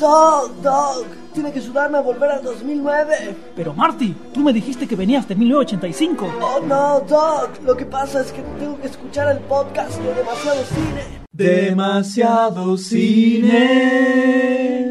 No, Doc, tiene que ayudarme a volver al 2009. Pero Marty, tú me dijiste que venías de 1985. Oh, no, Doc, lo que pasa es que tengo que escuchar el podcast de Demasiado Cine. Demasiado cine.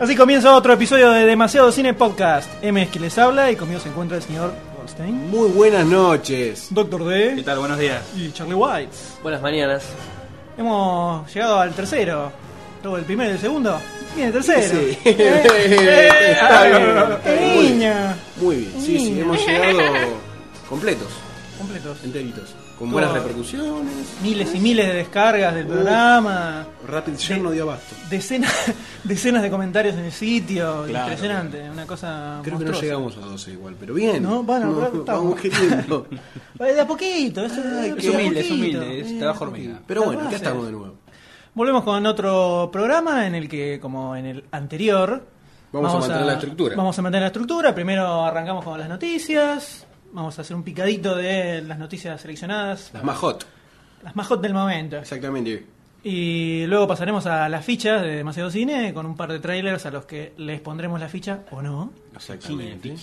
Así comienza otro episodio de Demasiado Cine Podcast. M es quien les habla y conmigo se encuentra el señor Goldstein, Muy buenas noches. Doctor D ¿Qué tal? Buenos días. y Charlie White. Buenas mañanas. Hemos llegado al tercero. Luego el primero y el segundo. Viene el tercero. Sí. Está Está eh. bien. Muy bien. Niña. Muy bien. Sí, sí, hemos llegado completos, Completos. enteritos. Con buenas Todo. repercusiones. Miles y miles de descargas del programa. Rapid Share no dio abasto. Decenas, decenas de comentarios en el sitio. Claro. Impresionante. Una cosa. Creo que no monstruosa. llegamos a 12 igual, pero bien. No, bueno, pero estamos. vamos queriendo. Eh, De a poquito. Es, Es humilde, es humilde, es trabajo hormiga. Eh, Pero bueno, ¿qué acá estamos de nuevo. Volvemos con otro programa en el que, como en el anterior, Vamos a mantener la estructura. Vamos a mantener la estructura. Primero arrancamos con las noticias. Vamos a hacer un picadito de las noticias seleccionadas, Las más hot. las más hot del momento. Exactamente. Y luego pasaremos a las fichas de Demasiado Cine con un par de trailers a los que les pondremos la ficha o no. Exactamente.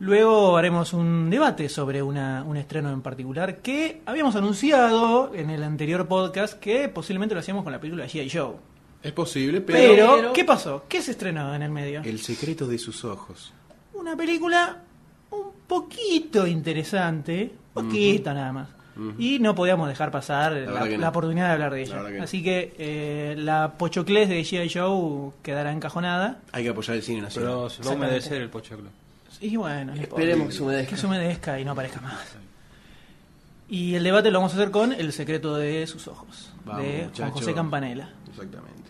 Luego haremos un debate sobre una- un estreno en particular que habíamos anunciado en el anterior podcast que posiblemente lo hacíamos con la película G.I. Joe. Es posible, pero, Pero, ¿qué pasó? ¿Qué se estrenó en el medio? El secreto de sus ojos. Una película un poquito interesante, poquito nada más. Y no podíamos dejar pasar la, verdad que no. la oportunidad de hablar de ella. verdad que no. Así que eh, la pochoclés de G.I. Joe quedará encajonada. Hay que apoyar el cine nacional. Pero se va a humedecer el pochoclo. Y bueno, no importa. Esperemos que se que humedezca. se humedezca y no aparezca más. Y el debate lo vamos a hacer con El secreto de sus ojos, Vamos, de Juan muchachos. José Campanella. Exactamente.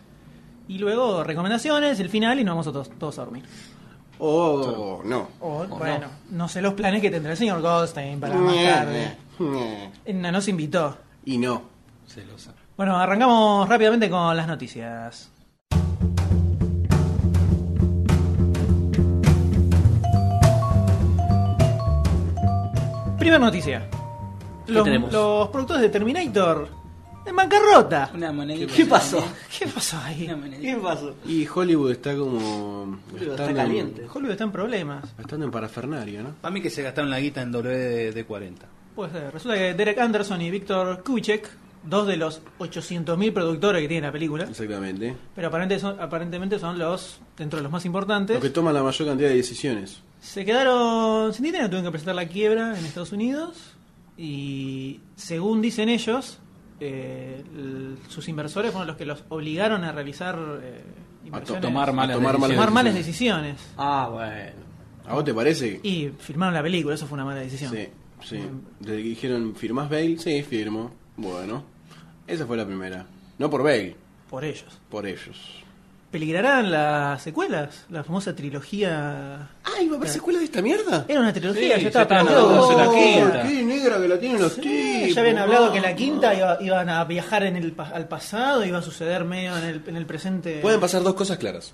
Y luego recomendaciones, el final y nos vamos a todos, todos a dormir. Oh, no. O, bueno, no. sé los planes que tendrá el señor Goldstein para más tarde. Eh, No nos invitó. eh. Y no. Celosa. Bueno, arrancamos rápidamente con las noticias. Primera noticia. Los, tenemos? los productores de Terminator en bancarrota. Una moneda. ¿Qué pasó? ¿Qué pasó ahí? Una moneda. ¿Qué pasó? Y Hollywood está como. gastando en- caliente. Hollywood está en problemas. Gastando en parafernaria, ¿no? Para mí que se gastaron la guita en WD-40. Pues eh, resulta que Derek Anderson y Víctor Kubicek, dos de los 800.000 productores que tiene la película, Exactamente. pero aparentemente son, aparentemente son los, dentro de los más importantes, Los que toman la mayor cantidad de decisiones. se quedaron sin dinero, tuvieron que presentar la quiebra en Estados Unidos y según dicen ellos, eh, l- sus inversores fueron los que los obligaron a realizar eh, inversiones, tomar a malas tomar tomar decisiones. malas decisiones. Ah, bueno. ¿A vos te parece? Y filmaron la película, eso fue una mala decisión. Sí, sí. Le dijeron, ¿firmás Bale? Sí, firmo. Bueno, esa fue la primera. No por Bale, Por ellos. por ellos. ¿Peligrarán las secuelas? La famosa trilogía. ¡Ay, va a haber secuela de esta mierda! Era una trilogía, Sí, ya estaba ya estaban planeado. hablando de hacer la Oh, quinta. ¡Qué negra que la tienen los tipos! Ya habían hablado que la quinta iba- iban a viajar en el, pa- al pasado, iba a suceder medio en el, en el presente. Pueden pasar dos cosas claras.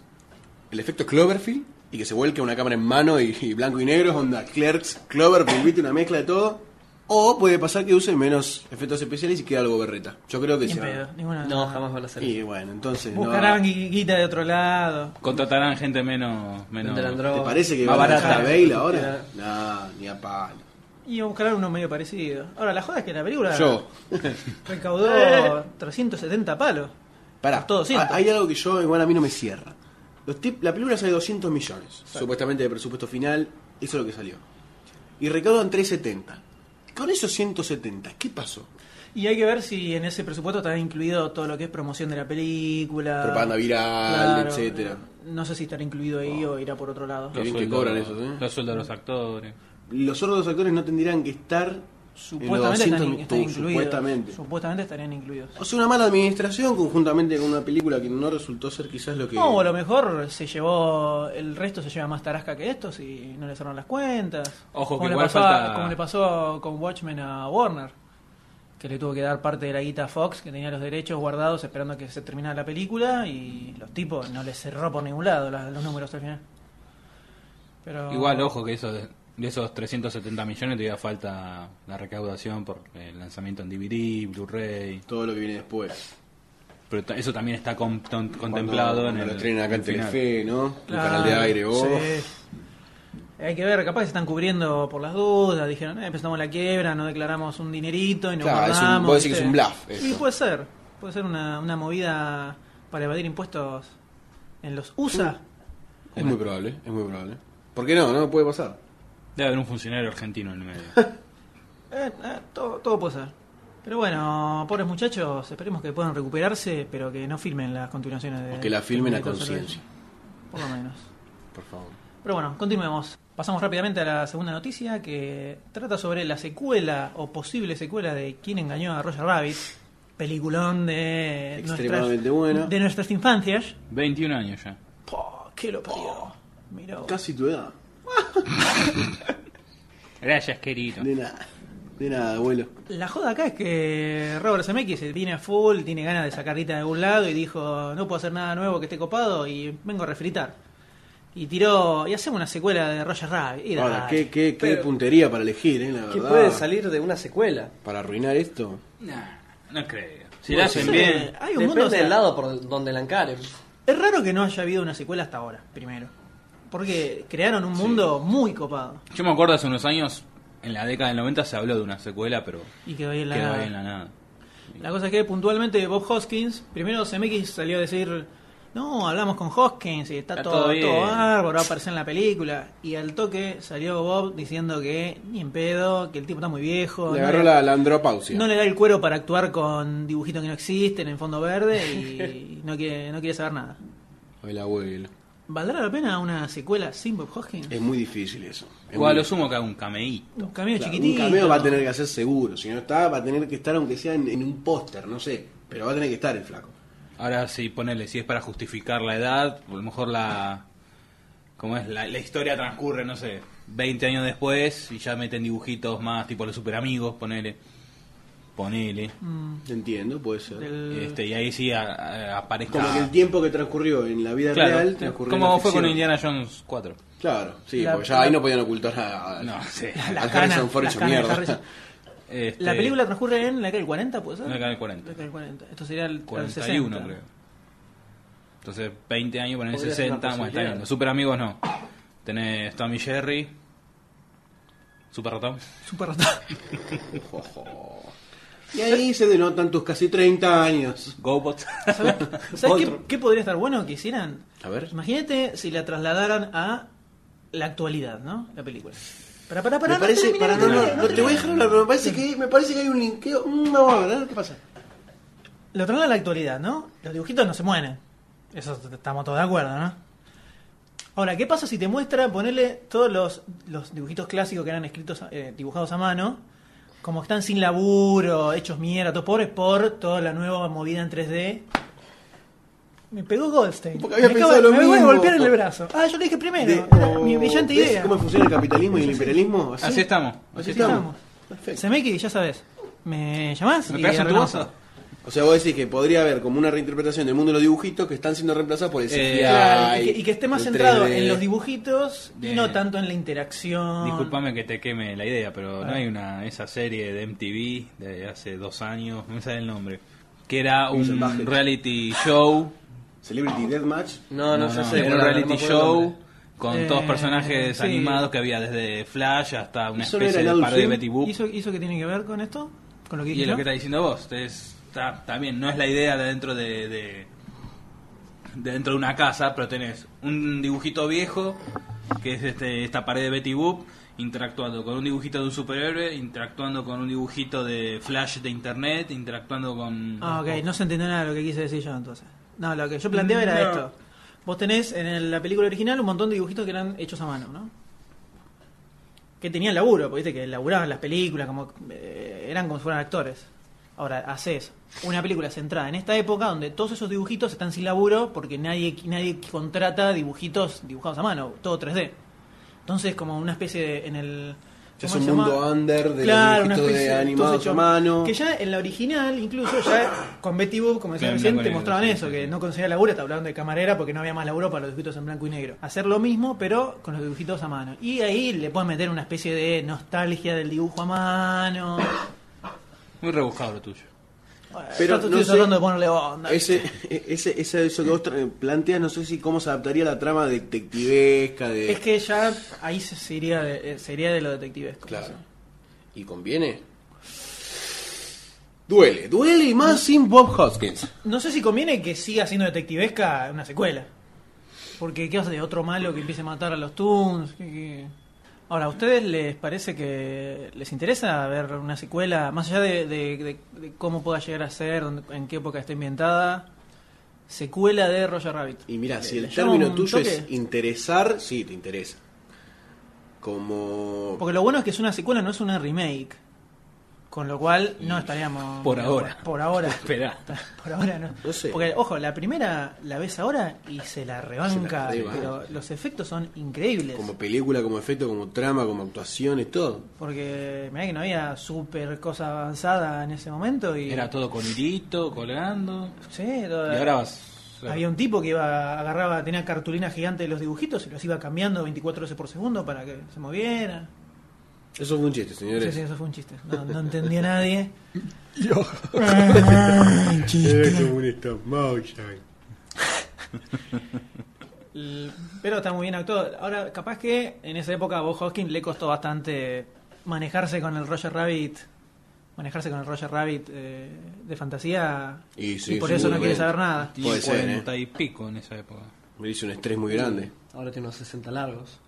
El efecto Cloverfield, y que se vuelque una cámara en mano y, y blanco y negro, onda Clerks, Cloverfield, viste, una mezcla de todo. O puede pasar que usen menos efectos especiales y quede algo berreta. Yo creo que Ni en sí. pedo, ninguna. No, jamás van a hacer Ah. Y eso. bueno, entonces... no- Buscarán gui- guita de otro lado. Contratarán gente menos. menos Vendrán ¿Te drogas. parece que Más va a barata. dejar a Bale ahora? No, ni a palo. Y buscarán uno medio parecido. Ahora, la joda es que la película Yo. recaudó 370 palos. Pará. Todo siento. ha- Hay algo que yo igual a mí no me cierra. Los tip- la película sale 200 millones, supuestamente de presupuesto final, eso es lo que salió. Y recaudan 370. Con esos 170, ¿qué pasó? Y hay que ver si en ese presupuesto está incluido todo lo que es promoción de la película. Propaganda viral, Ah, Claro. etcétera. No sé si estará incluido ahí o irá por otro lado. Qué bien que cobran esos, ¿eh? Los sueldos de los actores. Los otros dos actores no tendrían que estar Supuestamente, En los están, 200 están minutos, incluidos. supuestamente. Supuestamente estarían incluidos. O sea, una mala administración conjuntamente con una película que no resultó ser quizás lo que... No, o a lo mejor se llevó, el resto se lleva más tarasca que estos y no le cerraron las cuentas. Ojo, que como le, igual pasó a- falta- como le pasó con Watchmen a Warner, que le tuvo que dar parte de la guita a Fox, que tenía los derechos guardados esperando que se terminara la película y los tipos no les cerró por ningún lado la- los números al final. Pero... Igual, ojo, que eso de, de esos 370 millones todavía falta la recaudación por el lanzamiento en DVD, Blu-ray. Todo lo que viene después. Pero ta- eso también está con- ton- contemplado Cuando- en cuando el. lo estrenen acá en el final. Telefe, ¿no? Claro, El canal de aire, oh. vos. sí. Hay que ver, capaz se están cubriendo por las dudas. Dijeron, eh, empezamos la quiebra, no declaramos un dinerito y no Claro, es un- guardamos, vos decís que ¿viste? es un bluff eso. Y puede ser. Puede ser una, una movida para evadir impuestos en los USA. Uh. Es muy probable, es muy probable. ¿Por qué no? No puede pasar. Debe haber un funcionario argentino en el medio. Eh, eh, todo, todo puede ser. Pero bueno, pobres muchachos, esperemos que puedan recuperarse, pero que no filmen las continuaciones de... O que la filmen a de- conciencia. Por lo menos. Por favor. Pero bueno, continuemos. Pasamos rápidamente a la segunda noticia que trata sobre la secuela o posible secuela de Quién engañó a Roger Rabbit, peliculón de Extremadamente nuestras, buena. de nuestras infancias. 21 años ya. Po, ¿Qué lo parió? Mirá vos. Casi tu edad. Gracias, querido. De nada. De nada, abuelo. La joda acá es que Robert Zemeckis se viene a full, tiene ganas de sacar guita de algún lado y dijo, no puedo hacer nada nuevo que esté copado y vengo a refritar. Y tiró, y hacemos una secuela de Roger Rabbit. Y Ahora, dale. qué, qué, qué Pero- puntería para elegir, ¿eh? La Que verdad. puede salir de una secuela. Para arruinar esto. Nah, no creo. Si Bueno, lo hacen sí. bien. Hay un Depende mundo, o sea- del lado por donde la encaren. Es raro que no haya habido una secuela hasta ahora, primero. Porque crearon un mundo muy copado. Yo me acuerdo hace unos años, en la década del 90 se habló de una secuela, pero Y quedó ahí en la... quedó ahí en la nada. La cosa es que puntualmente Bob Hoskins, primero CMX salió a decir, no, hablamos con Hoskins y está, Está todo, todo todo, bien". bárbaro, va a aparecer en la película. Y al toque salió Bob diciendo que ni en pedo, que el tipo está muy viejo. Le no agarró le- la, la andropausia. No le da el cuero para actuar con dibujitos que no existen en fondo verde y no quiere, no quiere saber nada. El abuelo. ¿Valdrá la pena una secuela sin Bob Hoskins? Es muy difícil eso. Es O a muy- lo sumo que haga un cameí. Un cameo Claro, un chiquitito. cameo va a tener que hacer seguro. Si no está, va a tener que estar, aunque sea en, en un póster, no sé. Pero va a tener que estar el flaco. Ahora sí, ponele, si es para justificar la edad, a lo mejor la. ¿Cómo es? La, la historia transcurre, no sé, 20 años después y ya meten dibujitos más, tipo los super amigos, ponele. Ponele. Entiendo, puede ser. Del- Este, y ahí sí a- a- aparezca. Como que el tiempo que transcurrió en la vida Ah. Claro, real transcurrió en la como fue ficción. con Indiana Jones 4. Claro, sí, La- porque ya ahí no podían ocultar a, a- No, sí. La al cana, Harrison Ford la hecho cana de mierda. Harrison. Este, La película transcurre en la década del 40, ¿puede ser? En la década del 40. La década del 40. Esto sería el el 41, 60. creo. Entonces, 20 años, poner Podría ser una 60, bueno, está posibilidad. bien. Los super amigos no. Tenés Tommy Jerry, Super Ratón. Super ratón. Ojo. Y ahí se denotan tus casi 30 años. GoBot. ¿Sabes, ¿sabes qué, qué podría estar bueno que hicieran? A ver. Imagínate si la trasladaran a la actualidad, ¿no? La película. Para, para, para, me parece, terminé, para, no, terminé, no, no te voy a dejar hablar, pero me parece que, me parece que hay un linkeo. Mm, Vamos a ver, a ver qué pasa. Lo traen a la actualidad, ¿no? Los dibujitos no se mueren. Eso t- estamos todos de acuerdo, ¿no? Ahora, ¿qué pasa si te muestra ponerle todos los, los dibujitos clásicos que eran escritos, eh, dibujados a mano, como están sin laburo, hechos mierda, todos pobres, por toda la nueva movida en 3D? Me pegó Goldstein. Porque había me pensado lo me voy a mismo. golpear en el brazo. Ah, yo le dije primero. De- Era mi brillante ¿Ves idea. ¿Cómo funciona el capitalismo y el imperialismo? Así, Así estamos. Así estamos. estamos. Perfecto. Semeki, ya sabes. ¿Me llamás? ¿Me Y pegas en tu arreglamos bolsa? todo. O sea, vos decís que podría haber como una reinterpretación del mundo de los dibujitos que están siendo reemplazados por el Eh, CGI. Claro, y, que, y que esté más el centrado 3D. en los dibujitos y Bien. no tanto en la interacción. Disculpame que te queme la idea, pero no Ah. hay una esa serie de MTV de hace dos años, no me sale el nombre, que era un salvaje. reality show. Celebrity Deathmatch. No, no, sé. era un reality show con Eh, todos personajes sí. animados que había desde Flash hasta una Eso no especie era de Adult parodia de Swim. Betty Boop. ¿Y eso, y eso qué tiene que ver con esto? ¿Con lo que Y dije es lo yo? que está diciendo vos, es- está, también no es la idea de dentro de, de- de dentro de una casa, pero tenés un dibujito viejo, que es este, esta pared de Betty Boop, interactuando con un dibujito de un superhéroe, interactuando con un dibujito de flash de internet, interactuando con... Ah, ok, no se entendió nada de lo que quise decir yo entonces. No, lo que yo planteaba era No. esto. Vos tenés en el- la película original un montón de dibujitos que eran hechos a mano, ¿no? que tenían laburo, porque viste que laburaban las películas, como eh, eran como si fueran actores. Ahora, haces una película centrada en esta época donde todos esos dibujitos están sin laburo porque nadie, nadie contrata dibujitos dibujados a mano, todo 3D. Entonces, como una especie de. En el, Ya es ¿cómo un se llama? mundo under de Claro, los una dibujitos especie de de- animados entonces, a mano. Que ya en la original, incluso ya con Betty Boop, como decía Claro, en recién, blanco te y negro, mostraban sí, eso, sí, que sí. no conseguía laburo, te hablaban de camarera porque no había más laburo para los dibujitos en blanco y negro. Hacer lo mismo, pero con los dibujitos a mano. Y ahí le puedes meter una especie de nostalgia del dibujo a mano. Muy rebuscado lo tuyo. Pero Pero no estoy sé- tratando de ponerle onda. Ese, e-, ese, ese- eso que vos tra- planteas, no sé si cómo se adaptaría la trama detectivesca de... Es que ya ahí se sería de, eh, sería de lo detectivesco. Claro. ¿sí? ¿Y conviene? Duele, duele y más sin Bob Hoskins. No sé si conviene que siga siendo detectivesca una secuela. Porque, ¿qué vas a hacer? ¿Otro malo que empiece a matar a los Toons? ¿Qué- qué? Ahora, ¿a ustedes les parece que les interesa ver una secuela? Más allá de, de- de- de cómo pueda llegar a ser, dónde- en qué época está inventada. Secuela de Roger Rabbit. Y mira, si ¿Le- el le llama término un tuyo es toque? interesar, sí, te interesa. Como... Porque lo bueno es que es una secuela, no es una remake. Con lo cual, no estaríamos... Por ahora. Por ahora. Esperá. Por ahora no. No sé. Porque, ojo, la primera la ves ahora y se la rebanca. rebanca. pero los efectos son increíbles. Como película, como efecto, como trama, como actuaciones, todo. Porque mirá que no había super cosa avanzada en ese momento y. Era todo con hilito, colgando. Sí, Y todo- ahora vas. Eh, Había un tipo que iba, agarraba, tenía cartulina gigante de los dibujitos y los iba cambiando 24 veces por segundo para que se moviera. Eso fue un chiste, Sí, señores. sí, eso fue un chiste. No, no entendía nadie. Ah, L- Pero está muy bien actuado. Ahora, capaz que en esa época a Bob Hoskins le costó bastante manejarse con el Roger Rabbit. Manejarse con el Roger Rabbit eh, de fantasía. Y sí, por eso no seguramente. quiere saber nada. Tiene Puede ser, ¿eh? 40 y pico en esa época. Me hizo un estrés muy grande. Ahora tiene unos 60 largos.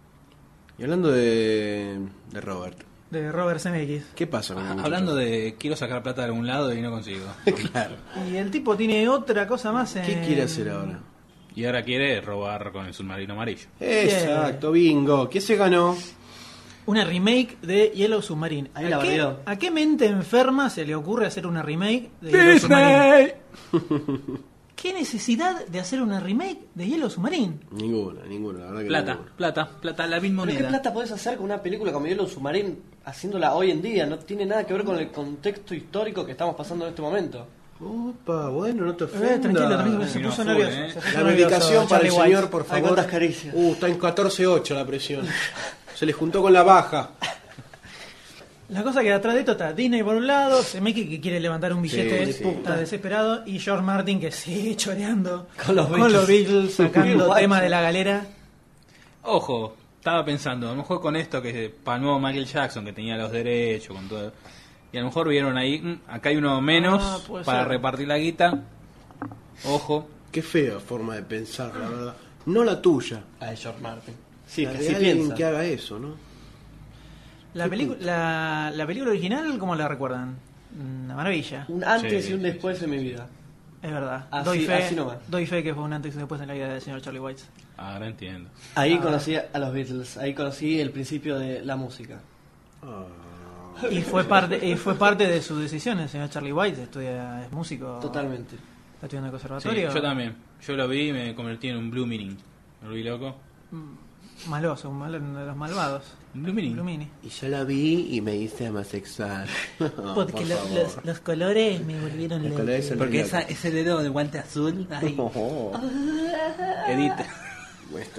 Y hablando de, de Robert, De Robert Zemeckis. ¿qué pasa Ah, con el muchacho? Hablando de quiero sacar plata de algún lado y no consigo. claro. Y el tipo tiene otra cosa más. En... ¿Qué quiere hacer ahora? Y ahora quiere robar con el submarino amarillo. Exacto, bingo. ¿Qué se ganó? Una remake de Yellow Submarine. Ahí ¿A, la qué, bardeó. ¿A qué mente enferma se le ocurre hacer una remake de Yellow Submarine? ¿Qué necesidad de hacer una remake de Yellow Submarine? Ninguna, ninguna, la verdad que Plata, ninguna. plata, plata, la misma ¿Pero qué moneda. plata podés hacer con una película como Yellow Submarine haciéndola hoy en día? No tiene nada que ver con el contexto histórico que estamos pasando en este momento. Opa, bueno, no te Eh, ofendas. tranquilo, tranquilo, se Vino puso full, nervioso. eh. se puso La nervioso, medicación para Charlie el White. señor, por Ay, favor. cuántas caricias. Uh, está en 14.8 la presión. Se le juntó con la baja. La cosa que atrás de esto está Disney por un lado, Zemeckis que quiere levantar un billete Sí, sí. está desesperado y George Martin que sigue choreando Con los Beatles. Beatles, sacando Guacho. tema de la galera. Ojo, estaba pensando, a lo mejor con esto que palmó Michael Jackson, que tenía los derechos, con todo. Y a lo mejor vieron ahí, "Mm, acá hay uno menos Ah, puede para ser. repartir la guita. Ojo. Qué fea forma de pensar, la verdad. No la tuya. Ah, es George Martin. Sí, la que de así alguien piensa. que haga eso, ¿no? La, pelicu- la, la película original, ¿cómo la recuerdan? Una maravilla. Un antes Sí, y un sí, después en mi vida. Es verdad. Así- doy, fe, así nomás. doy fe que fue un antes y un después en la vida del señor Charlie White. Ahora entiendo. Ahí conocí a los Beatles, ahí conocí el principio de la música. Y fue parte, y fue parte de su decisión. El señor Charlie White estudia, es músico. Totalmente. Está estudiando en el Sí, conservatorio. yo también. Yo lo vi y me convertí en un Blue Meaning. ¿Me volví loco? Maloso, un malo- uno de los malvados. ¿Un Blue Meaning? Lumini. Y yo la vi y me hice homosexual. Porque lo- los, los colores me volvieron loco. ese dedo de guante azul. Ahí.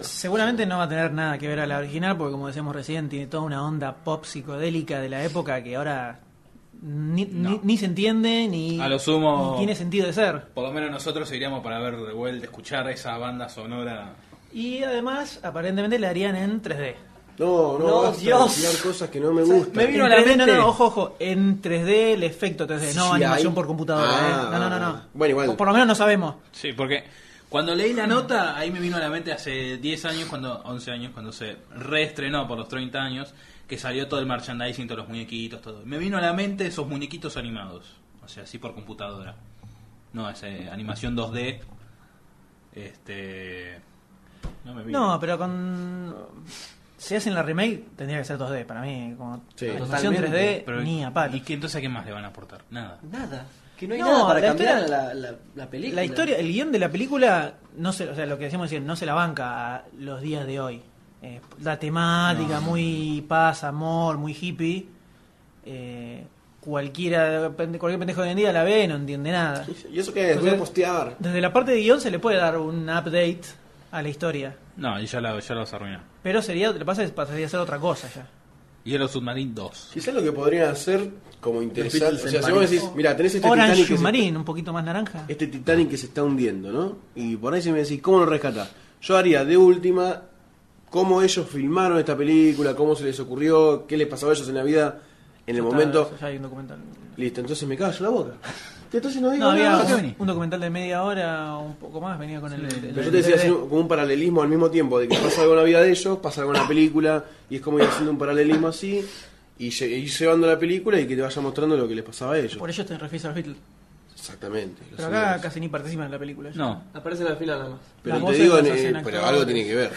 Seguramente no va a tener nada que ver a la original, porque como decíamos recién, tiene toda una onda pop psicodélica de la época que ahora ni, ni- ni se entiende ni, A lo sumo- ni tiene sentido de ser. Por lo menos nosotros iríamos para ver de vuelta, escuchar esa banda sonora. Y además, aparentemente la harían en 3D. No, no, No, basta de Dios. tirar cosas que no me gustan. Me vino En a la 3D, no, mente. no, ojo, ojo, en 3D el efecto 3D, no Sí, animación hay- por computadora. Ah. eh. No, no, no, no. Bueno, igual. Por, por lo menos no sabemos. Sí, porque cuando leí la nota, ahí me vino a la mente hace 10 años, cuando 11 años, cuando se reestrenó por los 30 años, que salió todo el merchandising, todos los muñequitos, todo. Me vino a la mente esos muñequitos animados, o sea, así por computadora. No, esa animación 2D. Este... No me vino. No, pero con. si hacen la remake, tendría que ser 2D para mí. Como Sí, animación totalmente, 3D, ni a palo. ¿Y qué, entonces qué más le van a aportar? Nada. Nada. Que no hay No, nada para la cambiar historia- la, la- la película. La historia, el guión de la película, no se, o sea, lo que decíamos decir, no se la banca a los días de hoy. Eh, la temática, muy paz, amor, muy hippie. Eh, cualquiera, cualquier pendejo de hoy en día la ve y no entiende nada. ¿Y eso qué es? Voy a postear. Desde la parte de guión se le puede dar un update a la historia. No, y ya la, ya la vas a arruinar. Pero sería, lo que pasa es que pasaría a ser otra cosa ya. Este Hielo Submarine 2. Quizás lo que podrían hacer como interesante. O sea, si vos decís, mira, tenés este Orange Titanic. que se- Submarine, un poquito más naranja. este Titanic que se está hundiendo, ¿no? Y por ahí se me decís, ¿cómo lo rescatás? Yo haría de última cómo ellos filmaron esta película, cómo se les ocurrió, qué les pasaba a ellos en la vida en el Está- momento. ya hay un documental. Listo, entonces me callo la boca. Y entonces no digo No, había nada. un, un documental de media hora o un poco más, venía con el... el- Pero yo el te decía, DVD. hacer un- como un paralelismo al mismo tiempo, de que pasa algo en la vida de ellos, pasa algo en la película, y es como ir haciendo un paralelismo así, y lle- ir llevando la película y que te vaya mostrando lo que les pasaba a ellos. Por ello te refieres a los Beatles. Exactamente. los Pero acá sonidos. casi ni participan en la película. No. Aparece al final nada más. Pero las te voces digo, las en- hacen eh, pero actores. algo tiene que ver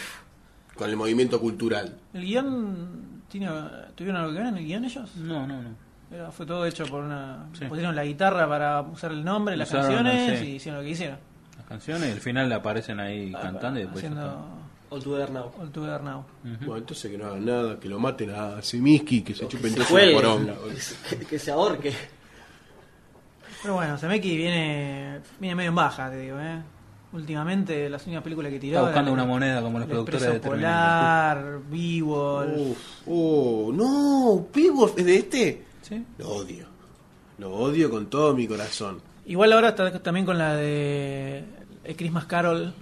con el movimiento cultural. ¿El guión tiene, tuvieron algo que ver en el guión ellos? No, no, no. Era- fue todo hecho por una... Sí. Pusieron la guitarra para usar el nombre, las Usaron, canciones sí. y hicieron lo que hicieron. Las canciones, al final aparecen ahí cantando y después. ya Ah, Haciendo All Together Now. All Together Now. está. Ujú. Bueno, entonces que no hagan nada, que lo maten a Semiski, que se chupen todo cuelgue. el porón. Que, que se ahorque. Pero bueno, Zemecki viene, viene medio en baja, te digo, ¿eh? Últimamente, las únicas películas que tiró... Está buscando eran una moneda como los El productores Uh. Expreso de Terminator. Polar, Beowulf... Uf, oh, no, Pivot es de este. Sí. Lo odio. Lo odio con todo mi corazón. Igual ahora está también con la de eh, Christmas Carol,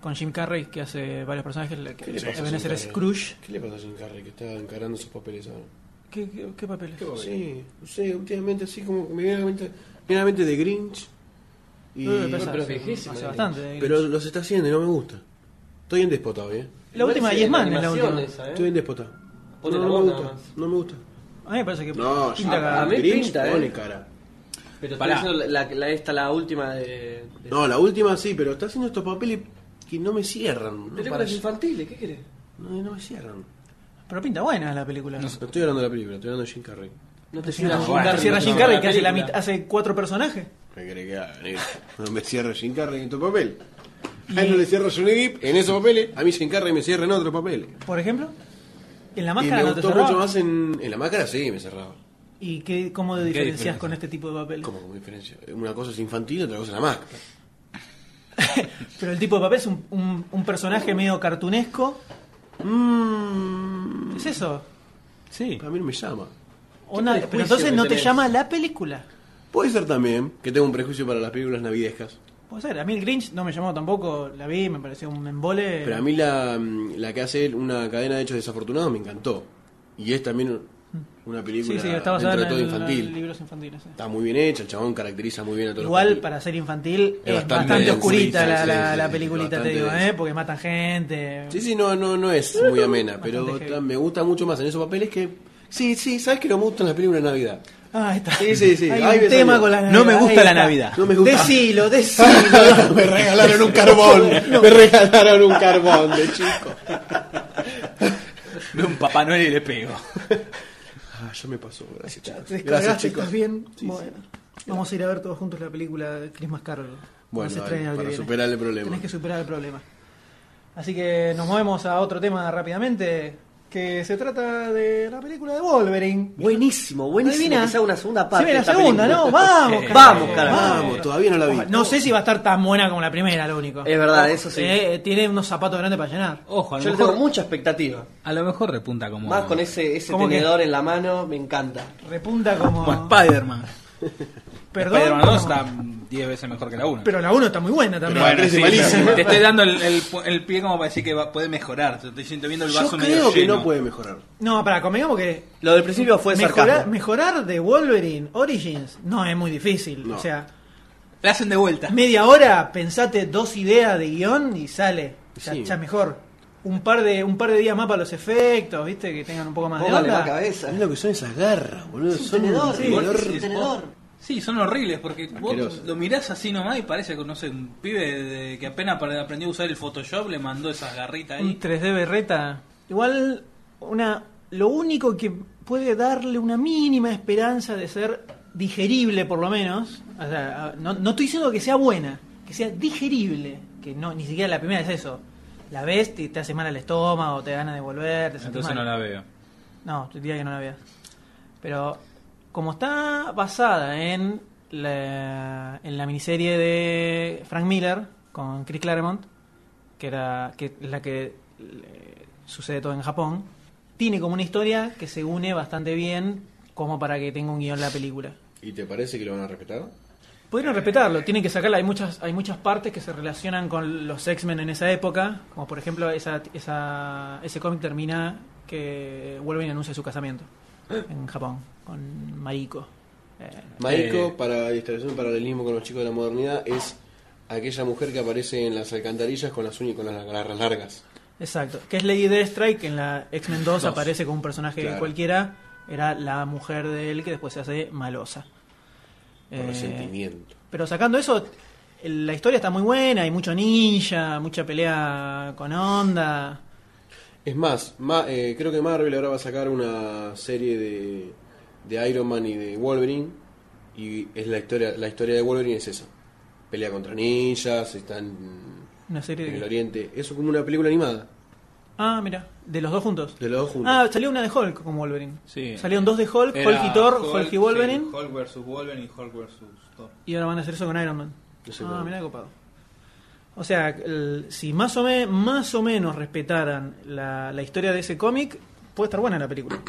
con Jim Carrey, que hace varios personajes, la que le pasa a deben Jim ser Carrey? Scrooge. ¿Qué le pasa a Jim Carrey que está encarando sus papeles ahora? ¿Qué, qué, qué papeles? Sí, no sé, últimamente así como que me viene a la mente, me viene a la mente de Grinch. Y, Eh, pasa pero hace- viejísimo, hace eh. bastante. pero los está haciendo y no me gusta. Estoy en despotado, ¿eh? la última de Parece Yes Man es la animación última. esa, ¿eh? Estoy en despotado. Pone no, la no voz me nada gusta, más. no me gusta. A mí me parece que No, pinta ya, acá. a mí Grinch pinta, pone eh. cara. Pero Pará. está diciendo la, la- esta, la última de. de No, la última sí, pero está haciendo estos papeles que no me cierran. No, películas parece- infantiles, ¿qué querés? no, no me cierran. Pero pinta buena la película. No estoy hablando de la película, estoy hablando de Jim Carrey. No te Te cierra cierra Jim bueno, Carrey. te cierra no Jim te Carrey la que hace, la película. mit- hace cuatro personajes. Me cree que haga, negro. No me cierra Jim Carrey en estos papeles. A él no le cierra Johnny Depp en esos papeles, a mí Jim Carrey me cierra en otros papeles. Por ejemplo, en la Y máscara me no te gustó mucho cerraba. más en, en la máscara, sí, me cerraba. ¿Y qué, cómo diferencias diferencia? con este tipo de papeles? Como como diferencia. Una cosa es infantil, otra cosa es la máscara. Pero el tipo de papel es un, un- un personaje medio cartunesco. Mmm. ¿Es eso? Sí. A mí no me llama. Onda- prejuicio pero entonces que no te tenés. llama la película. Puede ser también que tengo un prejuicio para las películas navidejas. Puede ser, a mí el Grinch no me llamó tampoco, la vi, me pareció un embole. Pero a mí la, mm, la que hace él, una cadena de hechos desafortunados me encantó. Y es también una película Mm. sí, sí, está basada dentro en, de todo en infantil. libros infantiles. sí. Está muy bien hecha, el chabón caracteriza muy bien a todos Igual los para ser infantil Es es bastante bastante, oscurita, oscurita la, sí, la- sí, la sí, peliculita, te bastante digo, densa. ¿eh? porque matan gente. Sí, sí, no, no, no es muy amena, pero Bastante heavy. ta- me gusta mucho más en esos papeles que... Sí, sí, ¿sabes que no me gustan las películas de Navidad? Ah, ahí está. Sí, sí, sí, Hay ahí me un tema salió. con la Navidad. No me gusta ahí la está. Navidad. No me gusta. Decilo, decilo. me regalaron un carbón, me regalaron un carbón de chico. Veo un Papá Noel y le pego. Ah, ya me pasó, gracias chicos. Te Gracias descargaste, chicos. ¿estás bien? bueno. Vamos a ir a ver todos juntos la película de Christmas Carol. Bueno, se dale, estrena el que para viene. superar el problema. Tenés que superar el problema. Así que nos movemos a otro tema rápidamente, que se trata de la película de Wolverine. Buenísimo, buenísimo. Adivina. Que sea una segunda Se parte. ve la de esta segunda, película. ¿no? Vamos, Eh, carajo. vamos, carajo. Vamos, todavía no la vi. No sé si va a estar tan buena como la primera, lo único. Es verdad, eso sí. Eh, tiene unos zapatos grandes para llenar. Ojo, a lo, Yo le tengo mejor, mucha expectativa. a lo mejor repunta como. Más con ese, ese ¿Cómo que? tenedor en la mano, me encanta. Repunta como. Como Spider-Man. Perdón. Spider-Man 2 está como- 10 veces mejor que la 1. Pero la 1 está muy buena también. Pero la tres es malísima. te estoy dando el, el- el pie como para decir que va- puede mejorar. Te estoy siento viendo el Yo vaso medio creo que lleno. no puede mejorar. No, para, convengamos que. Lo del principio fue Mejorar, sarcasmo. mejorar de Wolverine Origins no es muy difícil. No. O sea, La hacen de vuelta. media hora pensate dos ideas de guión y sale. Ya, Sí. ya mejor. Un par, de, un par de días más para los efectos, ¿viste? Que tengan un poco más de Póngale onda. la cabeza. Es lo que son esas garras, boludo. Son un tenedor, sí. tenedor. Es un tenedor. Sí, son horribles porque vos Asqueroso. lo mirás así nomás y parece que no sé, un pibe de- que apenas para- aprendió a usar el Photoshop le mandó esas garritas Un ahí. 3D berreta. Igual una lo único que puede darle una mínima esperanza de ser digerible por lo menos o sea, a- no, no estoy diciendo que sea buena que sea digerible que no ni siquiera la primera es eso la ves y te hace mal al estómago te gana de volver te sentís Entonces mal. no la veo. No, te diría que no la veas. Pero como está basada en la, en la miniserie de Frank Miller con Chris Claremont, que era que es la que eh, sucede todo en Japón, tiene como una historia que se une bastante bien como para que tenga un guión la película. ¿Y te parece que lo van a respetar? Podrían respetarlo, tienen que sacarla. Hay muchas, hay muchas partes que se relacionan con los X-Men en esa época, como por ejemplo esa, esa, ese cómic termina que Wolverine anuncia su casamiento en Japón con Mariko. Eh, Maiko, Eh. para establecer un paralelismo con los chicos de la modernidad, es aquella mujer que aparece en las alcantarillas con las uñas con las garras largas. exacto, que es Lady Deathstrike, que en la X-Men 2 Dos. aparece como un personaje Claro. cualquiera, era la mujer de él que después se hace malosa. Por Eh, resentimiento. Pero sacando eso, el- la historia está muy buena, hay mucho ninja, mucha pelea con onda. Es más, ma- eh, creo que Marvel ahora va a sacar una serie de, de Iron Man y de Wolverine. Y es la historia, la historia de Wolverine es esa. Pelea contra ninjas, están Una serie en el de... oriente. Eso es como una película animada, Ah, mira, de los dos juntos. de los dos juntos. Ah, salió una de Hulk como Wolverine. Sí. Salieron dos de Hulk, Era Hulk y Thor, Hulk, y Wolverine. sí, Hulk versus Wolverine y Hulk versus Thor. Y ahora van a hacer eso con Iron Man. No sé ah, cómo. mira, copado. O sea, el- si más o, me- más o menos respetaran la, la historia de ese cómic, puede estar buena la película.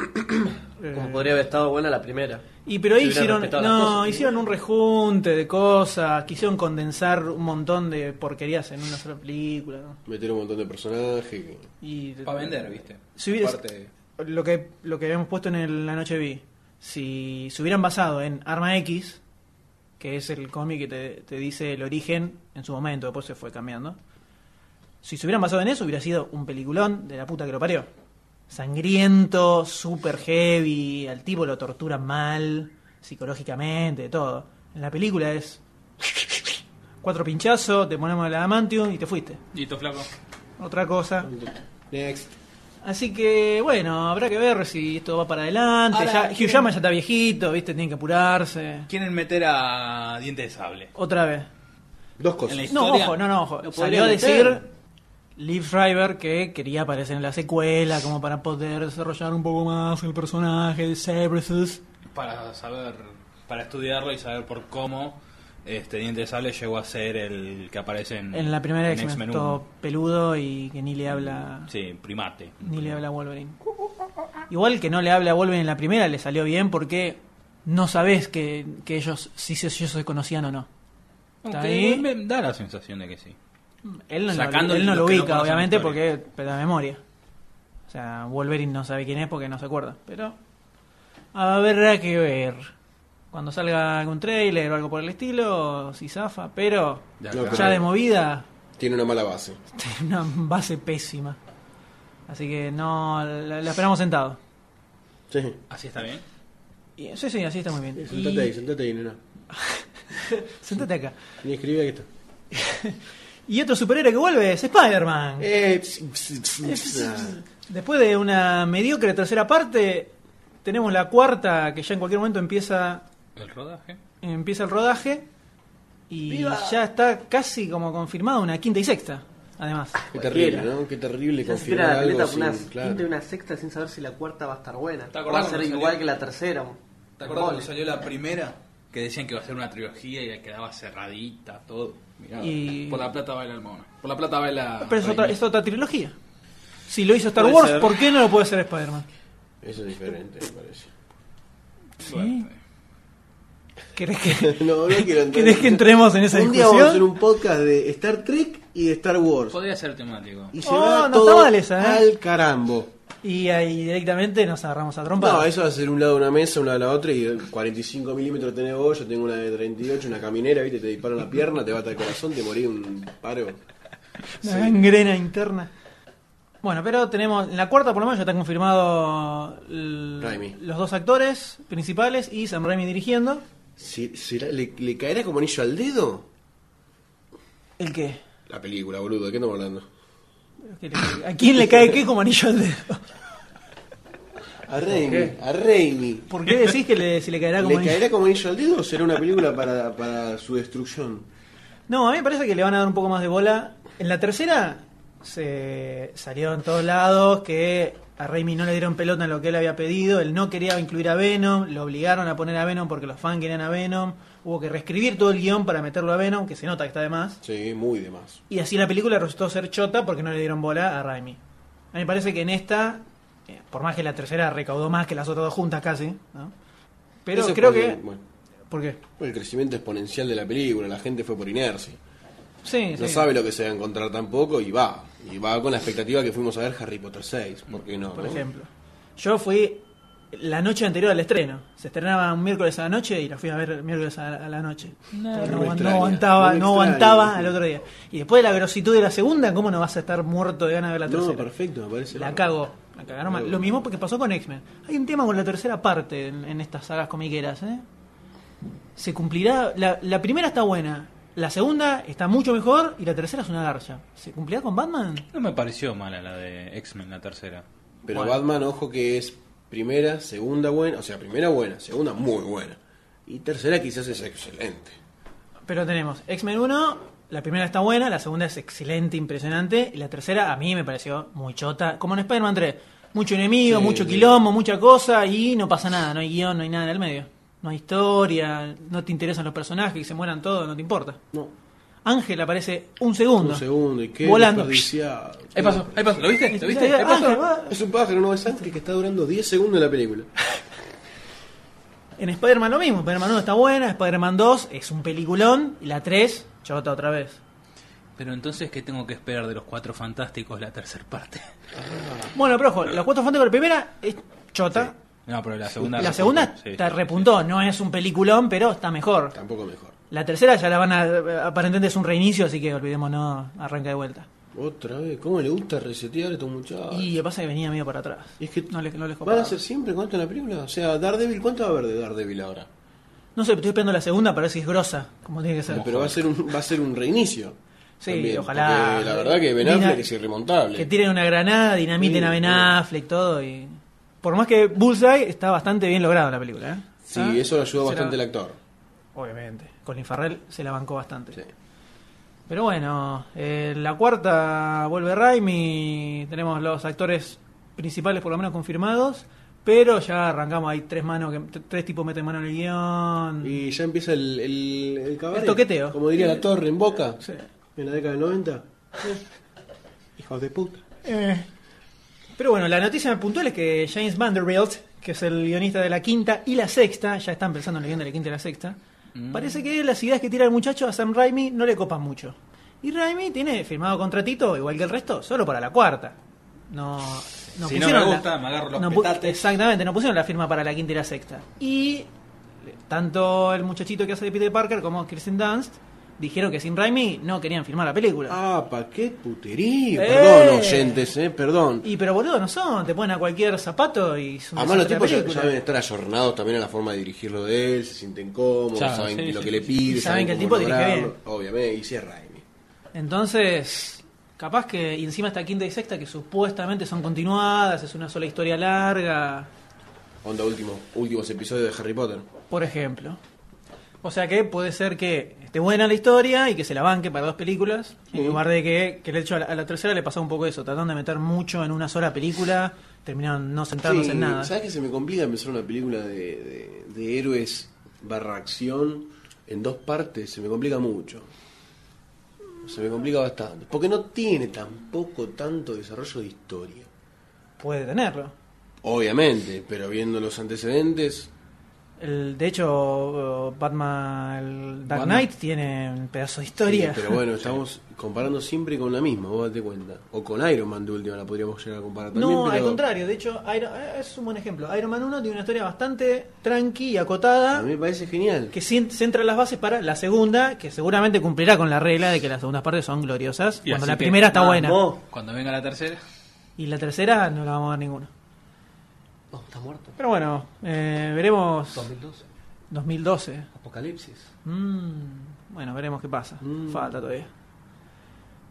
Eh, Como podría haber estado buena la primera. Y pero ahí Si hicieron, hubieran respetado las no, cosas, hicieron un rejunte de cosas, quisieron condensar un montón de porquerías en una sola película. ¿no? Meter un montón de personajes. que- Y Para vender, ¿viste? Si hubiera- Parte- lo que lo que habíamos puesto en el- la noche vi si se hubieran basado en Arma X que es el cómic que te, te dice el origen en su momento después se fue cambiando si se hubieran basado en eso hubiera sido un peliculón de la puta que lo parió sangriento super heavy al tipo lo tortura mal psicológicamente todo en la película es cuatro pinchazos te ponemos el adamantium y te fuiste Listo, flaco. otra cosa Next. Así que bueno, habrá que ver si esto va para adelante. Ahora, eh, ya, Hugh ¿quién- Jackman ya está viejito, viste, tiene que apurarse. Quieren meter a Diente de Sable. Otra vez. Dos cosas. En la- No, Historia. ojo, no, no, ojo. Lo Salió a podría decir meter. Liv Schreiber que quería aparecer en la secuela como para poder desarrollar un poco más el personaje de Sabretooth. Para saber, para estudiarlo y saber por cómo este Diente de Sable llegó a ser el que aparece en, En la primera Mm. en X-Men, X-Men todo 1. peludo y que ni le habla... Sí, primate. Ni le habla a Wolverine. Igual que no le habla a Wolverine en la primera, le salió bien porque no sabes que, que ellos, si se- si ellos se conocían o no. Está Aunque ahí. me da la sensación de que sí. Él no, lo- Sacando él no los lo que no ubica, conocen obviamente, la historia. porque pega memoria. O sea, Wolverine no sabe quién es porque no se acuerda. Pero habrá que ver. Cuando salga algún trailer o algo por el estilo, si zafa, pero De No, acá. pero- ya de movida, Tiene una mala base. tiene una base pésima. Así que no, la, la esperamos sentado. Sí. Así está bien. Y- sí, sí, así está muy bien. Eh, Y- Sentate ahí, sentate ahí, nena. sentate acá. Ni escribí aquí está. Y otro superhéroe que vuelve es Spider-Man. Eh, ps- ps- ps- ps- ah. Después de una mediocre tercera parte, tenemos la cuarta que ya en cualquier momento empieza, El rodaje. empieza el rodaje y ya está casi como confirmada una quinta y sexta, además. Qué terrible, ¿no? Qué terrible Ya se tira confirmar la algo pileta con sin... una claro. quinta y una sexta sin saber si la cuarta va a estar buena. ¿Te acordás Va a ser cuando salió? igual que la tercera. un- ¿Te acuerdas cuando mole. salió la primera? Que decían que iba a ser una trilogía y quedaba cerradita, todo. Mirá, Y- por la plata baila el mono. Por la plata baila. Pero es otra, es otra trilogía. Si lo hizo Star Puede Wars, ser. ¿por qué no lo puede hacer Spider-Man? Eso es diferente, me parece. Bueno, ¿Querés que, No, no quiero entrar. ¿querés que entremos en esa un día vamos a hacer discusión? un podcast de Star Trek y de Star Wars. Podría ser temático. Y se Oh, va no todo está mal esa, ¿eh? al carambo. Y ahí directamente nos agarramos a trompa. No, eso va a ser un lado de una mesa, un lado de la otra y 45 milímetros tenés vos, yo tengo una de 38, una caminera, viste, te disparan la pierna, te bata el corazón, te morí un paro. Una gangrena interna. Bueno, pero tenemos en la cuarta por lo menos ya están confirmados l- Raimi. los dos actores principales y Sam Raimi dirigiendo. Si- será- le, le caerá como anillo al dedo? ¿El qué? La película, boludo, ¿de qué estamos hablando? ¿A quién le cae qué como anillo al dedo? A Raimi, a Raimi. ¿Por qué decís que le- se le caerá como ¿Le anillo? caerá como anillo al dedo o será una película para, para su destrucción? No, a mí me parece que le van a dar un poco más de bola. En la tercera se salió en todos lados que a Raimi no le dieron pelota en lo que él había pedido, él no quería incluir a Venom, lo obligaron a poner a Venom porque los fans querían a Venom, hubo que reescribir todo el guión para meterlo a Venom, que se nota que está de más. Sí, muy de más. Y así la película resultó ser chota porque no le dieron bola a Raimi. A mí me parece que en esta, eh, por más que la tercera recaudó más que las otras dos juntas casi, ¿no? pero Eso es creo porque, que... bueno, ¿Por qué? el crecimiento exponencial de la película, la gente fue por inercia. Sí, No sí. sabe lo que se va a encontrar tampoco y va. Y va con la expectativa que fuimos a ver Harry Potter 6. ¿Por qué no? por no? ejemplo. Yo fui la noche anterior al estreno. Se estrenaba un miércoles a la noche y la fui a ver el miércoles a la, a la noche. Porque no No, me aguan- no extraña, aguantaba, no me no aguantaba extraña. al otro día. Y después de la grositud de la segunda, ¿cómo no vas a estar muerto de ganas de ver la No, tercera? perfecto, me parece. La cago. La cagaron mal. Lo mismo que pasó con X-Men. Hay un tema con la tercera parte en, en estas sagas comiqueras, ¿eh? Se cumplirá. La, la primera está buena. La segunda está mucho mejor y la tercera es una garcha. ¿Se cumplirá con Batman? No me pareció mala la de X-Men, la tercera. Pero Bueno. Batman, ojo que es primera, segunda buena, o sea, primera buena, segunda muy buena. Y tercera quizás es excelente. Pero tenemos X-Men 1, la primera está buena, la segunda es excelente, impresionante, y la tercera a mí me pareció muy chota, como en Spider-Man 3. Mucho enemigo, Sí, mucho sí. quilombo, mucha cosa, y no pasa nada, no hay guión, no hay nada en el medio. No hay historia, no te interesan los personajes, que se mueran todos, no te importa. No, Ángel aparece un segundo. un segundo y qué Volando. desperdiciado. Ahí pasó, ahí pasó, ¿lo viste? ¿Lo viste? Ahí Ángel, pasó. va. Es un pájaro, no es antes que está durando 10 segundos la película. En Spider-Man lo mismo, Spider-Man 1 está buena, Spider-Man 2 es un peliculón, y la 3, chota otra vez. ah. Pero entonces, ¿qué tengo que esperar de los cuatro fantásticos la tercera parte? Bueno, pero ojo, los cuatro fantásticos, la primera es chota, No, pero la segunda. La segunda te Sí, sí. repuntó, no es un peliculón, pero está mejor. Tampoco mejor. La tercera ya la van a. Aparentemente es un reinicio, así que olvidémonos, arranca de vuelta. Otra vez, ¿cómo le gusta resetear a estos muchachos? Y lo que pasa es que venía medio para atrás. Es que no les, no les ¿Van copaba. a ser siempre con esto en la película? O sea, Daredevil, ¿cuánto va a haber de Daredevil ahora? No sé, estoy esperando la segunda para ver si es grosa, como tiene que ser. Pero va a ser un, va a ser un reinicio. Sí, También, ojalá. porque La verdad que Ben Dina- Affleck es irremontable. Que tiren una granada, dinamiten Sí, a Ben sí. Affleck, todo. Y... Por más que Bullseye está bastante bien logrado en la película. ¿eh? Sí, ¿Ah? eso lo ayudó Se la- bastante el actor. Obviamente. Colin Farrell se la bancó bastante. Sí. Pero bueno, eh, la cuarta vuelve Raimi, tenemos los actores principales por lo menos confirmados, pero ya arrancamos, hay tres manos que t- tres tipos meten mano en el guión. Y ya empieza el, el, cabaret. Mm. El toqueteo. Como diría la torre en Boca. Sí. En la década del 90. Hijos de puta. Pero bueno, la noticia puntual es que James Vanderbilt, que es el guionista de la quinta y la sexta, ya están pensando en el guion de la quinta y la sexta, Mm. parece que las ideas que tira el muchacho a Sam Raimi no le copan mucho. Y Raimi tiene firmado contratito, igual que el resto, solo para la cuarta. No, no Si no pusieron me la- gusta, me agarro los no pu- petates. Exactamente, no pusieron la firma para la quinta y la sexta. Y tanto el muchachito que hace de Peter Parker como Kirsten Dunst dijeron que sin Raimi no querían firmar la película. Ah, pa' qué puterío. ¡Eh! Perdón, oyentes, eh, perdón. Y pero boludo, no son, te ponen a cualquier zapato y es un Además, los desastre la tipos ya, ya película. deben estar ayornados también a la forma de dirigirlo de él, se sienten cómodos, Claro, saben sí, lo sí, que le sí. pide, Y saben que el cómo tipo dirige lograrlo. bien. Obviamente, y si es Raimi. Entonces, capaz que y encima está quinta y sexta que supuestamente son continuadas, es una sola historia larga, Onda, último, últimos episodios de Harry Potter. por ejemplo. O sea que puede ser que esté buena la historia y que se la banque para dos películas, en lugar de que, que el hecho a la, a la tercera le pasó un poco eso, tratando de meter mucho en una sola película, terminaron no sentándose Sí, en nada. ¿Sabes que se me complica empezar una película de, de- de héroes barra acción en dos partes? Se me complica mucho. Se me complica bastante. Porque no tiene tampoco tanto desarrollo de historia. Puede tenerlo. Obviamente, pero viendo los antecedentes, El, de hecho, Batman el Dark Batman. Knight tiene un pedazo de historia. Sí, eh, pero bueno, estamos comparando siempre con la misma, vos date cuenta. O con Iron Man de última la podríamos llegar a comparar también. No, al pero contrario, de hecho, Iron, eh, es un buen ejemplo. Iron Man 1 tiene una historia bastante tranqui y acotada A mí me parece genial. que cien- centra las bases para la segunda, que seguramente cumplirá con la regla de que las segundas partes son gloriosas, Y cuando así la que, primera está buena. Vamos. Cuando venga la tercera. Y la tercera no la vamos a ver ninguna. No, está muerto. Pero bueno, eh, veremos 2012. 2012. Apocalipsis. Mm, bueno, veremos qué pasa. Falta todavía.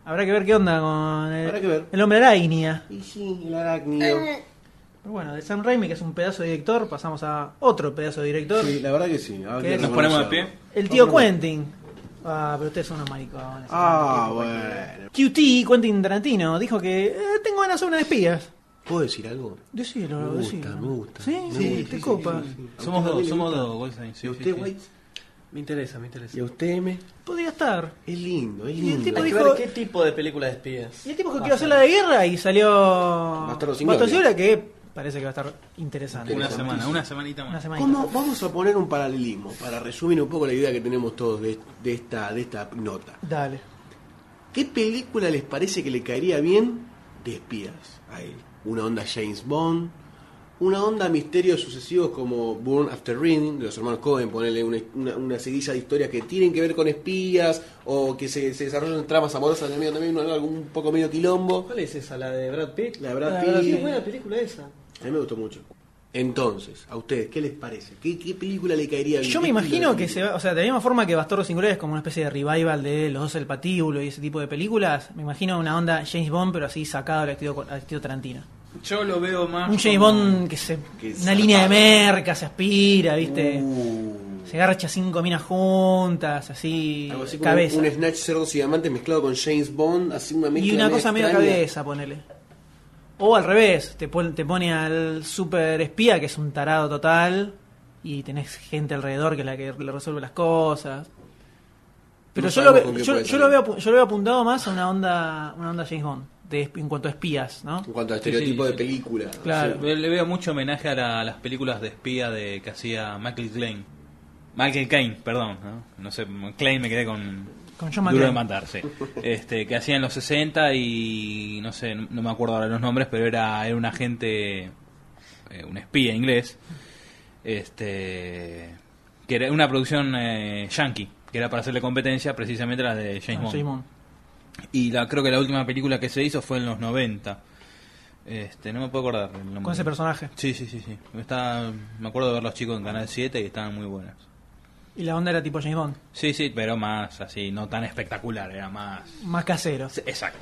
Habrá que ver qué onda con el, Habrá que ver. el hombre araña. Eh. Y sí, el arácnido. Pero bueno, de Sam Raimi, que es un pedazo de director, pasamos a otro pedazo de director. Sí, la verdad que sí. Ah, Habría ¿Qué? que Nos ponemos de reconocerlo. pie. El tío Quentin. Ah, pero ustedes son unos maricones. Ah, bueno. QT, Quentin Tarantino, dijo que eh, tengo ganas de una de espías. ¿Puedo decir algo? Decílo, Me gusta, decilo. me gusta. Sí, Me sí, gusta, te sí, copa. sí, sí. Somos ¿A usted, dos, Willy? somos dos, Goldstein. sí, ¿Y a sí, usted, sí. White? Me interesa, me interesa. ¿Y a usted, me? Podría estar. Es lindo, es Y el lindo. tipo Hay que dijo- ver qué tipo de película de espías. Y el tipo dijo que iba a hacer la de guerra y salió. Bastardo sin Bastardo sin gloria. gloria, que parece que va a estar interesante. Una semana, una semanita Una más. semana. ¿Cómo? Vamos a poner un paralelismo para resumir un poco la idea que tenemos todos de, de esta, de esta nota. Dale. ¿Qué película les parece que le caería bien de espías a él? Una onda James Bond, una onda misterios sucesivos como Burn After Reading, de los hermanos Cohen, ponerle una, una, una seguilla de historias que tienen que ver con espías o que se, se desarrollan tramas amorosas en el medio también, una- algo un poco medio quilombo. ¿Cuál es esa? ¿La de Brad Pitt? La de Brad Brad Pitt. Qué buena película esa. A mí me gustó mucho. Entonces, a ustedes, ¿qué les parece? ¿Qué, qué película le caería bien? Yo me ¿Qué estilo imagino de que se película? va, o sea, de la misma forma que Bastardo sin Gloria es como una especie de revival de Los dos el patíbulo y ese tipo de películas, me imagino una onda James Bond, pero así sacado al estilo, al estilo Tarantino. Yo lo veo más. Un James como- Bond que se. Que una zarpado. línea de merca, se aspira, ¿viste? Uh. Se garcha cinco minas juntas, así. Algo así como cabeza. Un Snatch Cerdos y Diamantes mezclado con James Bond, así una mezcla Y una media cosa medio extraña. cabeza, ponele. O al revés, te, pon- te pone al super espía, que es un tarado total, y tenés gente alrededor que es la que le resuelve las cosas. Pero No yo, lo sabemos ve- con qué yo, puede yo lo salir. veo, apu- yo lo veo apuntado más a una onda, una onda James Bond, de, esp- en cuanto a espías, ¿no? En cuanto al Sí, estereotipo sí, de sí. película. Claro. Ve- Le veo mucho homenaje a, la- a las películas de espía de que hacía Michael Klein. Michael Caine, perdón. No, No sé, Klein me quedé con. Con John Duro de McClane. matar, sí. Este, que hacía en los 60 y no sé, no me acuerdo ahora los nombres, pero era, era un agente, eh, un espía inglés, este, que era una producción eh, yankee, que era para hacerle competencia precisamente a la de James Con Bond. Ah, James Bond. Y la, creo que la última película que se hizo fue en los 90. Este, no me puedo acordar el nombre. Con ese personaje. Sí, sí, sí, sí. Está, me acuerdo de ver los chicos en Canal 7 y estaban muy buenas. Y la onda era tipo James Bond, Sí, sí, pero más así, no tan espectacular, era más... más casero. Sí, Exacto.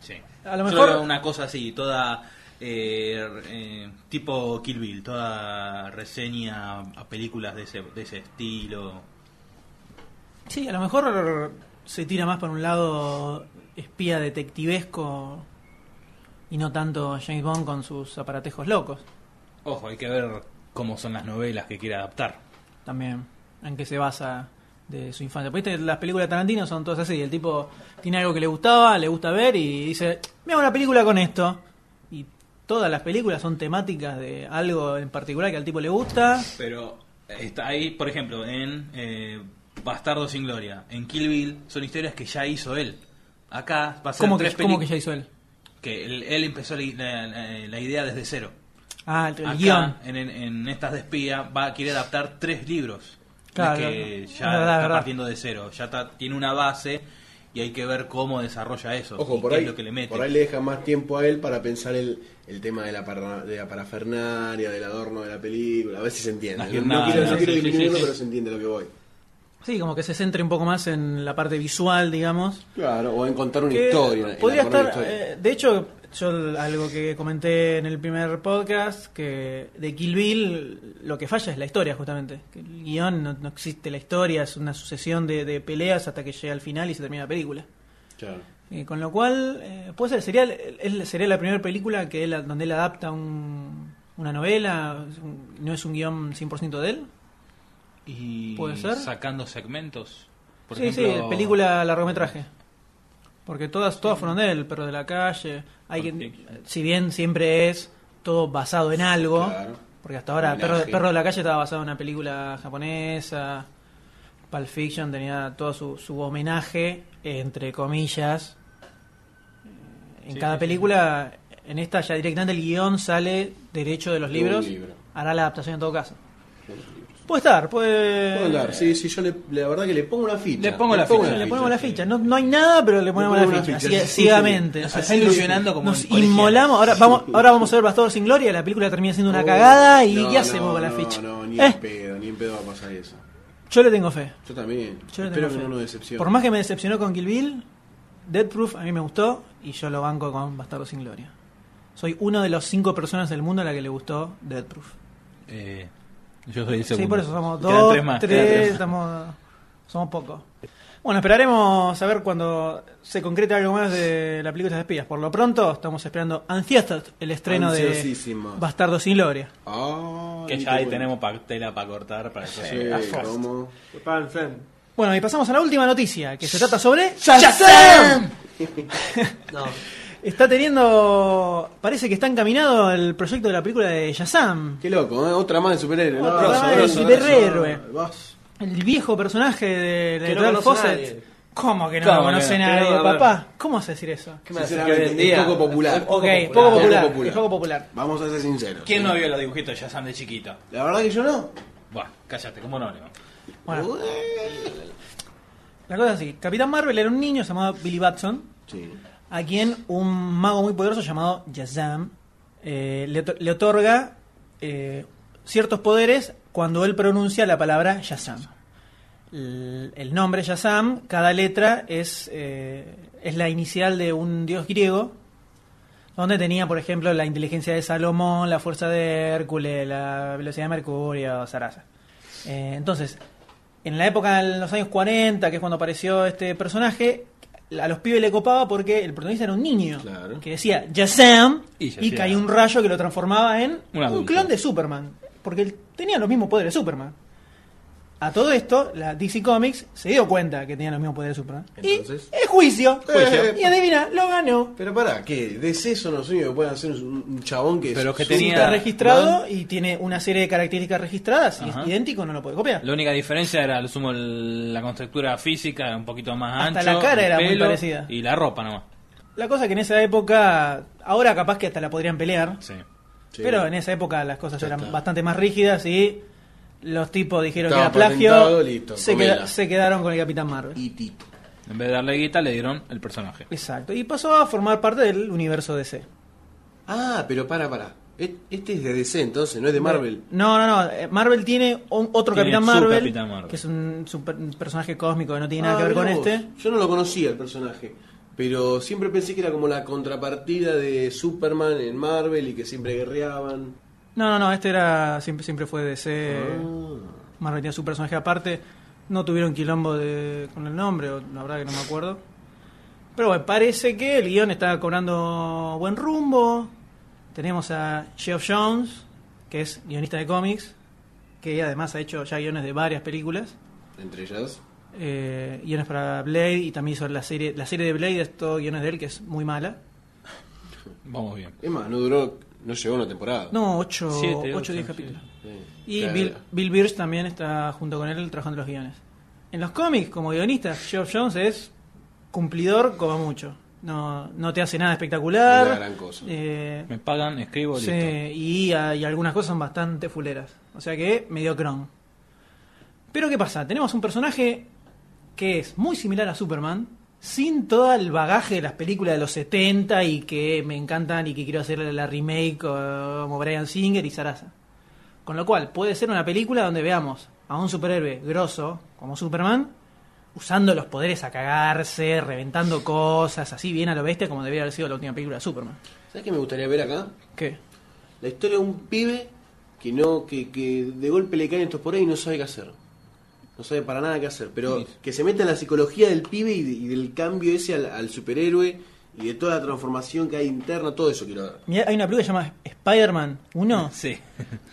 Sí. A lo Yo mejor- era una cosa así, toda eh, eh, tipo Kill Bill, toda reseña a películas de ese, de ese estilo. Sí, a lo mejor se tira más por un lado espía detectivesco y no tanto James Bond con sus aparatejos locos. Ojo, hay que ver cómo son las novelas que quiere adaptar. también, en que se basa de su infancia. Porque viste, las películas de Tarantino son todas así, el tipo tiene algo que le gustaba, le gusta ver y dice, me hago una película con esto. Y todas las películas son temáticas de algo en particular que al tipo le gusta. Pero está ahí, por ejemplo, en eh, Bastardo sin Gloria, en Kill Bill, son historias que ya hizo él. Acá va a ser ¿Cómo que, tres cómo que pelic- ya hizo él? que él, él empezó la, la- la- la idea desde cero. Ah, el, el Acá, guión. En, en- en estas de espía, va, quiere adaptar tres libros. No Claro, es que es ya verdad, es está verdad. partiendo de cero. Ya está- tiene una base y hay que ver cómo desarrolla eso. Ojo, y por qué ahí, es lo que le mete. por ahí le deja más tiempo a él para pensar el, el tema de la, parra- de la parafernaria, del adorno de la película. A ver si se entiende. Las No- No, guirnaldas, quiero, no quiero sí, sí, eliminarlo, sí, sí. pero se entiende lo que voy. Sí, como que se centre un poco más en la parte visual, digamos. Claro, o en contar una que historia. en Podría elaborar estar. una historia. eh, de hecho, yo algo que comenté en el primer podcast, que de Kill Bill lo que falla es la historia, justamente. Que el guión no, no existe la historia, es una sucesión de, de peleas hasta que llega al final y se termina la película. Claro. Eh, con lo cual, eh, puede ser, sería, es- sería la primera película que él, donde él adapta un- una novela, es un- no es un guión 100% de él. Y ¿Puede ser? sacando segmentos. Por sí, ejemplo, eh, sí, película largometraje. Porque todas, todas fueron de él, pero de la calle. Hay que, Porque- si bien siempre es todo basado en algo, Claro. porque hasta ahora Homenaje. Perro, de- Perro de la calle estaba basado en una película japonesa, Pulp Fiction tenía todo su, su homenaje, entre comillas, eh, en Sí, cada sí, sí. película. En esta ya directamente el guión sale derecho de los De un libros, libro. hará la adaptación en todo caso. Puede estar, puede... Puedo andar, sí, sí, yo le- la verdad que le pongo una ficha. Le pongo la ficha, Le ficha, ponemos la sí. ficha. No, no hay nada, pero le ponemos, ponemos la la ficha. ficha, Así, sí, ciegamente. O sí, sí. sea, Nos está ilusionando como Nos en colegiales. inmolamos. Ahora vamos, ahora vamos a ver Bastardos sin Gloria. La película termina siendo una cagada. ¿Y No, qué hacemos no, con la no, ficha? No, ni Eh, en pedo, ni en pedo va a pasar eso. Yo le tengo fe. Yo también. Yo le Espero tengo que fe. no nos decepcione. Por más que me decepcionó con Kill Bill, Dead Proof a mí me gustó. Y yo lo banco con Bastardos sin Gloria. Soy uno de los cinco personas del mundo a la que le gustó Dead Proof. Eh, yo soy el segundo. Sí, por eso somos Quedan dos, tres tres, más, quedan tres más. somos, somos pocos. Bueno, esperaremos a ver cuando se concreta algo más de la película de espías. Por lo pronto, estamos esperando Ansiastat, el estreno de Ansiosísimos. Bastardo sin Gloria. Ay, Que qué ya ahí bueno. tenemos pa- tela para cortar para que- Sí, ¿eh? ¿cómo? Bueno, y pasamos a la última noticia, que se trata sobre ¡Shazam! No. Está teniendo, parece que está encaminado el proyecto de la película de Shazam. Qué loco, ¿eh? otra más de superhéroe. ¿no? Otra Grosso, más de grosso, superhéroe. grosso. Vas. El viejo personaje de la Que no editorial conoce Fawcett. nadie. ¿Cómo que no ¿Cómo lo que conoce no? nadie, Pero, a ver. papá? ¿Cómo vas a decir eso? ¿Qué me hace que Sinceramente, hoy en día- es poco popular. Ok, popular. poco Poco popular. popular. es poco popular. Vamos a ser sinceros. ¿Quién no vio los dibujitos ya Shazam de chiquito? La verdad que yo no. Buah, cállate, ¿cómo no, Leo? Bueno, la cosa es así. Capitán Marvel era un niño llamado Billy Batson, Sí. a quien un mago muy poderoso llamado Yazam eh, le, to- le otorga eh, ciertos poderes cuando él pronuncia la palabra Yazam. El, el nombre Yazam, cada letra es, eh, es la inicial de un dios griego, donde tenía, por ejemplo, la inteligencia de Salomón, la fuerza de Hércules, la velocidad de Mercurio, Sarasa. Eh, entonces, en la época de los años 40, que es cuando apareció este personaje, a los pibes le copaba porque el protagonista era un niño Claro. que decía Yazam Y y, Yazam. caía un rayo que lo transformaba en Un un, adulto. clon de Superman, porque él tenía los mismos poderes de Superman. A todo esto, la DC Comics se dio cuenta que tenía los mismos poderes de Superman. Entonces. y es juicio. Juicio. Y adivina, lo ganó. Pero pará, ¿qué? DC son los únicos que pueden hacer un, un chabón que Pero que su- tenía- Está registrado y tiene una serie de características registradas. Si Ajá. es idéntico, no lo puede copiar. La única diferencia era, al sumo, el- la constructura física, era un poquito más Hasta ancho. la cara el era muy pelo parecida. Y la ropa nomás. La cosa es que en esa época, ahora capaz que hasta la podrían pelear, Sí. Sí. pero en esa época las cosas Ya eran está. bastante más rígidas y los tipos dijeron Estaba que era plagio. patentado, listo, se, comela. queda- se quedaron con el Capitán Marvel. Y Tito. En vez de darle guita, le dieron el personaje. Exacto. Y pasó a formar parte del universo DC. Ah, pero para, para. E- Este es de DC entonces, no es de Marvel. No, no, no. eh, Marvel tiene un- otro Tiene Capitán su Marvel, Capitán Marvel. que es un, super- un personaje cósmico que no tiene nada Ah, que ver con mirá vos. este. Yo no lo conocía el personaje. Pero siempre pensé que era como la contrapartida de Superman en Marvel y que siempre guerreaban. No, no, no, este era siempre, siempre fue DC. Ah. Marvel tenía su personaje aparte. No tuvieron quilombo de, con el nombre, o la verdad que no me acuerdo. Pero bueno, parece que el guión está cobrando buen rumbo. Tenemos a Geoff Jones, que es guionista de cómics, que además ha hecho ya guiones de varias películas. Entre ellas. eh, guiones para Blade y también hizo la serie la serie de Blade es todo guiones de él que es muy mala Vamos bien. Es más, no duró, no llegó una temporada. no 8 Siete, 8 ocho, 10 sí. capítulos Eh, y claro. Bill, Bill Birch también está junto con él trabajando los guiones en los cómics como guionista Geoff Jones es cumplidor como mucho no, no te hace nada espectacular No es la gran cosa. eh, Me pagan, escribo, Sí, listo. y, ah, y algunas cosas son bastante fuleras. O sea que medio cron. Pero ¿qué pasa? Tenemos un personaje que es muy similar a Superman, sin todo el bagaje de las películas de los 70 y que me encantan y que quiero hacer la remake eh, como Brian Singer y Sarasa. Con lo cual, puede ser una película donde veamos a un superhéroe grosso como Superman usando los poderes a cagarse, reventando cosas, así bien a lo bestia como debería haber sido la última película de Superman. ¿Sabes qué me gustaría ver acá? ¿Qué? La historia de un pibe que no que, que de golpe le caen estos por ahí y no sabe qué hacer. No sabe para nada qué hacer, pero que se meta en la psicología del pibe y, de- y del cambio ese al, al superhéroe y de toda la transformación que hay interna, todo eso quiero ver. Mirá, hay una película que se llama Spider-Man 1 Sí.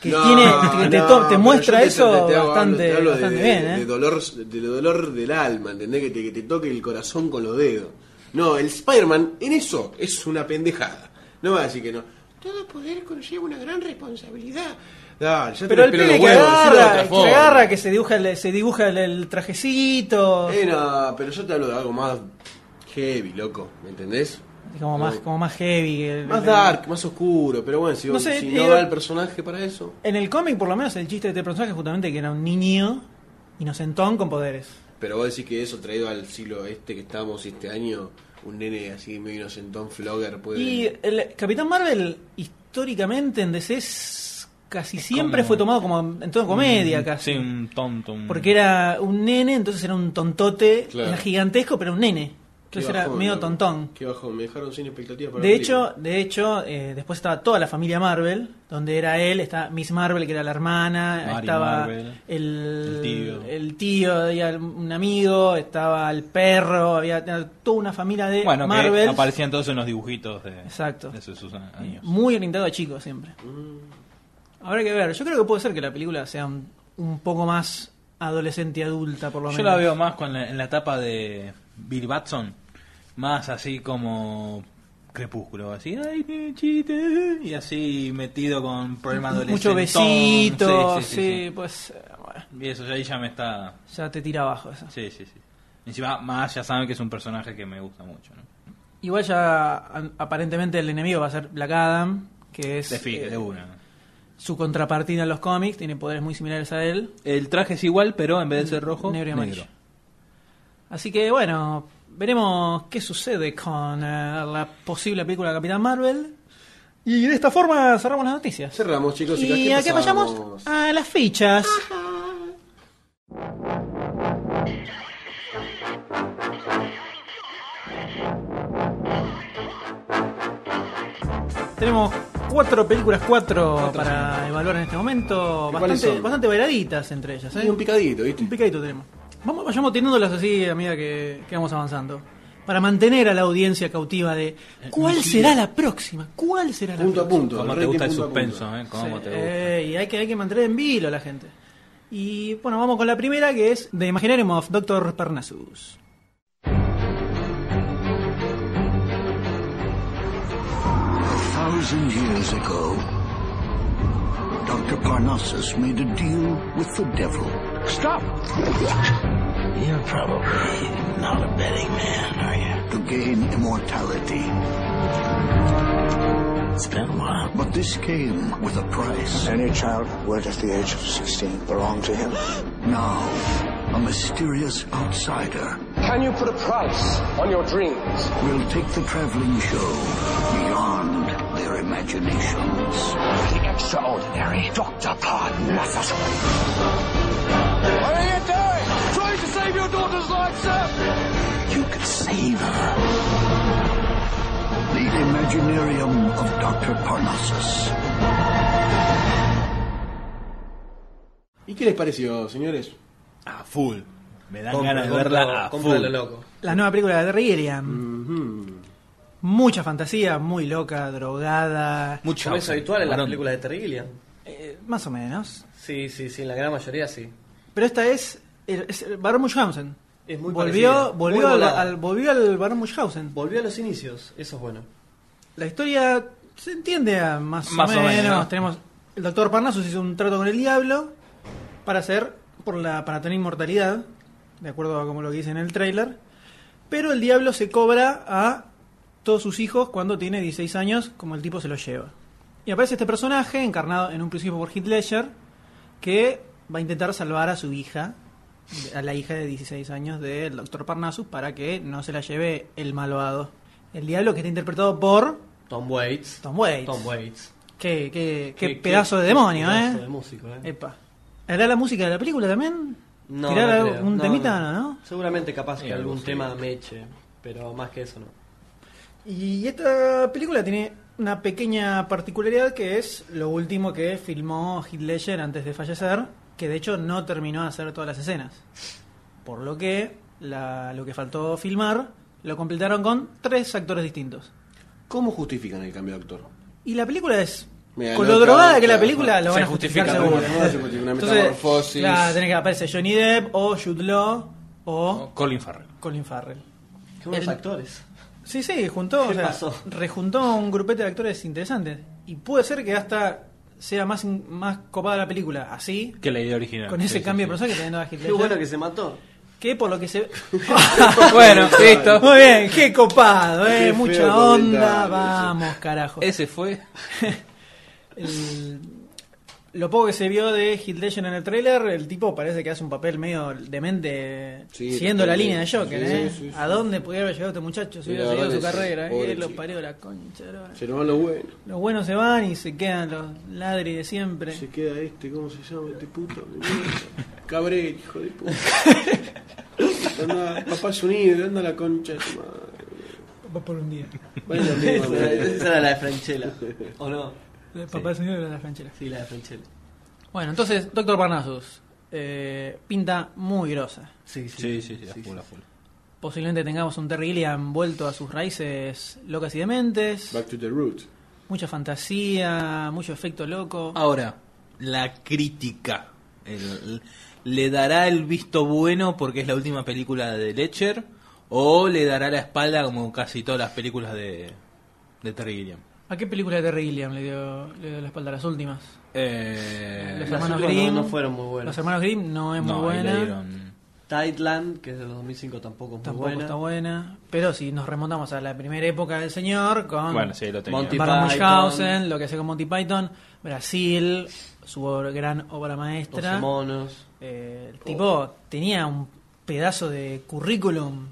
que No, tiene que te, no, to- te pero muestra yo te- eso te- te hablo- bastante, te hablo de- bastante de, bien, de ¿eh? dolor, de dolor del alma, ¿entendés? Que te, que te toque el corazón con los dedos. No, el Spider-Man en eso es una pendejada. No va a decir que no. Todo poder conlleva una gran responsabilidad. Dale, ya te Pero lo el pibe espero los que huevos, decirlo de otra agarra, que forma. agarra, que se dibuja el, se dibuja el, el trajecito, Eh, no, pero yo te hablo de algo más heavy, loco, ¿me entendés? como más como más heavy, el- eh. Más el- dark, más oscuro, pero bueno, si, No sé, si te no digo- da el personaje para eso. En el cómic por lo menos el chiste de este personaje es justamente que era un niño inocentón con poderes. Pero vos decís que eso traído al siglo este que estamos este año, un nene así medio inocentón flogger puede. Y el Capitán Marvel históricamente en DC es- casi siempre como- fue tomado como en tono comedia Mm, casi. Sí, un tonto. un- Porque era un nene, entonces era un tontote, Claro. era gigantesco, pero un nene. Qué Entonces era bajón, medio loco. tontón. Qué bajón, me dejaron sin expectativas para De la hecho, de hecho eh, después estaba toda la familia Marvel, donde era él, está Miss Marvel, que era la hermana, Mary estaba Marvel, el, el tío. el tío, había un amigo, estaba el perro, había era toda una familia de Bueno, que Marvel. aparecían todos en los dibujitos de, Exacto. de sus años. Mm. Muy orientado a chicos siempre. Habrá que ver, yo creo que puede ser que la película sea un, un poco más adolescente y adulta, por lo Yo menos. la veo más con la- en la etapa de Bill Batson, más así como crepúsculo, así, ay, qué chiste, y así metido con problemas Mucho adolescentes. besito, sí, sí, sí, pues eh, bueno, sí. Y eso ya ahí ya me está. ya te tira abajo eso. Sí, sí, sí. Encima, más ya saben que es un personaje que me gusta mucho. ¿no? Igual ya an- aparentemente el enemigo va a ser Black Adam, que es De fi- eh, de una. su contrapartida en los cómics, tiene poderes muy similares a él. El traje es igual, pero en vez de ser rojo, Negro y negro. amarillo. Así que bueno, veremos qué sucede con eh, la posible película de Capitán Marvel. Y de esta forma cerramos las noticias. Cerramos, chicos. ¿Y a qué pasamos? Ah, A las fichas. Tenemos cuatro películas, cuatro, para evaluar en este momento. ¿Y cuáles Bastante, son? bastante variaditas entre ellas. ¿eh? Sí, un picadito, ¿viste? Un picadito tenemos. Vamos, vayamos teniéndolas así a medida que, que vamos avanzando. Para mantener a la audiencia cautiva de ¿cuál será la próxima? ¿Cuál será la Punto a próxima? punto. Cómo el te gusta el rating punto a punto. suspenso, ¿eh? Cómo Sí, te gusta. eh, y hay que, hay que mantener en vilo a la gente. Y bueno, vamos con la primera que es The Imaginarium of Dr. Parnassus. thousand years ago, Dr. Parnassus made a deal with the devil. Stop! You're probably not a betting man, are you? To gain immortality. It's been a while. But this came with a price. Any child word at the age of 16 belonged to him. Now, a mysterious outsider Can you put a price on your dreams? will take the traveling show beyond their imaginations. The extraordinary Dr. Parnassus. What are you doing? Trying to save your daughter's life, sir! You can save her. The Imaginarium of Dr. Parnassus. ¿Y qué les pareció, señores? A full. Me dan ganas de verla a full. Cómpralo, loco. La nueva película de Regan. Mucha fantasía, muy loca, drogada. Mucho Como es habitual en las varón. películas de Terry Gilliam. eh, más o menos. Sí, sí, sí, en la gran mayoría sí. Pero esta es, es Baron Munchausen. Es muy parecida, volvió, muy volvió, al, volada. al- volvió al Baron Munchausen. Volvió a los inicios, eso es bueno. La historia se entiende a más, Más o o menos. menos. Tenemos el doctor Parnassus hizo un trato con el diablo para hacer por la para tener inmortalidad, de acuerdo a como lo que dice en el tráiler. Pero el diablo se cobra a todos sus hijos cuando tiene 16 años, como el tipo se los lleva. Y aparece este personaje encarnado en un principio por Heath Ledger que va a intentar salvar a su hija, a la hija de 16 años del doctor Parnassus para que no se la lleve el malvado. El diablo que está interpretado por Tom Waits. Tom Waits. Tom Waits. Qué, qué- qué Qué- qué- pedazo de qué demonio, pedazo ¿eh? de músico, ¿eh? Epa. ¿Hará la música de la película también? No, ¿Tirará no creo. un No, temita, no. no? Seguramente capaz Sí, que algo algún sí. tema me eche, pero más que eso no. Y esta película tiene una pequeña particularidad que es lo último que filmó Heath Ledger antes de fallecer, que de hecho no terminó de hacer todas las escenas. Por lo que la- lo que faltó filmar lo completaron con tres actores distintos. ¿Cómo justifican el cambio de actor? Y la película es... Mira, con no, lo drogada claro, que la claro, película lo se van a justificar seguro. justifica, bueno, no, se justifica, una Entonces, metamorfosis. claro, tenés que aparecer Johnny Depp o Jude Law o O Colin Farrell. Colin Farrell. Qué buenos El- actores. Sí, sí, juntó, ¿Qué o sea, pasó? rejuntó un grupete de actores interesantes. Y puede ser que hasta sea más, in- más copada la película, así, Que la idea original. con ese Sí, sí, cambio sí. de personaje que teniendo a Heath Qué bueno que Ledger, se mató. que por lo que se... bueno, listo. Muy bien, qué copado, eh, Qué mucha feo onda, comentario, vamos, carajo. Ese fue. El- Lo poco que se vio de Heath Ledger en el tráiler, el tipo parece que hace un papel medio demente Sí, siguiendo la totalmente. línea de Joker, Sí, ¿eh? sí, sí, ¿A dónde pudiera haber llegado este muchacho si Sí, la hubiera seguido su verdad que sí, carrera? pobre eh? lo chico. parió la concha. de la lora. Se lo van lo bueno. Los buenos se van y se quedan los ladri de siempre. Se queda este, ¿cómo se llama este puto? Cabrera, hijo de puta. Anda, papá es un ídolo, anda a la concha de tu madre. Va por un día. Bueno, lo mismo, esa era la de Franchella. ¿O no? El papá del señor era la ranchera. Sí, la de Franchella. Bueno, entonces, Doctor Parnassus. eh, pinta muy grosa. Sí, Sí, sí, sí, a sí, full, sí. a full. Posiblemente tengamos un Terry Gilliam vuelto a sus raíces locas y dementes. Back to the root. Mucha fantasía, mucho efecto loco. Ahora, la crítica. El- ¿Le dará el visto bueno porque es la última película de Lecher? ¿O le dará la espalda como casi todas las películas de, de Terry Gilliam? ¿A qué película de Terry Gilliam le dio, le dio la espalda a las últimas? Eh, Los Las hermanos otras no, Grimm. no fueron muy buenas. Los hermanos Grimm no es muy no, ahí le buena. dieron- Tightland, que es de los 2005, tampoco es muy Tampoco buena. está buena. Pero si nos remontamos a la primera época del señor, con Bueno, sí, lo tenía. Monty Barnum Python. Munchausen, lo que hace con Monty Python, Brasil, su or- gran obra maestra. 12 monos. Eh, el tipo tenía un pedazo de currículum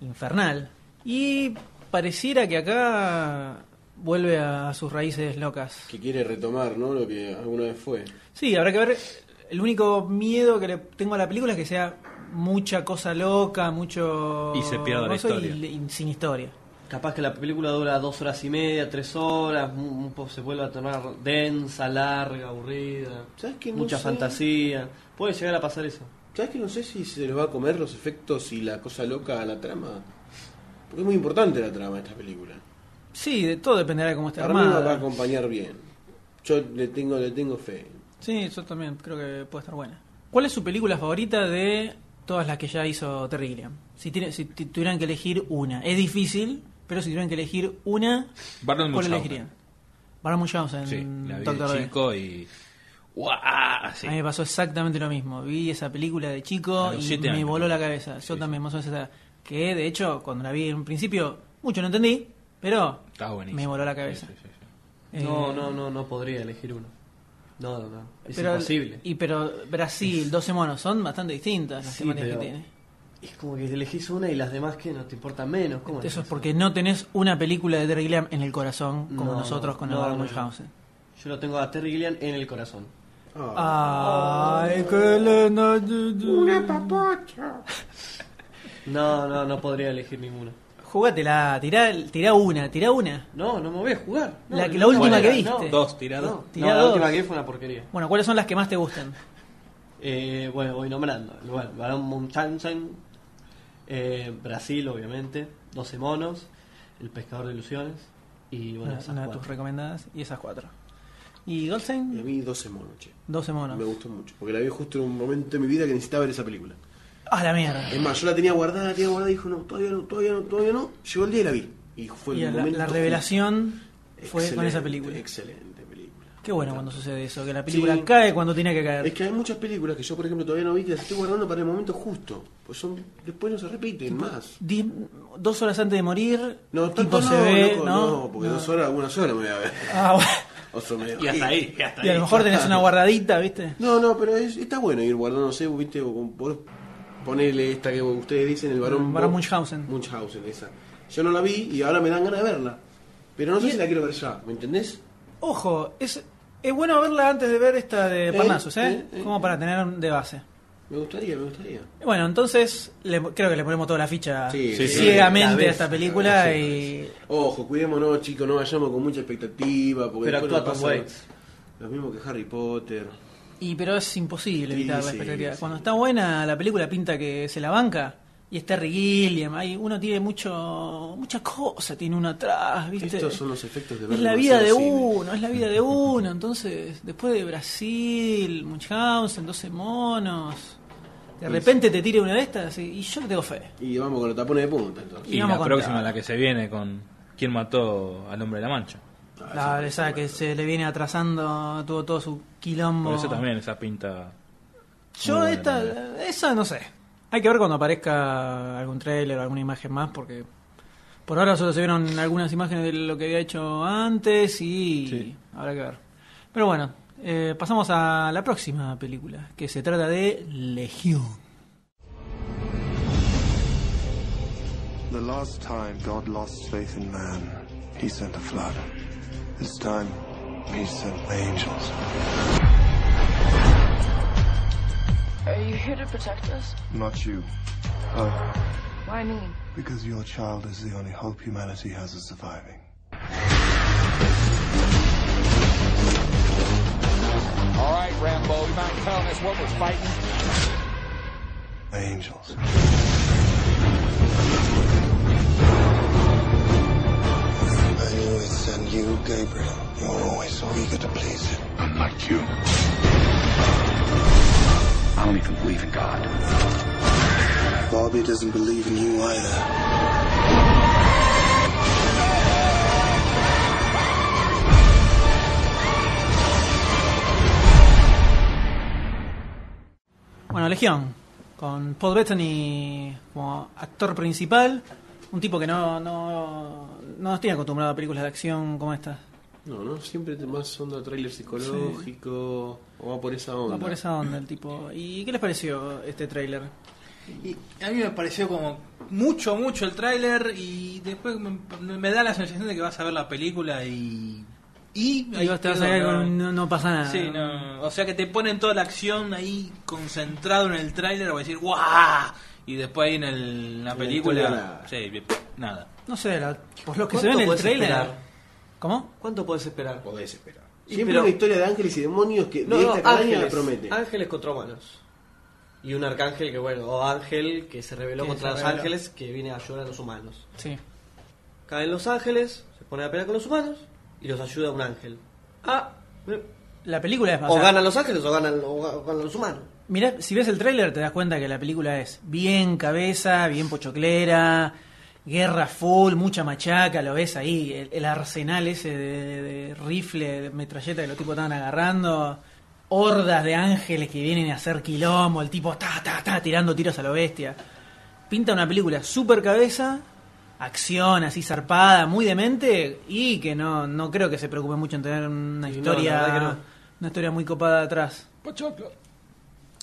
infernal. Y pareciera que acá vuelve a sus raíces locas. Que quiere retomar, ¿no? Lo que alguna vez fue. Sí, habrá que ver. El único miedo que le tengo a la película es que sea mucha cosa loca, mucho. Y se pierda la coso historia. Y, y sin historia. Capaz que la película dura dos horas y media, tres horas, mu- un poco se vuelve a tornar densa, larga, aburrida. ¿Sabes que no Mucha sé? fantasía. Puede llegar a pasar eso. ¿Sabes que no sé si se les va a comer los efectos y la cosa loca a la trama? Porque es muy importante la trama de esta película. Sí, de todo dependerá de cómo esté Para mí la va a armada. acompañar bien. Yo le tengo, le tengo fe. Sí, yo también creo que puede estar buena. ¿Cuál es su película favorita de todas las que ya hizo Terry Gilliam? Si, tiene- si tu- tuvieran que elegir una. Es difícil, pero si tuvieran que elegir una, Barnum ¿cuál Mm, Munchausen. elegirían? Barnum Munchausen, Sí, la vi Dr. de D. chico y... ¡Guau! Sí. A mí me pasó exactamente lo mismo. Vi esa película de chico A los y siete me años. voló la cabeza. Yo también, más o menos esa edad. Que de hecho, cuando la vi en un principio, mucho no entendí, pero Está buenísimo. me voló la cabeza. Sí, sí, sí, sí. Eh, No, no, no, no podría elegir uno. No, no, no. Es pero- imposible. Y pero Brasil, 12 monos, son bastante distintas las Sí, temáticas pero- que tiene. Es como que elegís una y las demás que no te importan menos. ¿Cómo Eso es es porque no tenés una película de Terry Gilliam en el corazón como No, nosotros no, con no, el Barnum no. Munchausen. Yo lo tengo a Terry Gillian en el corazón. Oh. Ah, Ay, qué lindo. No, no, no podría elegir ninguna. Jugátela, tirá, tirá una, tirá una. No, no me voy a jugar. No, La que- no, la última no, que no, viste. No, Dos, tirá no, dos. no, Tirá la dos. última que vi fue una porquería. Bueno, ¿cuáles son las que más te gustan? Eh, bueno, voy nombrando. Bueno, Barón Munchausen, eh, Brasil, obviamente, 12 monos, El pescador de ilusiones y bueno, Una- esas una de cuatro. tus recomendadas y esas cuatro. ¿Y y a Goldstein? mí 12 monos, che. 12 Me monos. gustó mucho. Porque la vi justo en un momento de mi vida que necesitaba ver esa película. ¡Ah, la mierda! Es más, yo la tenía guardada, la tenía guardada y dijo, no, todavía no, todavía no, todavía no. Llegó el día y la vi. Y fue Y el la, momento. la revelación fue con Excelente, esa película. Excelente película. Qué bueno cuando sucede eso, que la película Sí. cae cuando tiene que caer. Es que hay muchas películas que yo, por ejemplo, todavía no vi que las estoy guardando para el momento justo. Pues son, después no se repiten más. Diez- dos horas antes de morir, No, tipo tanto se no, ve, loco, ¿no? porque dos horas, algunas horas me voy a ver. Ah, bueno. Otro medio. Y hasta ahí, y hasta Y a lo ahí. mejor tenés una guardadita, ¿viste? No, no, pero es- está bueno ir guardando, no sé, viste, o con- por ponerle esta que ustedes dicen, el varón... Barón Munchausen. Munchausen, esa. Yo no la vi y ahora me dan ganas de verla. Pero no sé si la quiero ver ya, ¿me entendés? Ojo, es, es bueno verla antes de ver esta de Eh, Parnassus, ¿eh? eh, eh. Como para tener un- de base. Me gustaría, me gustaría. Bueno, entonces le- creo que le ponemos toda la ficha Sí, sí, sí. ciegamente La ves, a esta la película ves, y Ojo, cuidémonos, chicos, no vayamos con mucha expectativa, porque Pero después actúa nos Tom pasa lo- Waits. Lo mismo que Harry Potter. Y pero es imposible Sí, evitar la sí, expectativa. sí. Cuando está buena la película pinta que se la banca y es Terry Gilliam, ahí uno tiene mucho mucha cosa tiene uno atrás, ¿viste? Estos son los efectos de ver es la vida demasiado de cine. uno, es la vida de uno. Entonces, después de Brasil, Munchausen, 12 monos, de repente te tire una de estas y, y yo le tengo fe. Y vamos con los tapones de punta, entonces. Y vamos la con próxima, todo. la que se viene con... ¿Quién mató al hombre de la mancha? Ah, La, esa que se le viene atrasando, tuvo todo su quilombo. Por eso también esa pinta... Yo Muy buena esta, esa no sé. Hay que ver cuando aparezca algún trailer o alguna imagen más, porque por ahora solo se vieron algunas imágenes de lo que había hecho antes y habrá que ver. Pero bueno, eh, pasamos a la próxima película, que se trata de Legión. The last time God lost faith in man, he sent a flood. This time, he sent angels. Are you here to protect us? Not you. Oh, Why me? Because your child is the only hope humanity has of surviving. All right, Rambo, you're not telling us what was fighting. Angels. I knew he'd send you, Gabriel. You were always so eager to please him. Unlike you. I don't even believe in God. Bobby doesn't believe in you either. Bueno, Legión, con Paul Bettany como actor principal, un tipo que no, no, no estoy acostumbrado a películas de acción como esta. No, no, siempre te- más onda trailer psicológico o va por esa onda. Va por esa onda el tipo. ¿Y qué les pareció este tráiler? Y a mí me pareció como mucho, mucho el tráiler y después me, me da la sensación de que vas a ver la película y... Y, Y vos te vas a quedó, quedar ¿no? con, no, no pasa nada. Sí, no. O sea que te ponen toda la acción ahí concentrado en el tráiler o decir ¡guau! Y después ahí en, el, en la En el película... tráiler. Sí, bien, nada. No sé, la- pues lo que ¿Cuánto se ve en el podés trailer. esperar? ¿Cómo? ¿Cuánto puedes esperar? Podés esperar. Y Siempre pero- una historia de ángeles y demonios que No, de no, esta cabaña la ángeles, promete. Ah. ángeles contra humanos. Y un arcángel que, bueno, o ángel que se rebeló Que contra se los rebeló. ángeles que viene a ayudar a los humanos. Sí. Caen los ángeles, se pone a pelear con los humanos y los ayuda un ángel. Ah, La película es o basada- ganan los ángeles o ganan, o ganan los humanos. Mirá, si ves el tráiler te das cuenta que la película es bien cabeza, bien pochoclera, guerra full, mucha machaca, lo ves ahí, el, el arsenal ese de, de rifle, de metralleta que los tipos estaban agarrando, hordas de ángeles que vienen a hacer quilombo, el tipo ta, ta, ta, tirando tiros a lo bestia. Pinta una película super cabeza, acción así zarpada, muy demente, y que no, no creo que se preocupe mucho en tener una no, historia, la verdad que no. una historia muy copada atrás.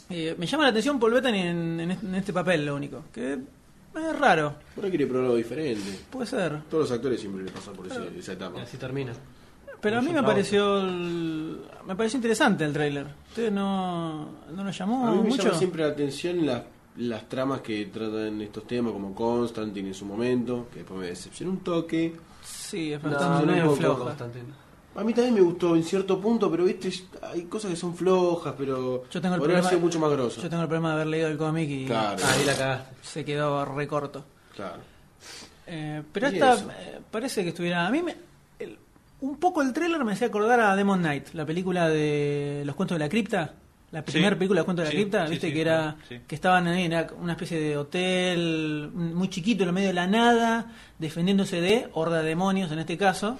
Eh, me llama la atención Paul Bettany en, en este- en este papel, lo único. Que es raro, Ahora quiere probar algo diferente. puede ser. Todos los actores siempre les pasan por ese- esa etapa. Así termina. Pero a mí me Resultado. pareció el- me pareció interesante el tráiler. ¿Ustedes no, no lo llamó A mí me mucho? llama siempre la atención las, las tramas que tratan estos temas, como Constantine en su momento, que después me decepcionó un toque. Sí, es Me verdad, decepcionó no un es poco. floja. A mí también me gustó en cierto punto, pero viste, hay cosas que son flojas, pero Yo tengo el podría haber problema- sido mucho más grosso. Yo tengo el problema de haber leído el cómic y Claro. Ahí la cagaste. se quedó recorto. Claro. Eh, pero Y esta eso. eh, parece que estuviera. A mí me, el- un poco el tráiler me hacía acordar a Demon Knight, la película de Los Cuentos de la Cripta. La Sí. primera película de Cuentos de la Sí, Cripta, sí, viste sí, que era claro, sí. que estaban ahí en una- una especie de hotel muy chiquito en el medio de la nada, defendiéndose de horda de demonios en este caso.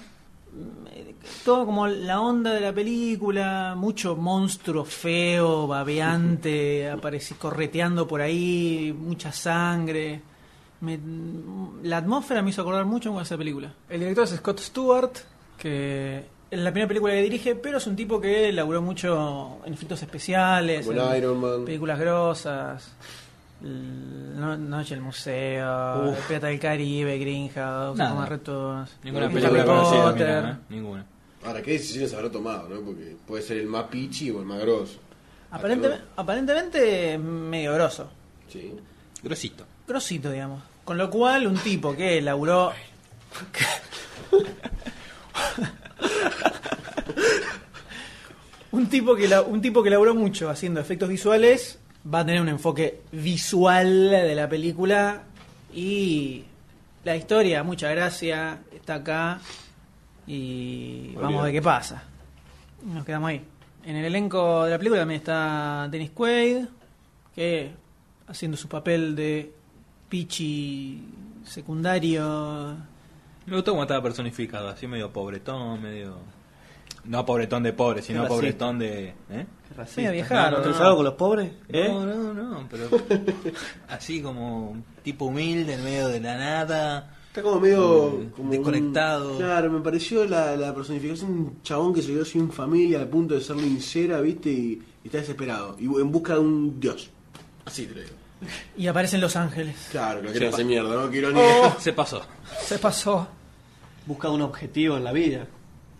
Todo como la onda de la película, mucho monstruo feo, babeante, aparece correteando por ahí, mucha sangre. Me- la atmósfera me hizo acordar mucho con esa película. El director es Scott Stewart, que es la primera película que dirige, pero es un tipo que laburó mucho en efectos especiales, Como en el Iron Man. películas grosas, el- No- Noche del Museo, Uf. Pirata del Caribe, Greenhouse, Nada. Como Retos, Ninguna Harry película Potter. conocida, mira, ¿eh? Ninguna. Ahora, ¿qué decisiones habrá tomado? no? Porque puede ser el más pichi o el más grosso. Aparentemente, aparentemente medio grosso. Sí. Grosito. Grosito, digamos. Con lo cual, un tipo que laburó. un, tipo que la- un tipo que laburó mucho haciendo efectos visuales va a tener un enfoque visual de la película y la historia, mucha gracia, está acá y vamos a ver qué pasa. Nos quedamos ahí. En el elenco de la película también está Dennis Quaid, que haciendo su papel de pichi secundario. Me gustó cómo estaba personificado, así medio pobretón, medio... No pobretón de pobre, sino Racista. pobretón de... ¿eh? Medio viejaro, ¿No ¿no? tenés algo con los pobres? ¿Eh? No, no, no, pero así como un tipo humilde en medio de la nada. Está como medio. Mm, como desconectado. un- claro, me pareció la, la personificación de un chabón que se quedó sin familia al punto de ser lincera, ¿viste? Y, y está desesperado. Y en busca de un dios. Así te lo digo. Y aparecen Los Ángeles. Claro, que lo Sí, quieren pa- hacer mierda, Oh. Oh. ¿no? Quiero ni. Se pasó. Se pasó. Busca un objetivo en la vida.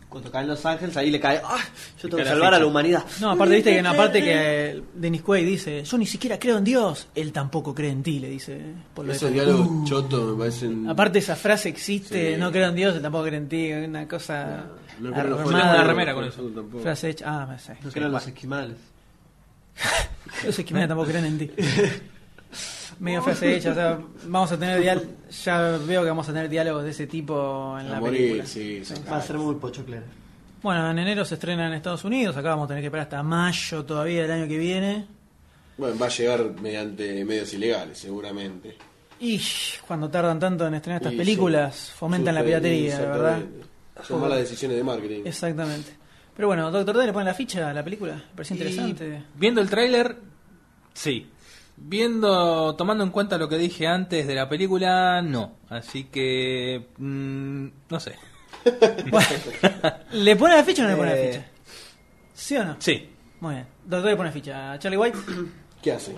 Cuando caen los ángeles, ahí le cae. ¡Ah! Yo tengo que salvar a la humanidad. No, aparte, viste que, no, aparte que Dennis Quaid dice: Yo ni siquiera creo en Dios. Él tampoco cree en ti, le dice. Por lo Esos de- diálogos Uh. chotos me parecen. Aparte, esa frase existe: Sí. No creo en Dios, él tampoco cree en ti. Una cosa. No, no creo en los Ah, armada. juegos, remera con eso. tampoco. Frase hecha. Ah, me sé. No creo en los esquimales. Yo sé que me tampoco creen en ti. Medio frase hecha, o sea, vamos a tener dial ya veo que vamos a tener diálogos de ese tipo en A la morir, película. sí, sí, Va a claro. ser muy pochoclero. Bueno, en enero se estrena en Estados Unidos, acá vamos a tener que esperar hasta mayo todavía del año que viene. Bueno, va a llegar mediante medios ilegales, seguramente. Y cuando tardan tanto en estrenar estas Y películas, sí, fomentan la surge- piratería, la ¿verdad? exactamente. Son malas decisiones de marketing. Exactamente. Pero bueno, Doctor D le ponen la ficha a la película, me parece Y interesante. Viendo el tráiler, sí. Viendo, tomando en cuenta lo que dije antes de la película, no. Así que, mm, no sé. ¿Le pone la ficha o no le pone Eh, la ficha? ¿Sí o no? Sí. Muy bien. Doctor le pone ficha. ¿A Charlie White? ¿Qué hace?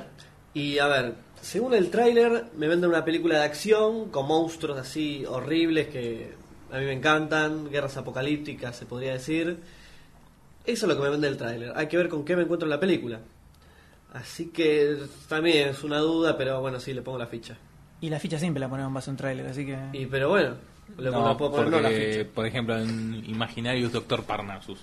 Y a ver, según el tráiler me venden una película de acción con monstruos así horribles que a mí me encantan, guerras apocalípticas se podría decir. Eso es lo que me vende el tráiler. Hay que ver con qué me encuentro en la película. Así que también es una duda, pero bueno, sí, le pongo la ficha. Y la ficha siempre la ponemos en base a un tráiler, así que... Y pero bueno, le No, no, puedo poner no la porque, ficha. por ejemplo, en Imaginarius Doctor Parnassus.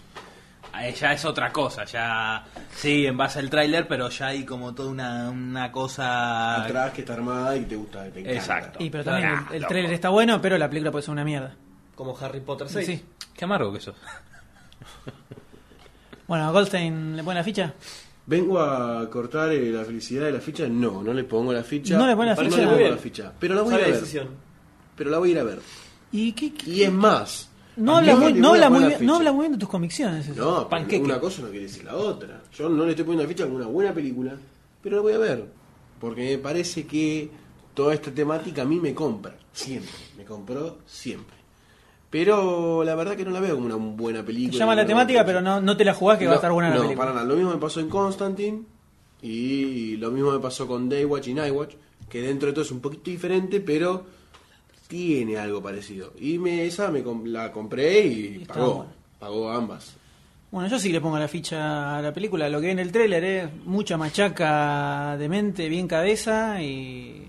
Ahí Ya es otra cosa, ya sí, en base al tráiler, pero ya hay como toda una, una cosa... Atrás que está armada y te gusta, te encanta. Ah, Exacto. Y pero también Ah, el, el loco. tráiler está bueno, pero la película puede ser una mierda. Como Harry Potter 6. Sí. Qué amargo que sos. Bueno, ¿a Goldstein le pone la ficha. ¿Vengo a cortar eh, la felicidad de la ficha? No, no le pongo la ficha. No le pone la No ficha. le pongo Bien. la ficha. Pero la voy a Sabia ver. decisión. Pero la voy a ir a ver. ¿Y qué? qué- Y es más. No a habla, mí muy, le no, voy a habla muy poner la bien, no ficha. habla muy bien de tus convicciones. eso. No, Panqueque. pero una cosa no quiere decir la otra. Yo no le estoy poniendo ficha a alguna buena película, pero la voy a ver. Porque me parece que toda esta temática a mí me compra. Siempre. Me compró siempre. Pero la verdad que no la veo como una buena película. Te llama la una temática, buena pero no, no te la jugás que va a No, estar buena no, la película. para nada. Lo mismo me pasó en Constantine y lo mismo me pasó con Daywatch y Nightwatch, que dentro de todo es un poquito diferente, pero tiene algo parecido. Y me, esa me com- la compré y está pagó. bueno. Pagó ambas. Bueno, yo sí le pongo la ficha a la película. Lo que vi en el tráiler es mucha machaca de mente, bien cabeza y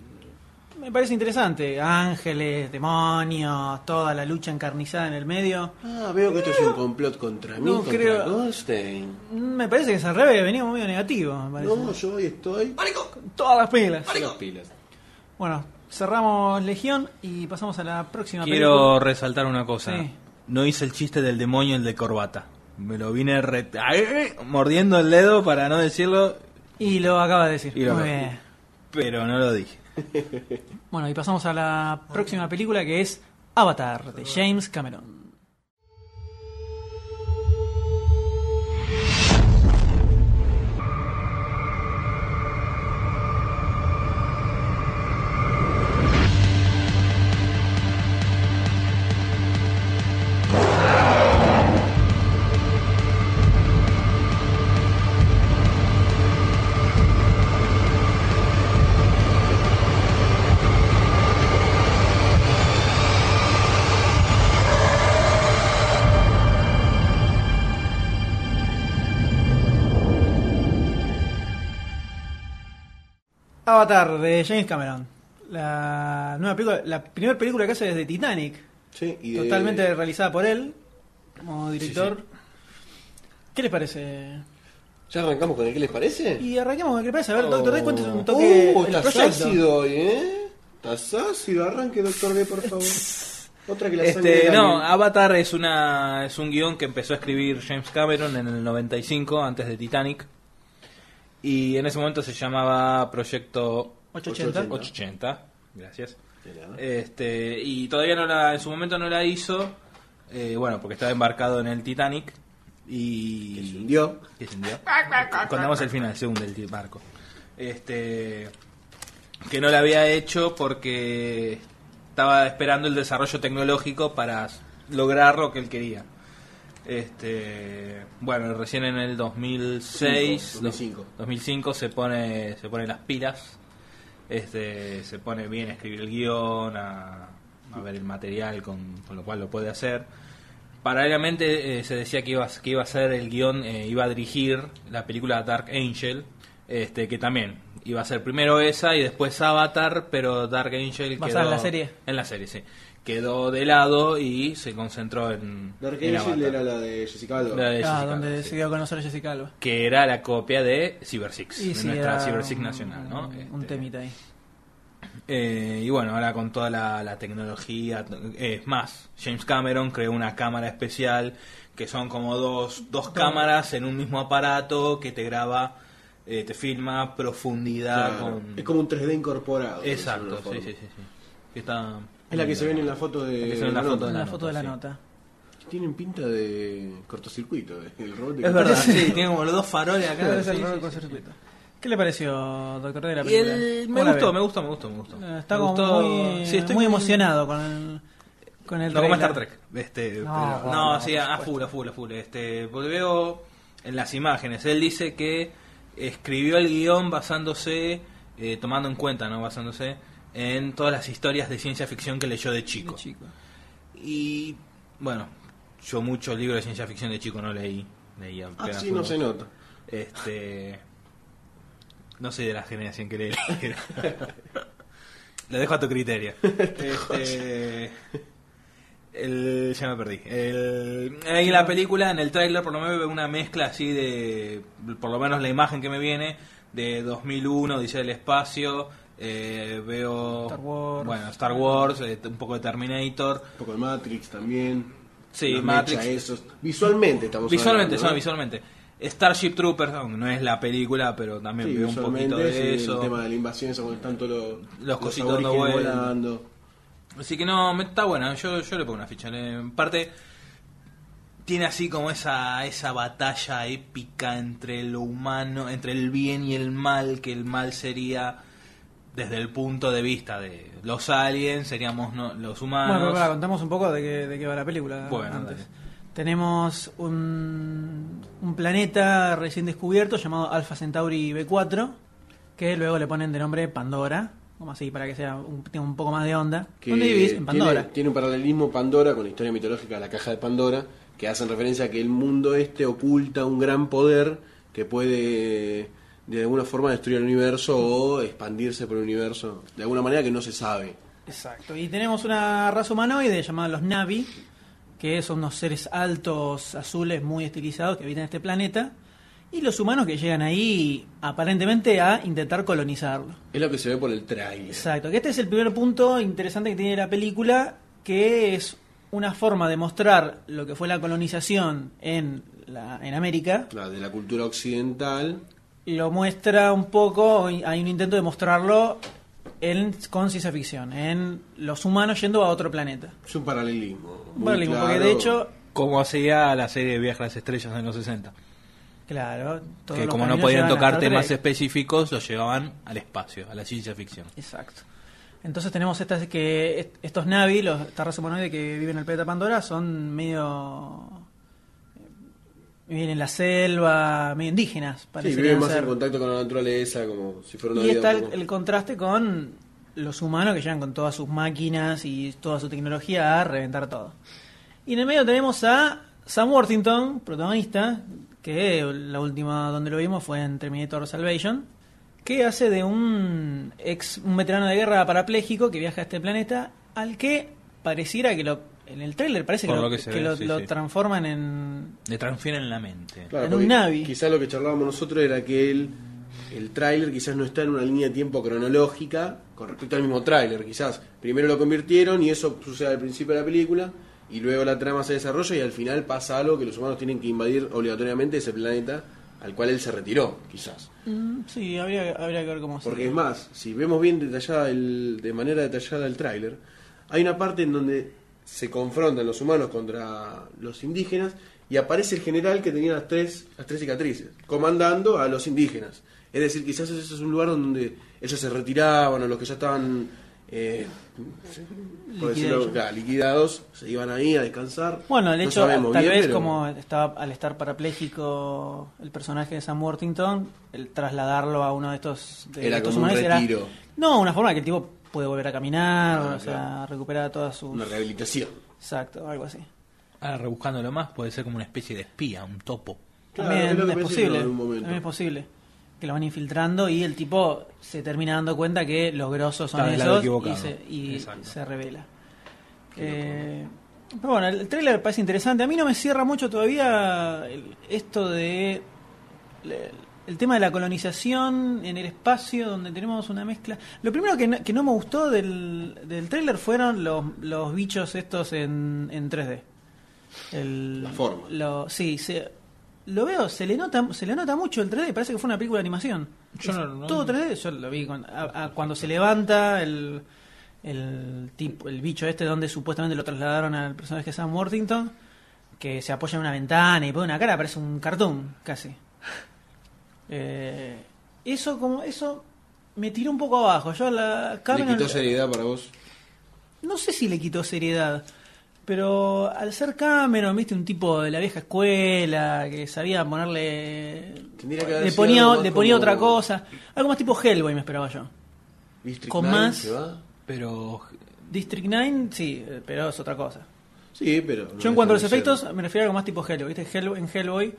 me parece interesante. Ángeles, demonios, toda la lucha encarnizada en el medio. Ah, veo que esto es un complot contra mí, No contra creo- Goldstein. Me parece que es al revés, venimos medio negativos, me parece. No, yo hoy estoy... Con todas las pilas. Las pilas. Bueno, cerramos Legión y pasamos a la próxima Quiero película. resaltar una cosa. Sí. No hice el chiste del demonio, el de corbata. Me lo vine re- ¡Ay! eh, mordiendo el dedo para no decirlo, Y lo acaba de decir. Y lo Muy acaba. bien. pero no lo dije. Bueno, y pasamos a la próxima película que es Avatar de James Cameron. Avatar de James Cameron. La nueva película, la primera película que hace desde Titanic, Sí, y eh, de- totalmente realizada por él como director. ¿Qué les parece? ¿Ya arrancamos con el que les parece? Y arranquemos con el que parece. A ver, Oh. Doctor D, cuéntanos un toque Uh, el estás proyecto. ácido hoy, ¿eh? Estás ácido. Arranque, doctor D, por favor. Otra que la sangre Este, de no, Daniel. Avatar es una es un guión que empezó a escribir James Cameron en el 95 antes de Titanic. Y en ese momento se llamaba Proyecto 880. 880. Gracias. De nada. Este, y todavía no la, en su momento no la hizo, eh, bueno, porque estaba embarcado en el Titanic y... Que se hundió. que se hundió. Contamos el final, según el barco. Este, que no la había hecho porque estaba esperando el desarrollo tecnológico para s- lograr lo que él quería. Este, bueno, recién en el 2006, Cinco, 2005. 2005 se pone se pone las pilas este se pone bien a escribir el guión, a, a ver el material con, con lo cual lo puede hacer. Paralelamente eh, se decía que iba, a- que iba a ser el guión, eh, iba a dirigir la película Dark Angel, este que también iba a ser primero esa y después Avatar, pero Dark Angel Basada en quedó- la serie. En la serie, sí. Quedó de lado y se concentró en... Dark en Angel Avatar, era la de Jessica Alba. La de Ah, Jessica donde Alba, sí. se dio a conocer a Jessica Alba. Que era la copia de Cyber Six, Y de sí, nuestra era Cyber Six un- nacional, ¿no? Este, Un temita ahí. Eh, y bueno, ahora con toda la, la tecnología, eh, es más, James Cameron creó una cámara especial que son como dos, dos cámaras en un mismo aparato que te graba, eh, te filma profundidad. Claro. Con... Es como un 3D incorporado. de alguna Exacto, sí, forma. sí, sí. sí. Que está... Es la que se ven en la foto La de. que se ve en la foto de la nota, sí. nota. Tienen pinta de cortocircuito, eh, el robot de Es verdad, cortocircuito. sí, tiene como los dos faroles acá. Claro, es sí, el sí, rol sí, con sí. circuito. ¿Qué le pareció, doctor D, la Y película? el... ¿Cómo me, la gustó, ve? me gustó, me gustó, me gustó, Eh, Está Me como gustó- muy, eh, sí, estoy muy emocionado con el, con el no como trailer. Star Trek. Este, pero- No, no, bueno, por sí, a a supuesto. full, a full, a full. Este, porque veo en las imágenes, él dice que escribió el guión basándose, eh, tomando en cuenta, ¿no? Basándose en todas las historias de ciencia ficción que leyó de chico. Y bueno, yo muchos libros de ciencia ficción de chico no leí. leí apenas Ah, sí, no se unos. nota. Este. No soy de la generación que lee libros. Lo dejo a tu criterio. Este, el, ya me perdí. El, ahí la película, en el tráiler por lo menos veo una mezcla así de, por lo menos la imagen que me viene, de 2001, dice el espacio, eh, veo... Star Wars. Bueno, Star Wars, eh, un poco de Terminator. Un poco de Matrix también. Sí, Una Matrix. mecha, esos. Visualmente estamos Visualmente, hablando, no, ¿no? visualmente. Starship Troopers, aunque no es la película, pero también Sí, veo un visualmente, poquito de sí, eso. El tema de la invasión, eso con tanto lo- Los cositos dando aborígenes vuelta. volando. Así que no, me- está buena, yo, yo le pongo una ficha. Le- En parte, tiene así como esa, esa batalla épica entre lo humano, entre el bien y el mal, que el mal sería desde el punto de vista de los aliens, seríamos no- Bueno, los pero humanos. pará, contamos un poco de qué, de qué va la película. Bueno, antes. dale. Tenemos un, un planeta recién descubierto llamado Alpha Centauri B4, que luego le ponen de nombre Pandora, como así, para que sea un, tenga un poco más de onda. que ¿Dónde vivís? En tiene- Pandora. Tiene, un paralelismo Pandora con la historia mitológica de la caja de Pandora, que hacen referencia a que el mundo este oculta un gran poder que puede de alguna forma destruir el universo o expandirse por el universo, de alguna manera que no se sabe. Exacto. Y tenemos una raza humanoide llamada los Navi, que son unos seres altos, azules, muy estilizados que habitan este planeta. Y los humanos que llegan ahí aparentemente a intentar colonizarlo. Es lo que se ve por el trailer. Exacto, que este es el primer punto interesante que tiene la película, que es una forma de mostrar lo que fue la colonización en, la, en América. La de la cultura occidental. Lo muestra un poco, hay un intento de mostrarlo en, con ciencia ficción, en los humanos yendo a otro planeta. Es un paralelismo. muy Berlín, porque claro. de hecho, Como hacía la serie de Viaje a las Estrellas en los 60. claro, todos Que los como no caminos podían llevan a tocar Star Trek. temas específicos, los llevaban al espacio, a la ciencia ficción. Exacto. Entonces tenemos estas que est- estos Navi, los esta raza humanoide que viven en el planeta Pandora, son medio eh, viven en la selva, medio indígenas, Sí, parecerían vive más ser. en contacto con la naturaleza, como si fuera una Y vida está un el, poco- el contraste con los humanos que llegan con todas sus máquinas y toda su tecnología a reventar todo. Y en el medio tenemos a Sam Worthington, protagonista, que la última donde lo vimos fue en Terminator Salvation, que hace de un ex un veterano de guerra parapléjico que viaja a este planeta al que pareciera que lo en el tráiler parece que Por lo, lo que se que ve, lo- sí, lo sí. transforman en Le transfieren la mente. Claro, en porque un Navi. Quizás lo que charlábamos nosotros era que el, el tráiler quizás no está en una línea de tiempo cronológica con respecto al mismo tráiler. Quizás primero lo convirtieron y eso sucede al principio de la película y luego la trama se desarrolla y al final pasa algo que los humanos tienen que invadir obligatoriamente ese planeta al cual él se retiró, quizás. Mm, sí, habría, habría que ver cómo Porque se- es más, si vemos bien detallada el- de manera detallada el tráiler, hay una parte en donde se confrontan los humanos contra los indígenas y aparece el general que tenía las tres, las tres cicatrices, comandando a los indígenas. Es decir, quizás eso es un lugar donde ellos se retiraban o los que ya estaban eh, por decirlo, Liquidados. claro, liquidados, se iban ahí a descansar. Bueno, de No hecho, sabemos tal bien, vez pero- como estaba al estar parapléjico el personaje de Sam Worthington, el trasladarlo a uno de estos de Era estos como un humanos era- retiro, no, una forma que el tipo puede volver a caminar, Ah, o sea, recuperar todas sus una rehabilitación. Exacto, algo así. Ahora rebuscándolo más, puede ser como una especie de espía, un topo. También Claro, es lo que es, pensé yo en posible. algún momento. También es posible. Que lo van infiltrando y el tipo se termina dando cuenta que los grosos son Está del lado esos y equivocado. se, y se revela. Eh, pero bueno, el trailer parece interesante. A mí no me cierra mucho todavía el- esto de le- el tema de la colonización en el espacio donde tenemos una mezcla. Lo primero que no, que no me gustó del, del trailer fueron los, los bichos estos en, en 3D. El, La forma. lo- sí, se- lo veo, se le nota se le nota mucho el 3D, parece que fue una película de animación. Yo Es no- no- todo 3D, yo lo vi con- a- a cuando se levanta el el tipo el bicho este donde supuestamente lo trasladaron al personaje de Sam Worthington que se apoya en una ventana y pone una cara, parece un cartón casi. Eh, eso como eso me tiró un poco abajo. Yo a la ¿Le Cameron- quitó seriedad para vos? no sé si le quitó seriedad, pero al ser Cameron, viste, un tipo de la vieja escuela, que sabía ponerle... Tendría que haber le sido ponía, algo más le ponía como- otra cosa. Algo más tipo Hellboy me esperaba yo. District Con 9 más- se va. Pero District 9, sí, eh, pero es otra cosa. Sí, pero. no Yo en cuanto a los deja de ser. efectos, me refiero a algo más tipo Hellboy. ¿viste? Hell- en Hellboy,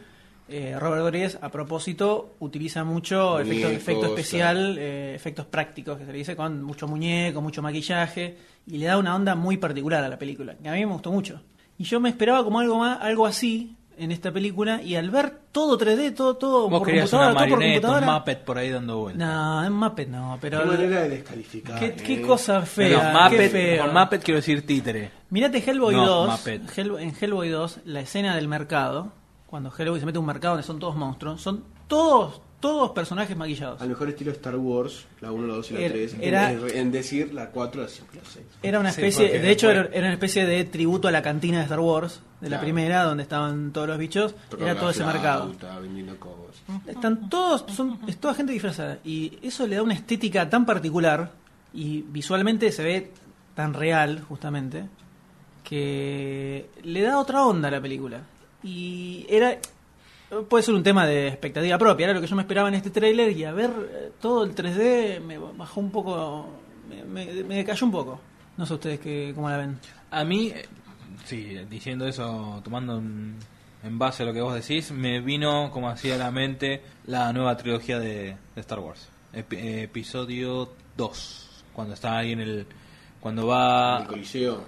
eh, Robert Rodríguez, a propósito, utiliza mucho efecto, Muñecos, efecto especial, eh, efectos prácticos, que se le dice, con mucho muñeco, mucho maquillaje, y le da una onda muy particular a la película, que a mí me gustó mucho. Y yo me esperaba como algo más, algo así en esta película, y al ver todo 3D, todo, todo Vos querías todo una por marioneta, un computadora... Muppet por ahí dando vueltas. No, en Muppet no, pero... Qué manera de descalificar. Qué, qué eh. cosa fea, No, qué Muppet- feo. con Muppet quiero decir títere. Mirate Hellboy No, 2. Muppet. Hell- en Hellboy 2, la escena del mercado, cuando Hellboy se mete a un mercado donde son todos monstruos, son todos, todos personajes maquillados. Al mejor estilo Star Wars, la 1, la 2 y la Era- 3. era- en, en decir la 4, la 5, la 6. Era una Sí, especie, porque de hecho, después- era, era una especie de tributo a la cantina de Star Wars, de la Claro. primera, donde estaban todos los bichos, Tocaba era todo la ese flauta, mercado. vendiendo cosas. Están todos, son, es toda gente disfrazada. Y eso le da una estética tan particular y visualmente se ve tan real, justamente, que le da otra onda a la película. Y era. Puede ser un tema de expectativa propia, era lo que yo me esperaba en este tráiler y a ver eh, todo el 3D me bajó un poco, me, me, me decayó un poco. No sé ustedes que, cómo la ven. A mí, eh, sí, diciendo eso, tomando en, en base a lo que vos decís, me vino como hacía la mente la nueva trilogía de, de Star Wars. Epi- eh, episodio 2, cuando está ahí en el... Cuando el Ah. va... coliseo.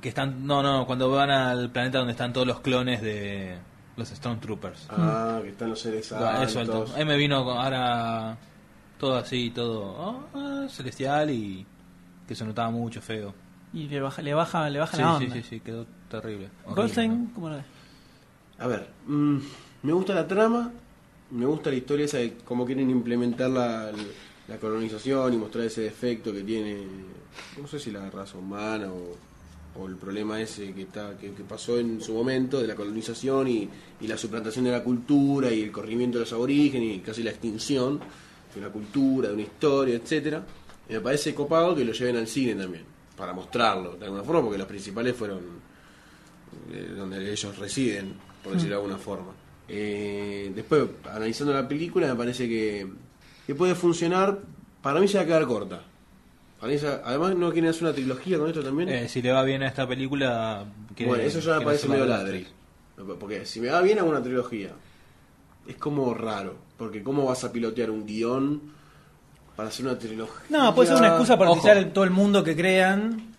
Que están, no, no, cuando van al planeta donde están todos los clones de los Stormtroopers. Ah, Hmm. que están los seres Ah, eso, alto. altos. Ahí me vino con- ahora todo así, todo ah, ah, celestial y que se notaba mucho feo. Y le baja, le baja, Ah, le baja Sí, la sí, onda. sí, sí, quedó terrible. horrible, Goldstein, ¿no? ¿cómo lo ves? A ver, mm, me gusta la trama, me gusta la historia esa de cómo quieren implementar la, la colonización y mostrar ese defecto que tiene, no sé si la raza humana o, o el problema ese que, está, que, que pasó en su momento de la colonización y, y la suplantación de la cultura y el corrimiento de los aborígenes y casi la extinción de una cultura, de una historia, etcétera. Y me parece copado que lo lleven al cine también, para mostrarlo de alguna forma, porque los principales fueron eh, donde ellos residen, por decirlo de alguna forma. Eh, después, analizando la película, me parece que, que puede funcionar. Para mí se va a quedar corta. Para mí se va- además, ¿no quieren hacer una trilogía con esto también? Eh, si le va bien a esta película. quiere- bueno, eso ya me quiere parece hacerla medio dos, ladri. tres. Porque si me va bien hago una trilogía. Es como raro. Porque ¿cómo vas a pilotear un guión para hacer una trilogía? No, puede ser una excusa para Ojo. utilizar el- todo el mundo que crean.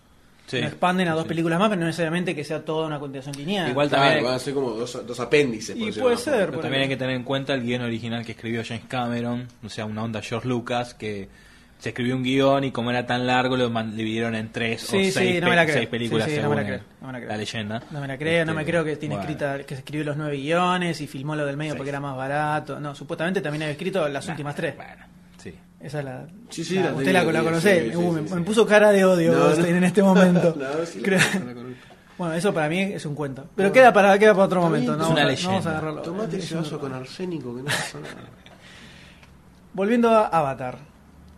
Sí. Lo expanden a dos Sí. películas más, pero no necesariamente que sea toda una continuación lineal. Igual Claro, también, van a ser como dos, dos apéndices. por Y decirlo puede de alguna ser. pero también hay que tener en cuenta el guión original que escribió James Cameron, o sea, una onda George Lucas que. Se escribió un guión y como era tan largo lo man- dividieron en tres Sí, o sí, seis, no pe- me la creo. seis películas Sí, sí, no según me la creo, el- no me la creo. leyenda. No me la creo, no me Este, creo que tiene bueno. escrita, que se escribió los nueve guiones y filmó lo del medio Sí. porque era más barato. No, supuestamente también había escrito las Nah, últimas tres. Bueno, sí. Esa es la. Sí, sí, la- la usted tenía, la, la sí, conoce. sí, Uh, sí, me, sí. me puso cara de odio No, no. Goldstein en este momento. No, sí, la Creo- conozco, la conozco. Bueno, eso para mí es un cuento. Pero queda para queda para otro Está momento. bien, No, es una vamos a- no vamos a leyenda. agarrarlo. Tomate Es ese un- vaso con arsénico que no pasa nada. Volviendo a Avatar.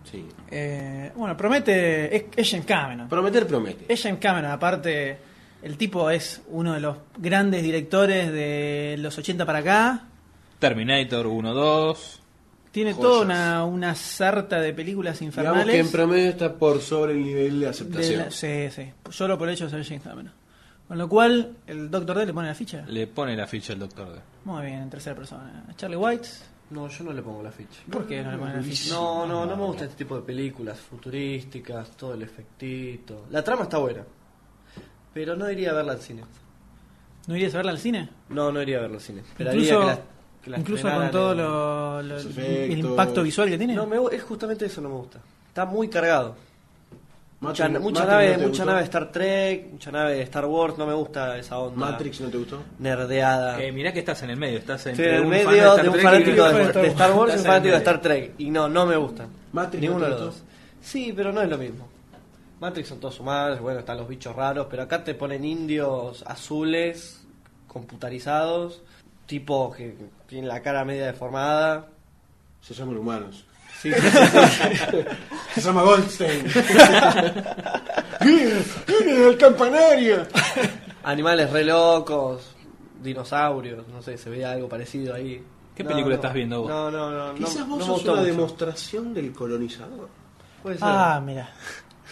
Sí. Eh, bueno, promete. Es, es James Cameron. Prometer promete. Es James Cameron, aparte, el tipo es uno de los grandes directores de los 80 para acá. Terminator 1, 2. Tiene Joyas. toda una, una sarta de películas Digamos que en infernales. promedio está por sobre el nivel de De la- aceptación. sí, sí. Solo por el hecho de ser James Cameron. Con lo cual, el Doctor D le pone la ficha. Le pone la ficha el doctor D. Muy bien, en tercera persona. Charlie White. No, yo no le pongo la ficha. ¿Por qué no le ponen la ficha? No, no, no me gusta este tipo de películas futurísticas, todo el efectito. La trama está buena, pero no iría a verla al cine. ¿No irías a verla al cine? No, no iría a verla al cine. Esperaría Incluso, que la- que la incluso con estrenaran todo en- lo, lo- los el efectos. impacto visual que tiene. No, me gu- es justamente eso no me gusta. Está muy cargado. Mucha, Matrix- mucha Matrix nave, no te mucha gustó. nave de Star Trek, mucha nave de Star Wars, no me gusta esa onda. Matrix no te gustó. Nerdeada. Eh, mirá que estás en el medio, estás Estoy entre Ah. en el un medio fan de Star de un Trek y fanático otro de, fan de Star Wars y un Estás en el fanático de medio. Star Trek. Y no, no me gustan. Matrix Ninguno no de te los dos. gustó. Sí, pero no es lo mismo. Matrix son todos humanos, bueno, están los bichos raros, pero acá te ponen indios azules, computarizados, tipos que tienen la cara media deformada. Se llaman humanos. Sí, sí, sí, sí. Se llama Goldstein. Miren, miren el campanario. Animales re locos, dinosaurios, no sé, se veía algo parecido ahí. ¿Qué No, película no. estás viendo vos? No, no, no. no, Quizás no vos me sos gustó una mucho. demostración del colonizador. Puede ser. Ah, mira.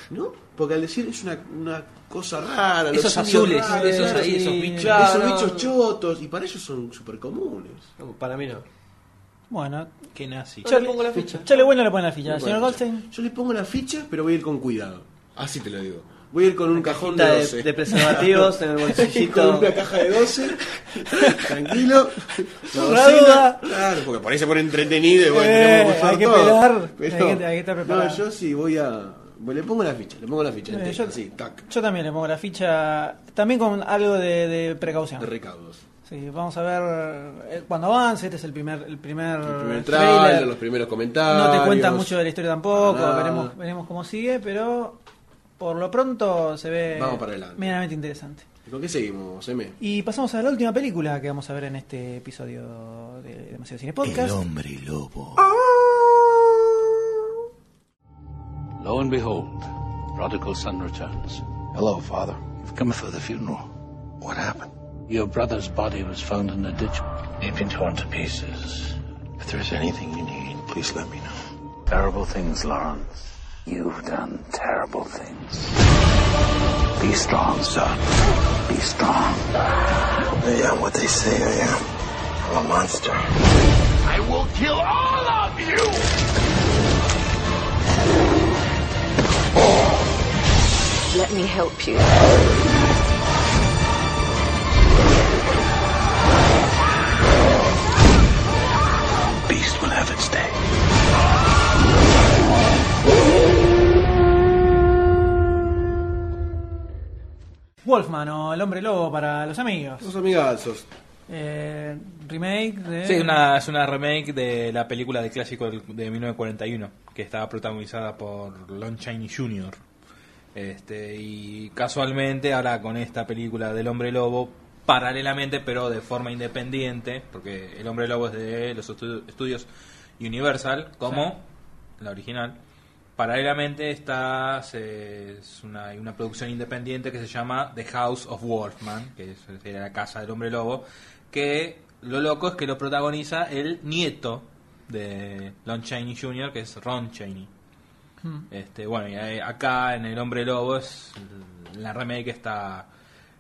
¿No? Porque al decir es una, una cosa rara. los Esos indios azules, raros, esos ahí, esos sí, bichos. Esos Claro. bichos chotos. Y para ellos son súper comunes. No, para mí no. Bueno, Qué nazi. Yo le pongo la ficha. Charlie White no le pone la ficha. No Señor puede ser. Goldstein. Yo le pongo la ficha, pero voy a ir con cuidado. Así te lo digo. Voy a ir con un cajón de de, 12. de preservativos en el con bolsillito. una caja de 12. tranquilo. La Una docena, duda. Claro, porque por ahí se pone entretenido y bueno, Eh, tenemos que usar hay que todo. pelar, Pero- hay que- hay que estar preparado. Eh, No, yo sí voy a. bueno, le pongo la ficha, le pongo la ficha. entera, sí, tac. Yo también le pongo la ficha. También con algo de, de precaución. De recaudos. Sí, vamos a ver eh, cuando avance. Este es el primer, el primer, El primer trailer. trailer, los primeros comentarios. No te cuenta mucho de la historia tampoco. Nada. Veremos, veremos cómo sigue, pero por lo pronto se ve Vamos para adelante. medianamente interesante. ¿Y ¿Con qué seguimos, M? Y pasamos a la última película que vamos a ver en este episodio de Demasiado Cine Podcast. hombre lobo. Lo and behold, prodigal son returns. Hello, Father. You've come for the funeral. What happened? Your brother's body was found in a ditch. You've been torn to pieces. If there's anything you need, please let me know. Terrible things, Lawrence. You've done terrible things. Be strong, son. Be strong. I am what they say I am. I'm a monster. I will kill all of you! Let me help you. Beast will have its day. Wolfman o El Hombre Lobo para los amigos. Los amigazos. Eh, remake de. Sí, es una, es una remake de la película de clásico del- de 1941, que estaba protagonizada por Lon Chaney Jr. Este, y casualmente ahora con esta película del hombre lobo, paralelamente pero de forma independiente, porque el hombre lobo es de los estu- estudios Universal, como la original. Paralelamente está se- es una, hay una producción independiente que se llama The House of Wolfman, que es- era la casa del hombre lobo, que lo loco es que lo protagoniza el nieto de Lon Chaney Jr., que es Ron Chaney. Hmm. Este, bueno, y ahí- acá en El Hombre Lobo es en la remake está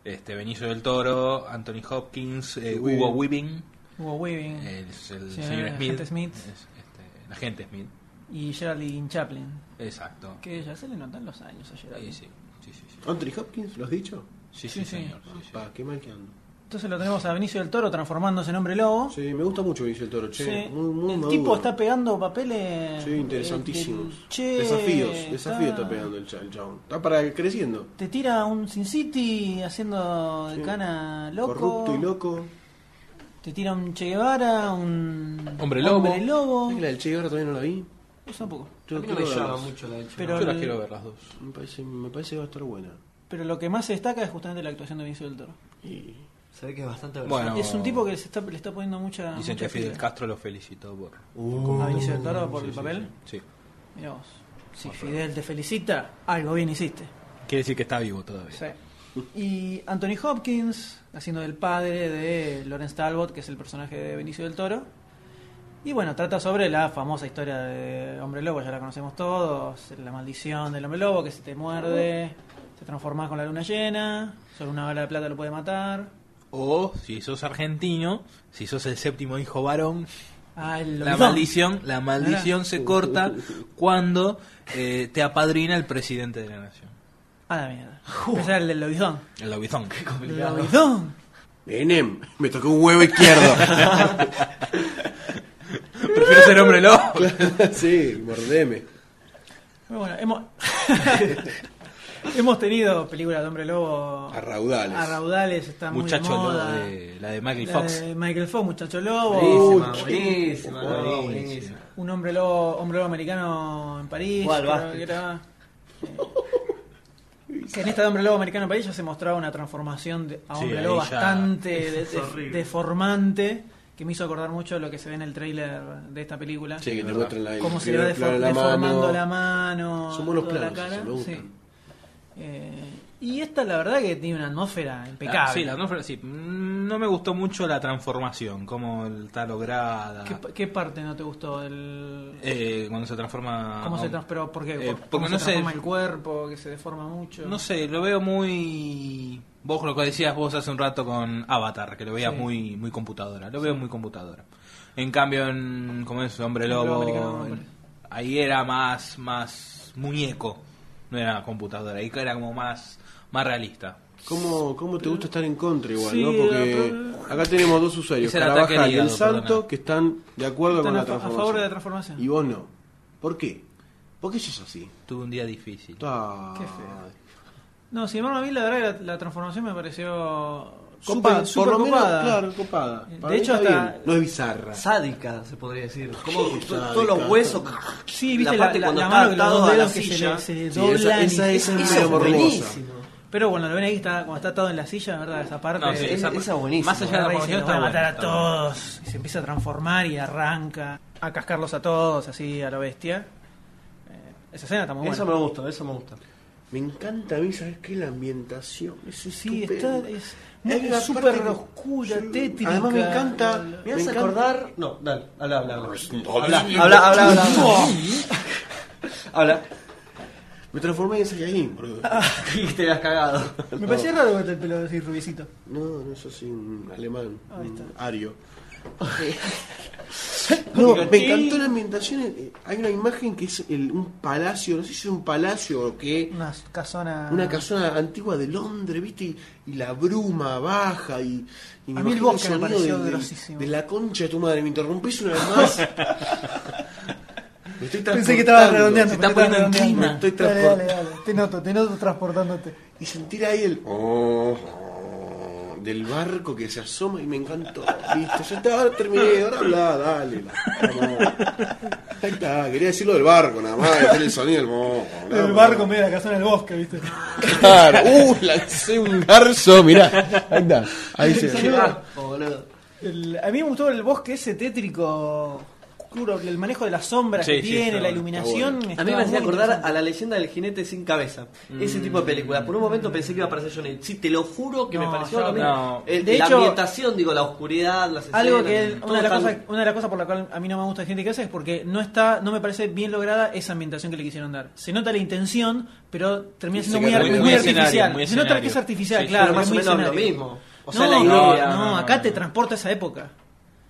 este Benicio del Toro, Anthony Hopkins, eh, Weaving. Hugo Weaving, Hugo Weaving el, el Sí, señor el Smith, agente Smith. es, este, el agente Smith, y Geraldine Chaplin. exacto. Que ya se le notan los años a Sí, Geraldine. sí, sí, sí, sí. Anthony Hopkins, ¿lo has dicho? Sí, Sí, sí, sí. señor. sí, sí. Pa, qué mal que ando. Entonces lo tenemos a Benicio del Toro transformándose en hombre lobo. Sí, me gusta mucho Benicio del Toro, che. Sí. Muy, muy el maduro. tipo está pegando papeles. Sí, interesantísimos. eh, che, desafíos, desafíos está- está pegando el, cha- el chabón. Está para creciendo. Te tira un Sin City haciendo de Sí. cana loco. Corrupto y loco. Te tira un Che Guevara, un. Hombre lobo. Hombre lobo. ¿Sabés que La del Che Guevara todavía no la vi. Yo tampoco. Yo A mí no quiero me llama verlas. mucho la hecha. Pero, Yo las el- quiero ver las dos. Me parece, me parece que va a estar buena. pero lo que más se destaca es justamente la actuación de Benicio del Toro. Y Se ve que es bastante Bueno. No. Es un tipo que se está, le está poniendo mucha. Dicen mucha que Fidel pila. Castro lo felicitó por... ¿A Benicio del Toro por el papel? Sí. Mirá vos. Si Fidel te felicita, algo bien hiciste. Quiere decir que está vivo todavía. Y Anthony Hopkins, haciendo del padre de Lawrence Talbot, que es el personaje de Benicio del Toro. Y bueno, trata sobre la famosa historia de Hombre Lobo, ya la conocemos todos, la maldición del Hombre Lobo que se te muerde, Te transformás con la luna llena, solo una bala de plata lo puede matar. O si sos argentino, si sos el séptimo hijo varón, Ah, el la lobizón. maldición, la maldición Mirá. se corta cuando eh, te apadrina el presidente de la nación. Ah, la mierda. Ese era el del lobizón. El lobizón. El lobizón. Menem, me tocó un huevo izquierdo. Prefiero ser hombre lobo. Claro, sí, mordeme. Pero Bueno, hemos... hemos tenido películas de hombre lobo. A raudales. A raudales, está Muchacho muy de lobo, moda. de- Eh, la de Michael La Fox. de Eh, Michael Fox, muchacho lobo. Buenísima, Uy, buenísima, Oh, qué- buenísima. Un hombre lobo, hombre lobo americano en París. ¿Cuál, creo Basti? que era. Eh, que en esta de hombre lobo americano en París ya se mostraba una transformación de- a Sí, hombre ahí lobo ya- bastante de- es de- horrible. deformante que me hizo acordar mucho lo que se ve en el tráiler de esta película. Sí, que te muestran la- el Cómo se primer va plano de la deformando mano. la mano, Son buenos toda la planos, cara. esos, me gustan. sí. Eh, y esta la verdad que tiene una atmósfera impecable. Ah, sí, la atmósfera, sí. Mm, No me gustó mucho la transformación, como está lograda. ¿Qué, pa- qué parte no te gustó? El... Eh, cuando se transforma. ¿Cómo a se un- trans- pero por qué? Eh, ¿Por- porque cómo se no sé. transforma el cuerpo, que se deforma mucho. No sé, lo veo muy. Vos lo que decías vos hace un rato con Avatar, que lo veías Sí. muy, muy computadora. Lo veo muy computadora. En cambio, en. ¿Cómo es? Hombre Hombre Lobo Lobo. Americano, en- hombre. ahí era más. más muñeco. No era computadora. Ahí era como más. más realista. ¿Cómo, ¿Cómo te gusta estar en contra igual, Sí, no? Porque acá tenemos dos usuarios, Es el ataque Carabajal al y el hígado, Santo, perdona. que están de acuerdo Están con a, la fa- a transformación. favor de la transformación. Y vos no. ¿Por qué? ¿Por qué sos así? Tuve un día difícil. Ah. Qué feo. No, sin embargo, a mí la verdad que la, la transformación me pareció. Copada, súper- súper por lo menos, copada. claro, copada. De Para mí hecho, está hasta- bien. No es bizarra. Sádica, se podría decir. Como Sí, sádica. todos los huesos. Sí, viste la, parte la- cuando la está mano que los atado dos a la dedos que se, silla. le- se le Sí, doblan. esa- y- esa- esa es Eso medio morbosa. buenísimo. Pero bueno, lo ven ahí, está, cuando está atado en la silla, ¿verdad? Esa parte. No, sí, esa- Esa es buenísima. más allá de la Agarra y dice, promoción, "Los voy a está matar buena, a está todos. Y se empieza a transformar y arranca a cascarlos a todos, así a la bestia. Eh, esa escena está muy buena. Eso me gusta, eso me gusta. Me encanta a mí, ¿sabes qué? La ambientación. Es Sí, está. estupenda. Es Hay una muy- parte súper que- oscura, Sí. tétrica. Además, me encanta- Me Me hace encanta- acordar. No, dale, habla, habla, habla. Habla, Habla, habla, habla, habla. Habla. Me transformé en Saiyajin, boludo. Ah. Y te has cagado. Me parecía raro verte el pelo así rubicito. No, no sos un alemán. Ahí está. un ario. no, Digo, me "Sí". encantó la ambientación. eh, Hay una imagen que es el- un palacio, no sé si es un palacio o qué. Una casona. Una casona antigua de Londres, ¿viste? Y, y la bruma baja A mí y, y el imagino bosque me sonido pareció de, de- grosísimo. de la concha de tu madre. Me interrumpís una vez más. Me estoy Pensé que estabas transportando. redondeando. Se porque está estabas poniendo en redondeando. clima. Estoy Dale, dale, transportando. dale. Te noto, te noto transportándote. Y sentir ahí el oh, del barco que se asoma y me encantó. Listo, ya está, ahora terminé, ahora habla, dale. la puta madre. Ahí está, quería decirlo del barco nada más, hacer el sonido del oh, bla, El bla. barco en medio de la casona en el bosque, ¿viste? Claro, uh, lancé un garzo, mirá. Ahí está, ahí Qué se asco, boludo. El- a mí me gustó el bosque ese tétrico, oscuro, el manejo de las sombras Sí, que sí, tiene, está la bueno, iluminación. A mí me hacía acordar a la leyenda del jinete sin cabeza. Ese Mm. tipo de película. Por un momento pensé que iba a aparecer Johnny. Depp. Sí, te lo juro que No, me pareció yo lo mismo. no. El- De la hecho, ambientación, digo, la oscuridad, las escenas. Algo que es- todo una de, las tan- cosas, una de las cosas por la cual a mí no me gusta gente que hace es porque no está no me parece bien lograda esa ambientación que le quisieron dar. Se nota la intención, pero termina Y siendo se muy, queda ar- muy muy escenario, artificial. muy se nota que es escenario. artificial, Sí, claro, es pero más o muy menos lo escenario. mismo. O sea, no, la no, idea. no, no, acá no, te no. transporta a esa época.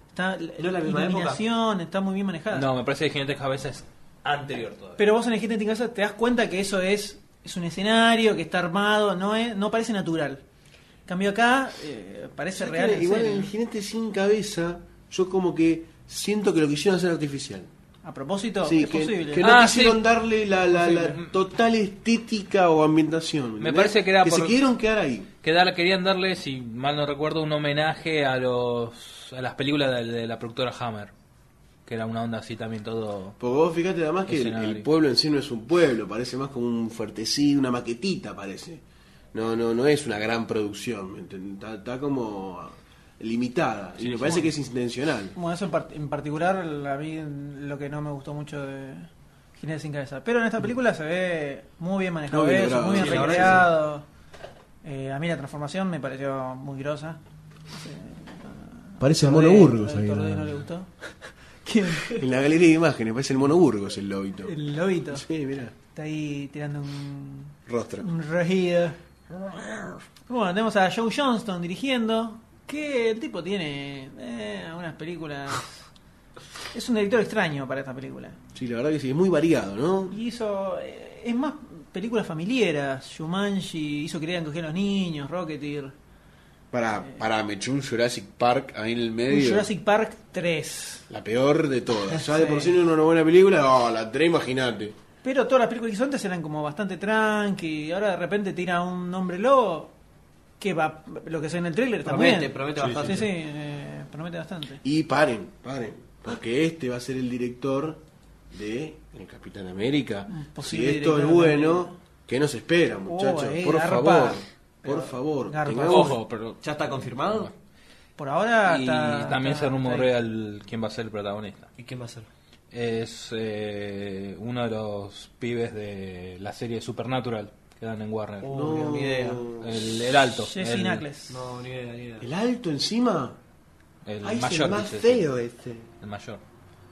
Está la, es la misma iluminación, está muy bien manejada. No, me parece que Jinete Cabeza es anterior todavía. Pero vos en el Gente en Casa te das cuenta que eso es, es un escenario, que está armado, no es, no parece natural. En cambio acá, eh, parece real. en Igual serio. en el jinete sin cabeza, yo como que siento que lo quisieron hacer artificial. A propósito, Sí, es que, posible. que no Ah, quisieron sí. darle la, la- la Posible. total estética o ambientación. ¿entendés? parece que era se por- quisieron quedar ahí. Que dar- querían darle, si mal no recuerdo, un homenaje a los a las películas de, de la productora Hammer. Que era una onda así también todo... Porque vos fíjate además que el, Escenario. el pueblo en sí no es un pueblo, parece más como un fuertecito, una maquetita parece. No, no, no es una gran producción, ¿me entendés? está, está como limitada. y me parece que es intencional. Bueno, eso en, par- en particular, la vi en lo que no me gustó mucho de Jinetes sin cabeza. Pero en esta película se ve muy bien manejado Muy bien eso, logrado, muy bien sí, la verdad que recreado. Eh, a mí la transformación me pareció muy grosa. Parece A el mono Tordé- Burgos a ahí. Tordé no le gustó. ¿Quién? En la galería de imágenes parece el mono Burgos el lobito. El lobito. Sí, mira. Está ahí tirando un. Rostro. Un regido. Bueno, tenemos a Joe Johnston dirigiendo. Que el tipo tiene. eh, algunas películas. Es un director extraño para esta película. Sí, la verdad que sí, es muy variado, ¿no? Y hizo. eh, Es más películas familiares. Shumanji, hizo querían coger a los niños, Rocketeer. Para, para me echó un Jurassic Park ahí en el medio. Un Jurassic Park 3. La peor de todas. Ya de por Sí. sí no era una buena película, oh, la 3, imagínate. Pero todas las películas que hizo antes eran como bastante tranqui. y Ahora de repente tira un hombre lobo. Que va, lo que se ve en el tráiler está muy Promete, bien. promete Sí, bastante. Sí, sí, eh, promete bastante. Y paren, paren. Porque este va a ser el director de El Capitán América. Un Si posible esto es director bueno, ¿qué nos espera, Oh, muchachos? eh, por garpa. favor, Pero- por favor. garpa. tengamos- Ojo, pero ¿Ya está confirmado? Por ahora y está- también está- se está rumorea el- quién va a ser el protagonista. ¿Y quién va a ser? Es eh, uno de los pibes de la serie Supernatural que dan en Warner. Uh, No. ni idea. El, el alto. Jesse el, Knuckles. No, ni idea, ni idea. ¿El alto encima? el Ay, es mayor. el más dice, sí. feo este. El mayor.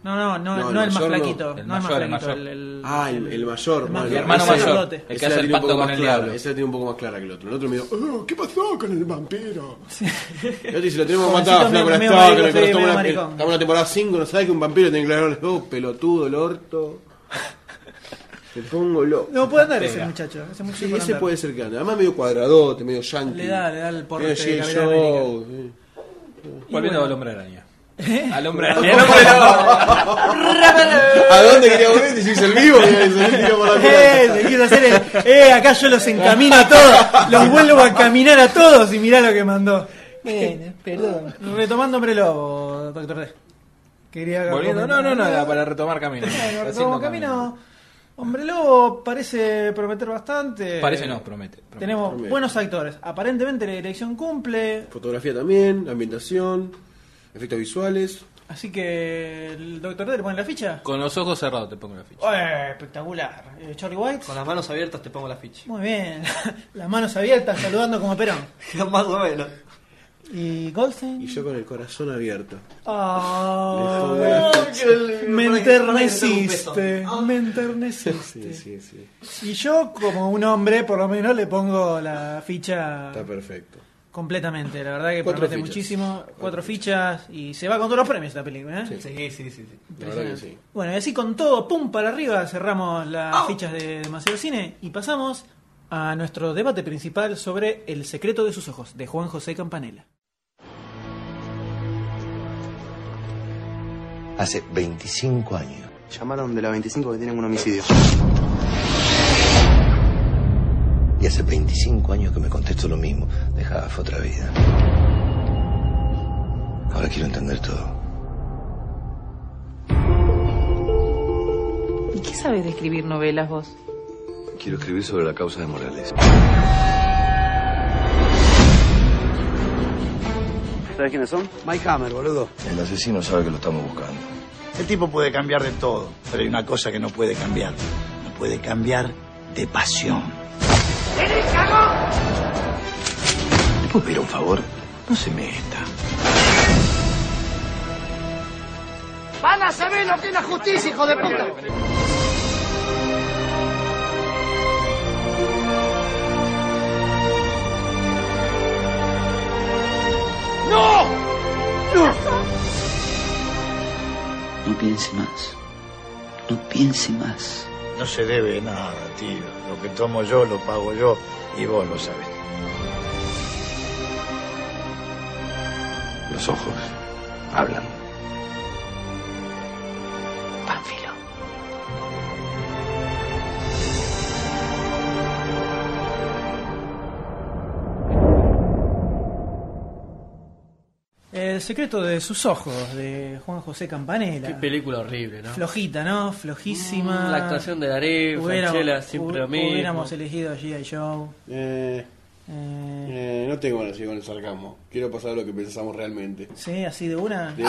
No, no, no, no, el más mayor flaquito. El no el más mayor, el flaquito. mayor. Ah, el, el el mayor. bueno, mayor. El hermano esa- mayor, el esa la que hace el tiene un pacto poco con más el clara, diablo. Esa la tiene un poco más clara que el otro. El otro me dijo, "Oh, ¿qué pasó con el vampiro? El otro dice, lo tenemos Jovencito matado, medio- flaco, la medio estaba, maricón, que sí, nos estamos en la- medio maricón. estamos en la temporada 5, no sabes que un vampiro tiene que clavar los dos, pelotudo, el orto. Te pongo loco. No puede andar ese Pega. muchacho. Ese muchacho Sí, puede ese andar. puede ser que ande. Además, medio cuadradote, medio yankee. Le da- le da el porte Medio de G.I. Capitán Joe, sí. Volviendo bueno. al hombre araña. Al hombre Al araña. hombre ¿A dónde quería volver? ¿Te hiciste el vivo? Y se tiró por la Eh, puerta. te quiero hacer el- eh, acá yo los encamino a todos, los vuelvo a caminar a todos y mirá lo que mandó. Bueno, perdón. Retomando Hombre Lobo, doctor D. Quería Volviendo, no, comentar- no, no, era para retomar camino. Bueno, Haciendo retomamos camino. Hombre Lobo parece prometer bastante. Parece no, promete. promete. Eh, Tenemos promete. buenos actores. Aparentemente la dirección cumple, Fotografía también, ambientación, efectos visuales. así que el doctor D le pone la ficha. Con los ojos cerrados te pongo la ficha. Eh, espectacular. Eh, Charlie White. Con las manos abiertas te pongo la ficha. Muy bien. Las manos abiertas, saludando como Perón. Más o menos. Y Goldstein. Y yo con el corazón abierto. Ah, Le jodé. me enterneciste. Me Sí, enterneciste. sí, sí. Y yo, como un hombre, por lo menos le pongo la ficha Está perfecto. completamente. La verdad que Cuatro promete fichas. muchísimo. Cuatro fichas y se va con todos los premios esta película. ¿eh? Sí. Sí, sí, sí. sí. La verdad que sí. Bueno, y así con todo, pum, para arriba, cerramos las fichas de Demasiado Cine y pasamos a nuestro debate principal sobre El secreto de sus ojos, de Juan José Campanella. Hace 25 años. Llamaron de la 25 que tienen un homicidio. Y hace 25 años que me contesto lo mismo. Dejá, fue otra vida. Ahora quiero entender todo. ¿Y qué sabes de escribir novelas vos? Quiero escribir sobre la causa de Morales. ¿Sabes quiénes son? Mike Hammer, boludo. El asesino sabe que lo estamos buscando. El tipo puede cambiar de todo, pero hay una cosa que no puede cambiar. No puede cambiar de pasión. ¿Te puedo pedir un favor? No se meta. Van a saber lo que es la justicia, hijo de puta. ¡No! ¡No! No piense más. No piense más. No se debe nada, tío. Lo que tomo yo lo pago yo y vos lo sabés. Los ojos hablan. Pánfilo. El secreto de sus ojos, de Juan José Qué Campanella. película horrible, ¿no? Flojita, ¿no? Flojísima. Mm, la actuación de Darín, Franchella, siempre lo mismo. Hubiéramos elegido a G.I. Joe. Eh, eh, no tengo ganas de seguir con el sarcasmo. Quiero pasar a lo que pensamos realmente. Sí, así de una. De-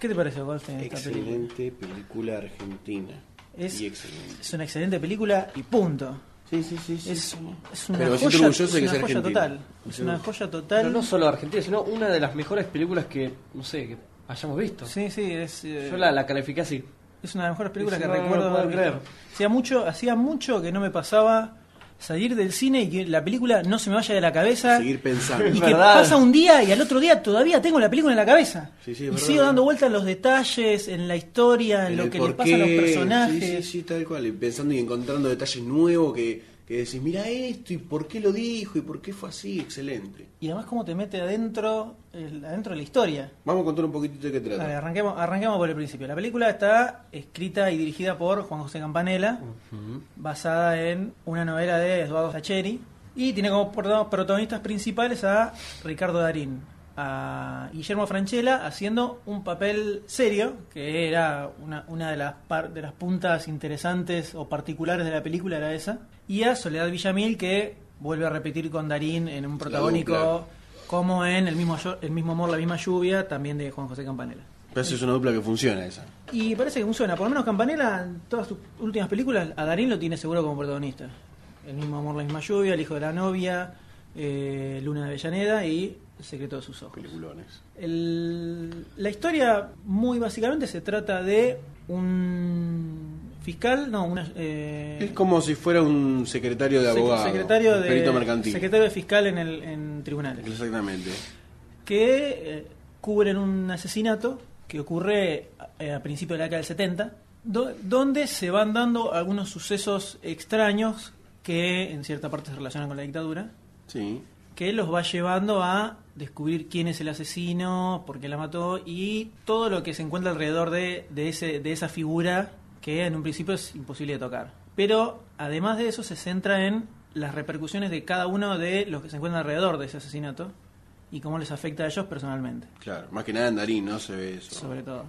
¿Qué te parece, Goldstein, esta película? Excelente película argentina. Es- y excelente. Es una excelente película y punto. Sí, sí, sí. sí, es, sí. es una Pero me siento joya, orgulloso de es que una sea joya argentina. total. Me Es siento- una joya total. Pero no solo Argentina, sino una de las mejores películas que, no sé, que hayamos visto. Sí, sí, es. eh, Yo la, la califiqué así. Es una de las mejores películas Sí, que no, no recuerdo lo puedo haber creer. visto. Hacía mucho, hacía mucho que no me pasaba salir del cine y que la película no se me vaya de la cabeza. Seguir pensando. Y Es que verdad. pasa un día y al otro día todavía tengo la película en la cabeza. Sí, sí, es y verdad, sigo verdad. dando vueltas en los detalles, en la historia, en, lo el que le porqué. pasa a los Sí, personajes. Sí, sí, tal cual. Y pensando y encontrando detalles nuevos que, que decís, mira esto, y por qué lo dijo, y por qué fue así. Excelente. Y además cómo te mete adentro, el- adentro de la historia. Vamos a contar un poquitito de qué trata. Dale, arranquemos, arranquemos por el principio. La película está escrita y dirigida por Juan José Campanella, Mm. basada en una novela de Eduardo Sacheri, y tiene como prota- protagonistas principales a Ricardo Darín, a Guillermo Franchella haciendo un papel serio, que era una, una de, las par- de las puntas interesantes o particulares de la película, era esa, y a Soledad Villamil, que vuelve a repetir con Darín en un protagónico... dupla. Como en el mismo, Yo- el mismo amor, la misma lluvia, también de Juan José Campanella. Pero es una dupla que funciona esa. Y parece que funciona, por lo menos Campanella en todas sus últimas películas, a Darín lo tiene seguro como protagonista. El mismo amor, la misma lluvia, El hijo de la novia, eh, Luna de Avellaneda y El secreto de sus ojos. Peliculones. El- la historia, muy básicamente, se trata de un fiscal, no, una, eh, Es como si fuera un secretario de sec- abogado. secretario un de Perito mercantil. secretario de fiscal en, el, en tribunales. Exactamente. que eh, cubren un asesinato que ocurre eh, a principios de la década del 70, do- donde se van dando algunos sucesos extraños que en cierta parte se relacionan con la dictadura, Sí. que los va llevando a descubrir quién es el asesino, por qué la mató y todo lo que se encuentra alrededor de, de ese, de esa figura que en un principio es imposible de tocar. Pero además de eso se centra en las repercusiones de cada uno de los que se encuentran alrededor de ese asesinato y cómo les afecta a ellos personalmente. Claro, más que nada en Darín, ¿no? Se ve eso. sobre todo.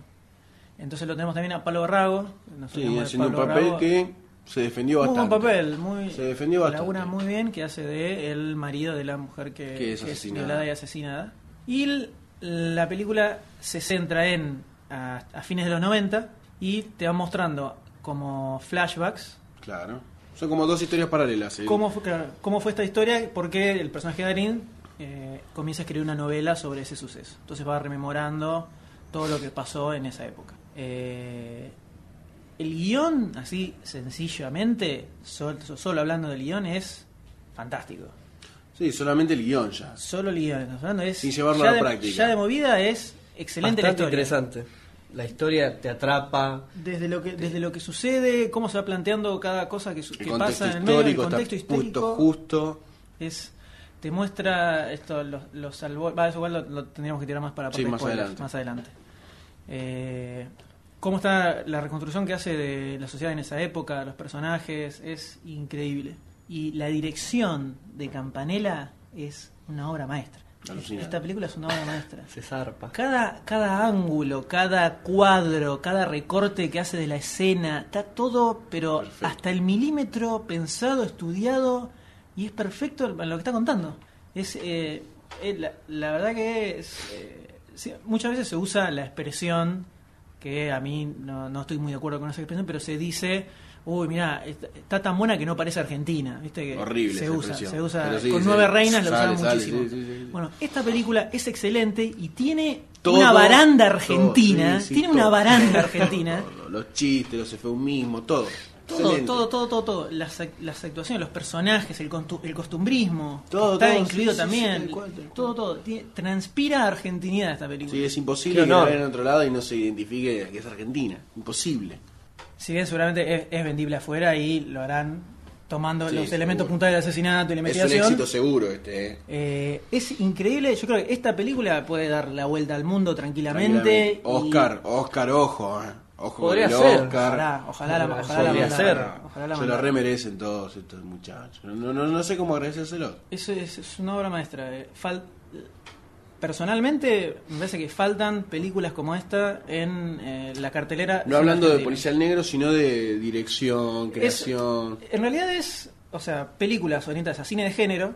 Entonces lo tenemos también a Pablo Barrago. nos Sí, olvidamos de haciendo un Pablo papel Barrago. que se defendió Muy bastante. buen papel, muy, Se defendió bastante. labura muy bien, que hace de el marido de la mujer que, Que es que asesinada. violada y asesinada. Y l- la película se centra en, a, a fines de los 90, y te va mostrando como flashbacks Claro. Son como dos historias paralelas. ¿eh? cómo fue, claro, cómo fue esta historia y por qué el personaje de Darín eh, comienza a escribir una novela sobre ese suceso. Entonces va rememorando todo lo que pasó en esa época. Eh, el guión, así sencillamente, sol- so- solo hablando del guión, es fantástico. Sí, solamente el guión ya. Solo el guión, estamos hablando es... Sin llevarlo ya a la de- práctica. Ya de movida es excelente la Bastante historia. interesante. La historia te atrapa. Desde lo que desde lo que sucede, cómo se va planteando cada cosa que, su- El que contexto pasa en el medio, el histórico está contexto histórico. justo, justo. es te muestra esto los, los salvo- va, eso igual lo, lo tendríamos que tirar más para Sí, parte más spoilers, adelante. más adelante. Eh, cómo está la reconstrucción que hace de la sociedad en esa época los personajes es increíble y la dirección de Campanella es una obra maestra Alucinante. esta película es una obra maestra Se zarpa. cada, cada ángulo, cada cuadro, cada recorte que hace de la escena, está todo, pero hasta el milímetro pensado, estudiado, y es perfecto en lo que está contando. Es, eh, eh, la, la verdad que es, eh, sí, muchas veces se usa la expresión, que a mí no, no estoy muy de acuerdo con esa expresión, pero se dice, uy, mira, está, está tan buena que no parece Argentina. ¿viste? Que Horrible Se esa usa, expresión. se usa Pero sí, con sí, nueve reinas, la sale, usaban sale, muchísimo. sí, sí, sí, sí. Bueno, esta película es excelente y tiene Todo, una baranda todo, argentina. sí, sí, tiene todo. una baranda argentina. Los, los chistes, los eufemismos, todo. todo, Excelente. todo, todo, todo, todo. Las, ac- las actuaciones, los personajes, el, contu- el costumbrismo. Todo, está todo, incluido sí, sí, sí, también. tal cual, tal cual. todo, todo. Tiene- transpira argentinidad esta película. Sí, es Qué imposible que honor. lo vean en otro lado y no se identifique que es Argentina. Imposible. Si bien seguramente es, es vendible afuera y lo harán tomando Sí, los seguro. elementos puntuales del asesinato y la Es un investigación. éxito seguro este. ¿eh? Eh, es increíble, yo creo que esta película puede dar la vuelta al mundo tranquilamente. Tranquilamente. y- Oscar, Oscar, ojo. eh. Ojo Podría con el ser. Oscar. Ojalá, ojalá la- ojalá la Podría mandara. ser. Ojalá la Se lo mandara. remerecen todos estos muchachos. No, no, no sé cómo agradecérselo. Eso es, es una obra maestra. eh. Fal- Personalmente, me parece que faltan películas como esta en eh, la cartelera. No hablando de argentina. policial negro, sino de dirección, creación. En realidad es, o sea, películas orientadas a cine de género,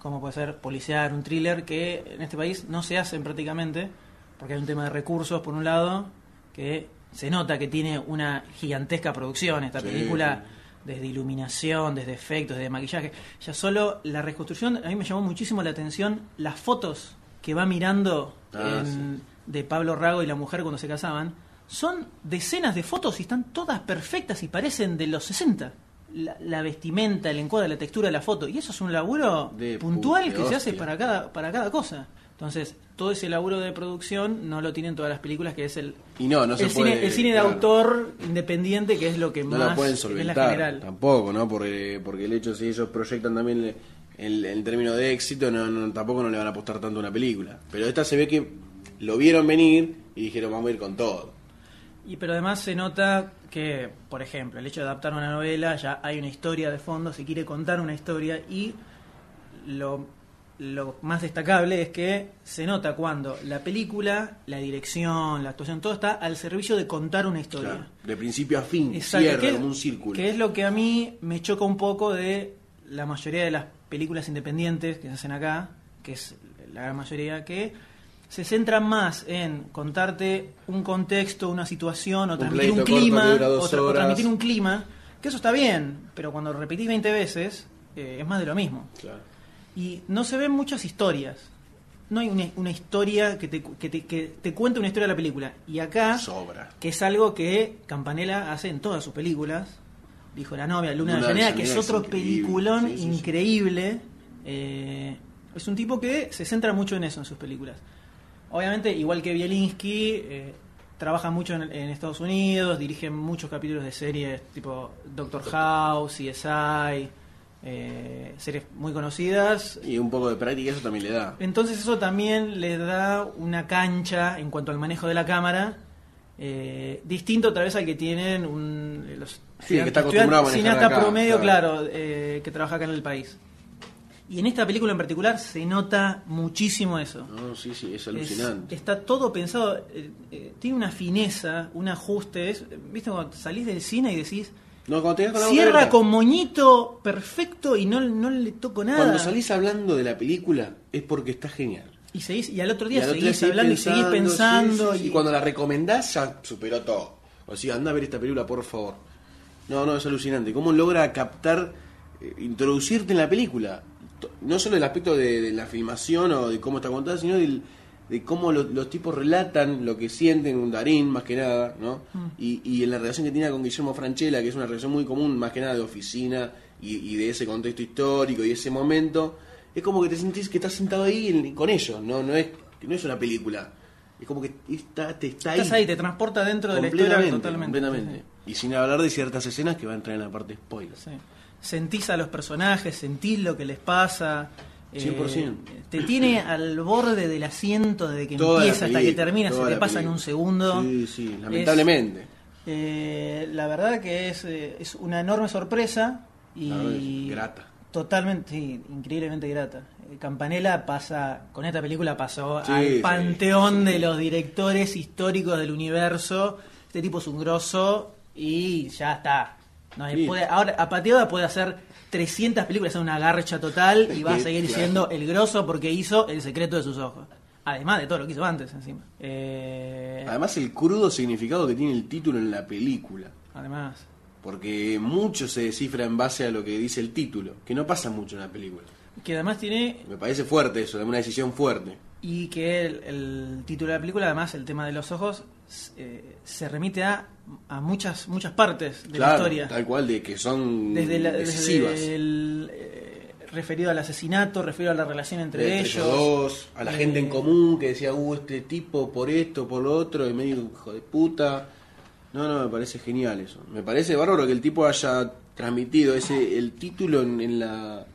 como puede ser policial, un thriller, que en este país no se hacen prácticamente, porque hay un tema de recursos, por un lado, que se nota que tiene una gigantesca producción esta Sí, película, desde iluminación, desde efectos, desde maquillaje. Ya solo la reconstrucción, a mí me llamó muchísimo la atención las fotos que va mirando Ah, en- de Pablo Rago y la mujer cuando se casaban. son decenas de fotos y están todas perfectas y parecen de los 60. La, la vestimenta, el encuadre, la textura de la foto. Y eso es un laburo De puntual pu- de que se hace hostia. para cada, para cada cosa. Entonces, todo ese laburo de producción no lo tienen todas las películas, que es el, Y no, no el se cine, puede. el cine de claro, autor independiente, que es lo que No más la pueden que es la solventar. general. Tampoco, ¿no? Porque, porque el hecho, si ellos proyectan también el, el- el término de éxito, no, no, tampoco no le van a apostar tanto a una película. Pero esta se ve que lo vieron venir y dijeron, vamos a ir con todo. Y pero además se nota que, por ejemplo, el hecho de adaptar una novela, ya hay una historia de fondo, se quiere contar una historia y lo, lo más destacable es que se nota cuando la película, la dirección, la actuación, todo está al servicio de contar una historia. Claro, de principio a fin, Exacto, cierra que es- como un círculo. Que es lo que a mí me choca un poco de la mayoría de las películas independientes que se hacen acá, que es la gran mayoría, que se centran más en contarte un contexto, una situación, o Un transmitir un, pleito corto clima, que dura dos o, tra- o horas. transmitir un clima, que eso está bien, pero cuando repetís 20 veces eh, es más de lo mismo. Y no se ven muchas historias. No hay una, una historia que te, cu- que, te, que te cuente una historia de la película. Y acá Sobra. que es algo que Campanella hace en todas sus películas. Dijo La novia, Luna, Luna de de Llanera, que es Llanera es otro increíble, peliculón sí, sí, sí. increíble. Eh, es un tipo que se centra mucho en eso en sus películas. Obviamente, igual que Bielinski, eh, trabaja mucho en, en Estados Unidos, dirige muchos capítulos de series tipo Doctor House, CSI, eh, series muy conocidas. Y un poco de práctica eso también le da. Entonces eso también le da una cancha en cuanto al manejo de la cámara, eh, distinto otra vez al que tienen un, los Sí, el que está estudiantes- acostumbrado a manejar cineasta acá, promedio, claro. claro, eh, que trabaja acá en el país. Y en esta película en particular se nota muchísimo eso. No, sí, sí, es Es- alucinante. está todo pensado, eh, eh, tiene una fineza, un ajuste. es- ¿Viste cuando salís del cine y decís, No, cuando te quedas con la boca cierra abierta. con moñito perfecto y no, no le toco nada? Cuando salís hablando de la película es porque está genial. Y, seguís, y al otro día al otro seguís día hablando y seguís pensando. sí, sí, sí. y- Y cuando la recomendás ya superó todo. O sea, anda a ver esta película, por favor. No, no, es alucinante. ¿Cómo logra captar, eh, introducirte en la película? To- No solo el aspecto de, de la filmación o de cómo está contada, sino del- de cómo lo- los tipos relatan lo que sienten, un Darín más que nada, ¿no? Mm. Y, y en la relación que tiene con Guillermo Franchella, que es una relación muy común, más que nada de oficina y, y de ese contexto histórico y ese momento, es como que te sentís que estás sentado ahí en- con ellos, ¿no? No es, no es una película. Es como que está, te está Estás ahí, te transporta dentro de la historia totalmente. completamente. Y sin hablar de ciertas escenas que van a entrar en la parte spoiler. Sí. Sentís a los personajes, sentís lo que les pasa. eh, 100%. te tiene al borde del asiento desde que Toda la empieza hasta que película, termina, se toda te la pasa en película. un segundo. Sí, sí, lamentablemente. Eh, la verdad que es, eh, es una enorme sorpresa La verdad y es grata. totalmente, sí, increíblemente grata. Eh, Campanella pasa, con esta película pasó Sí, sí, al panteón de los directores históricos del universo. Este tipo es un grosso y ya está. No, él Sí. puede- ahora, a pateada puede hacer 300 películas, hacer una garcha total y va a Sí, seguir claro. siendo el grosso porque hizo El secreto de sus ojos. Además de todo lo que hizo antes, encima. Eh, Además, el crudo significado que tiene el título en la película. además. Porque mucho se descifra en base a lo que dice el título, que no pasa mucho en la película. Que además tiene Me parece fuerte eso, una decisión fuerte. Y que el, el título de la película, además, el tema de los ojos, s- eh, se remite a, a muchas muchas partes de claro, la historia. tal cual, de que son Desde, la- desde decisivas. el, eh, referido al asesinato, referido a la relación entre, De ellos. dos, a la Eh, gente en común que decía, uh, este tipo por esto, por lo otro, y medio hijo de puta. No, no, me parece genial eso. Me parece bárbaro que el tipo haya transmitido ese el título en, en la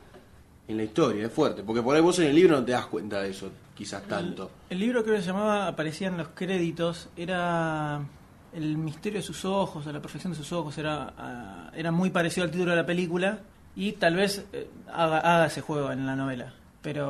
en la historia, es fuerte. Porque por ahí vos en el libro no te das cuenta de eso, quizás tanto. El libro creo que se llamaba, aparecía en los créditos, era El misterio de sus ojos, o la perfección de sus ojos, era, ah, era muy parecido al título de la película y tal vez eh, haga, haga ese juego en la novela.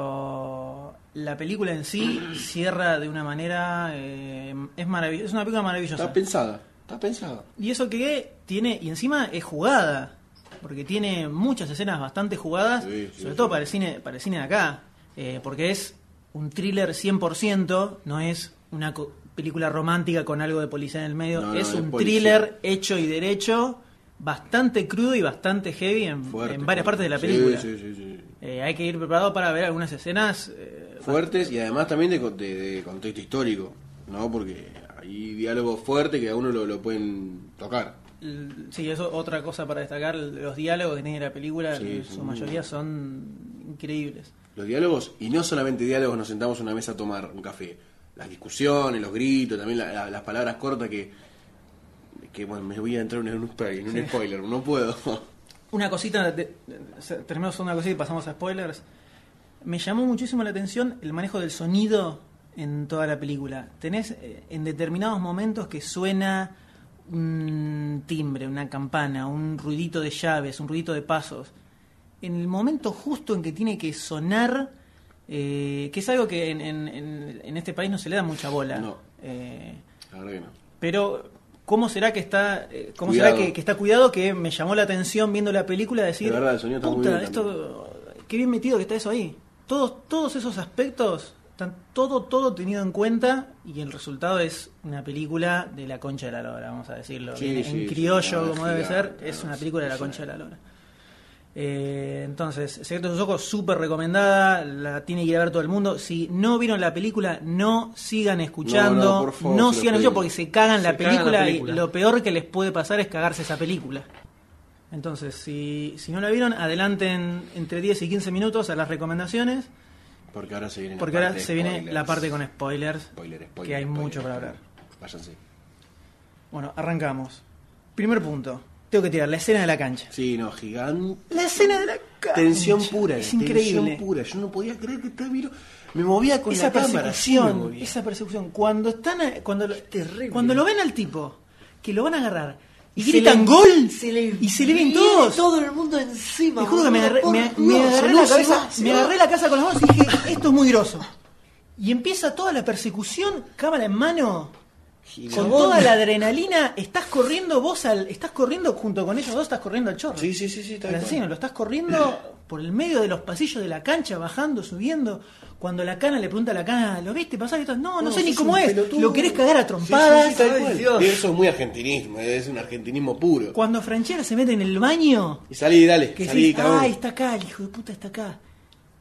Pero la película en sí cierra de una manera, eh, es maravillosa, es una película maravillosa. Está pensada, está pensada. Y eso que tiene, y encima es jugada, porque tiene muchas escenas bastante jugadas, Sí, sí, sobre sí. todo para el cine, para el cine de acá, eh, porque es un thriller 100%, no es una co- película romántica con algo de policía en el medio, No, no, es es un policía. thriller hecho y derecho, bastante crudo y bastante heavy en, Fuerte, en varias fuerte. partes de la Sí, película. sí, sí, sí. Eh, hay que ir preparado para ver algunas escenas. eh, Fuertes y además también de, con- de- de contexto histórico, ¿no? Porque hay diálogo fuerte que a uno lo, lo pueden tocar. L- Sí, eso otra cosa para destacar, los diálogos que tiene la película, Sí, en su son muy mayoría son increíbles. Los diálogos, y no solamente diálogos, nos sentamos a una mesa a tomar un café. Las discusiones, los gritos, también la- la- las palabras cortas que. que bueno, me voy a entrar en un, spoiler, en un Sí. spoiler, no puedo. Una cosita, de- se- terminamos con una cosita y pasamos a spoilers. Me llamó muchísimo la atención el manejo del sonido en toda la película. Tenés eh, en determinados momentos que suena un timbre, una campana, un ruidito de llaves, un ruidito de pasos. En el momento justo en que tiene que sonar, eh, que es algo que en, en- en- en este país no se le da mucha bola. No. Eh, La verdad que no. pero, ¿cómo será que está, eh, cómo Cuidado. será que, que está cuidado que me llamó la atención viendo la película decir, De verdad, el sonido está muy puta, bien esto, qué bien metido que está eso ahí. Todos, todos esos aspectos están todo, todo tenido en cuenta y el resultado es una película de la concha de la lora, vamos a decirlo Sí, bien, en sí, criollo sí, como ah, debe ser, gigante, es no, una película de la sí, concha sí. de la lora. Eh, entonces, Secretos de sus ojos, súper recomendada, la tiene que ir a ver todo el mundo. Si no vieron la película, no sigan escuchando, No, no, no, por favor, se lo sigan eso pedimos. porque se cagan, la, Se cagan la película película. y lo peor que les puede pasar es cagarse esa película. Entonces, si, si no la vieron, adelanten entre 10 y 15 minutos a las recomendaciones, Porque ahora se viene la porque ahora parte de se viene spoilers. la parte con spoilers, Spoiler, spoiler, que hay spoiler, mucho para hablar. Váyanse. Bueno, arrancamos. Primer punto, tengo que tirar la escena de la cancha. Sí, no, gigante. La escena de la cancha. Tensión pura, es tensión increíble. pura. Yo no podía creer que estaba mirando. Me movía con esa la cámara. sí persecución, me movía. esa persecución. Cuando están, a- cuando lo, cuando lo ven al tipo, que lo van a agarrar y, gritan gol y se le ven todos. Todo el mundo encima. Te juro que me boludo, agarré, por me- Dios. me agarré Se la va, se cabeza, va, se me va. agarré la casa con las manos y dije, esto es muy groso. Y empieza toda la persecución, cámara en mano, con Gigante. toda la adrenalina, estás corriendo vos al, estás corriendo junto con ellos dos, estás corriendo al chorro. Sí, sí, sí, sí, tal Pero cual. encima, lo estás corriendo por el medio de los pasillos de la cancha, bajando, subiendo. Cuando la cana le pregunta a la cana, ¿lo viste pasar? Y todo, no, no, No, sé ni sos cómo un es. pelotudo. Lo querés cagar a Sí, sí, sí, trompadas. tal Ay, cual. Dios. Eso es muy argentinismo, eh, es un argentinismo puro. Cuando Franchella se mete en el baño, Y salí, dale, que salí, decís, cabrón. ay, está acá, el hijo de puta está acá.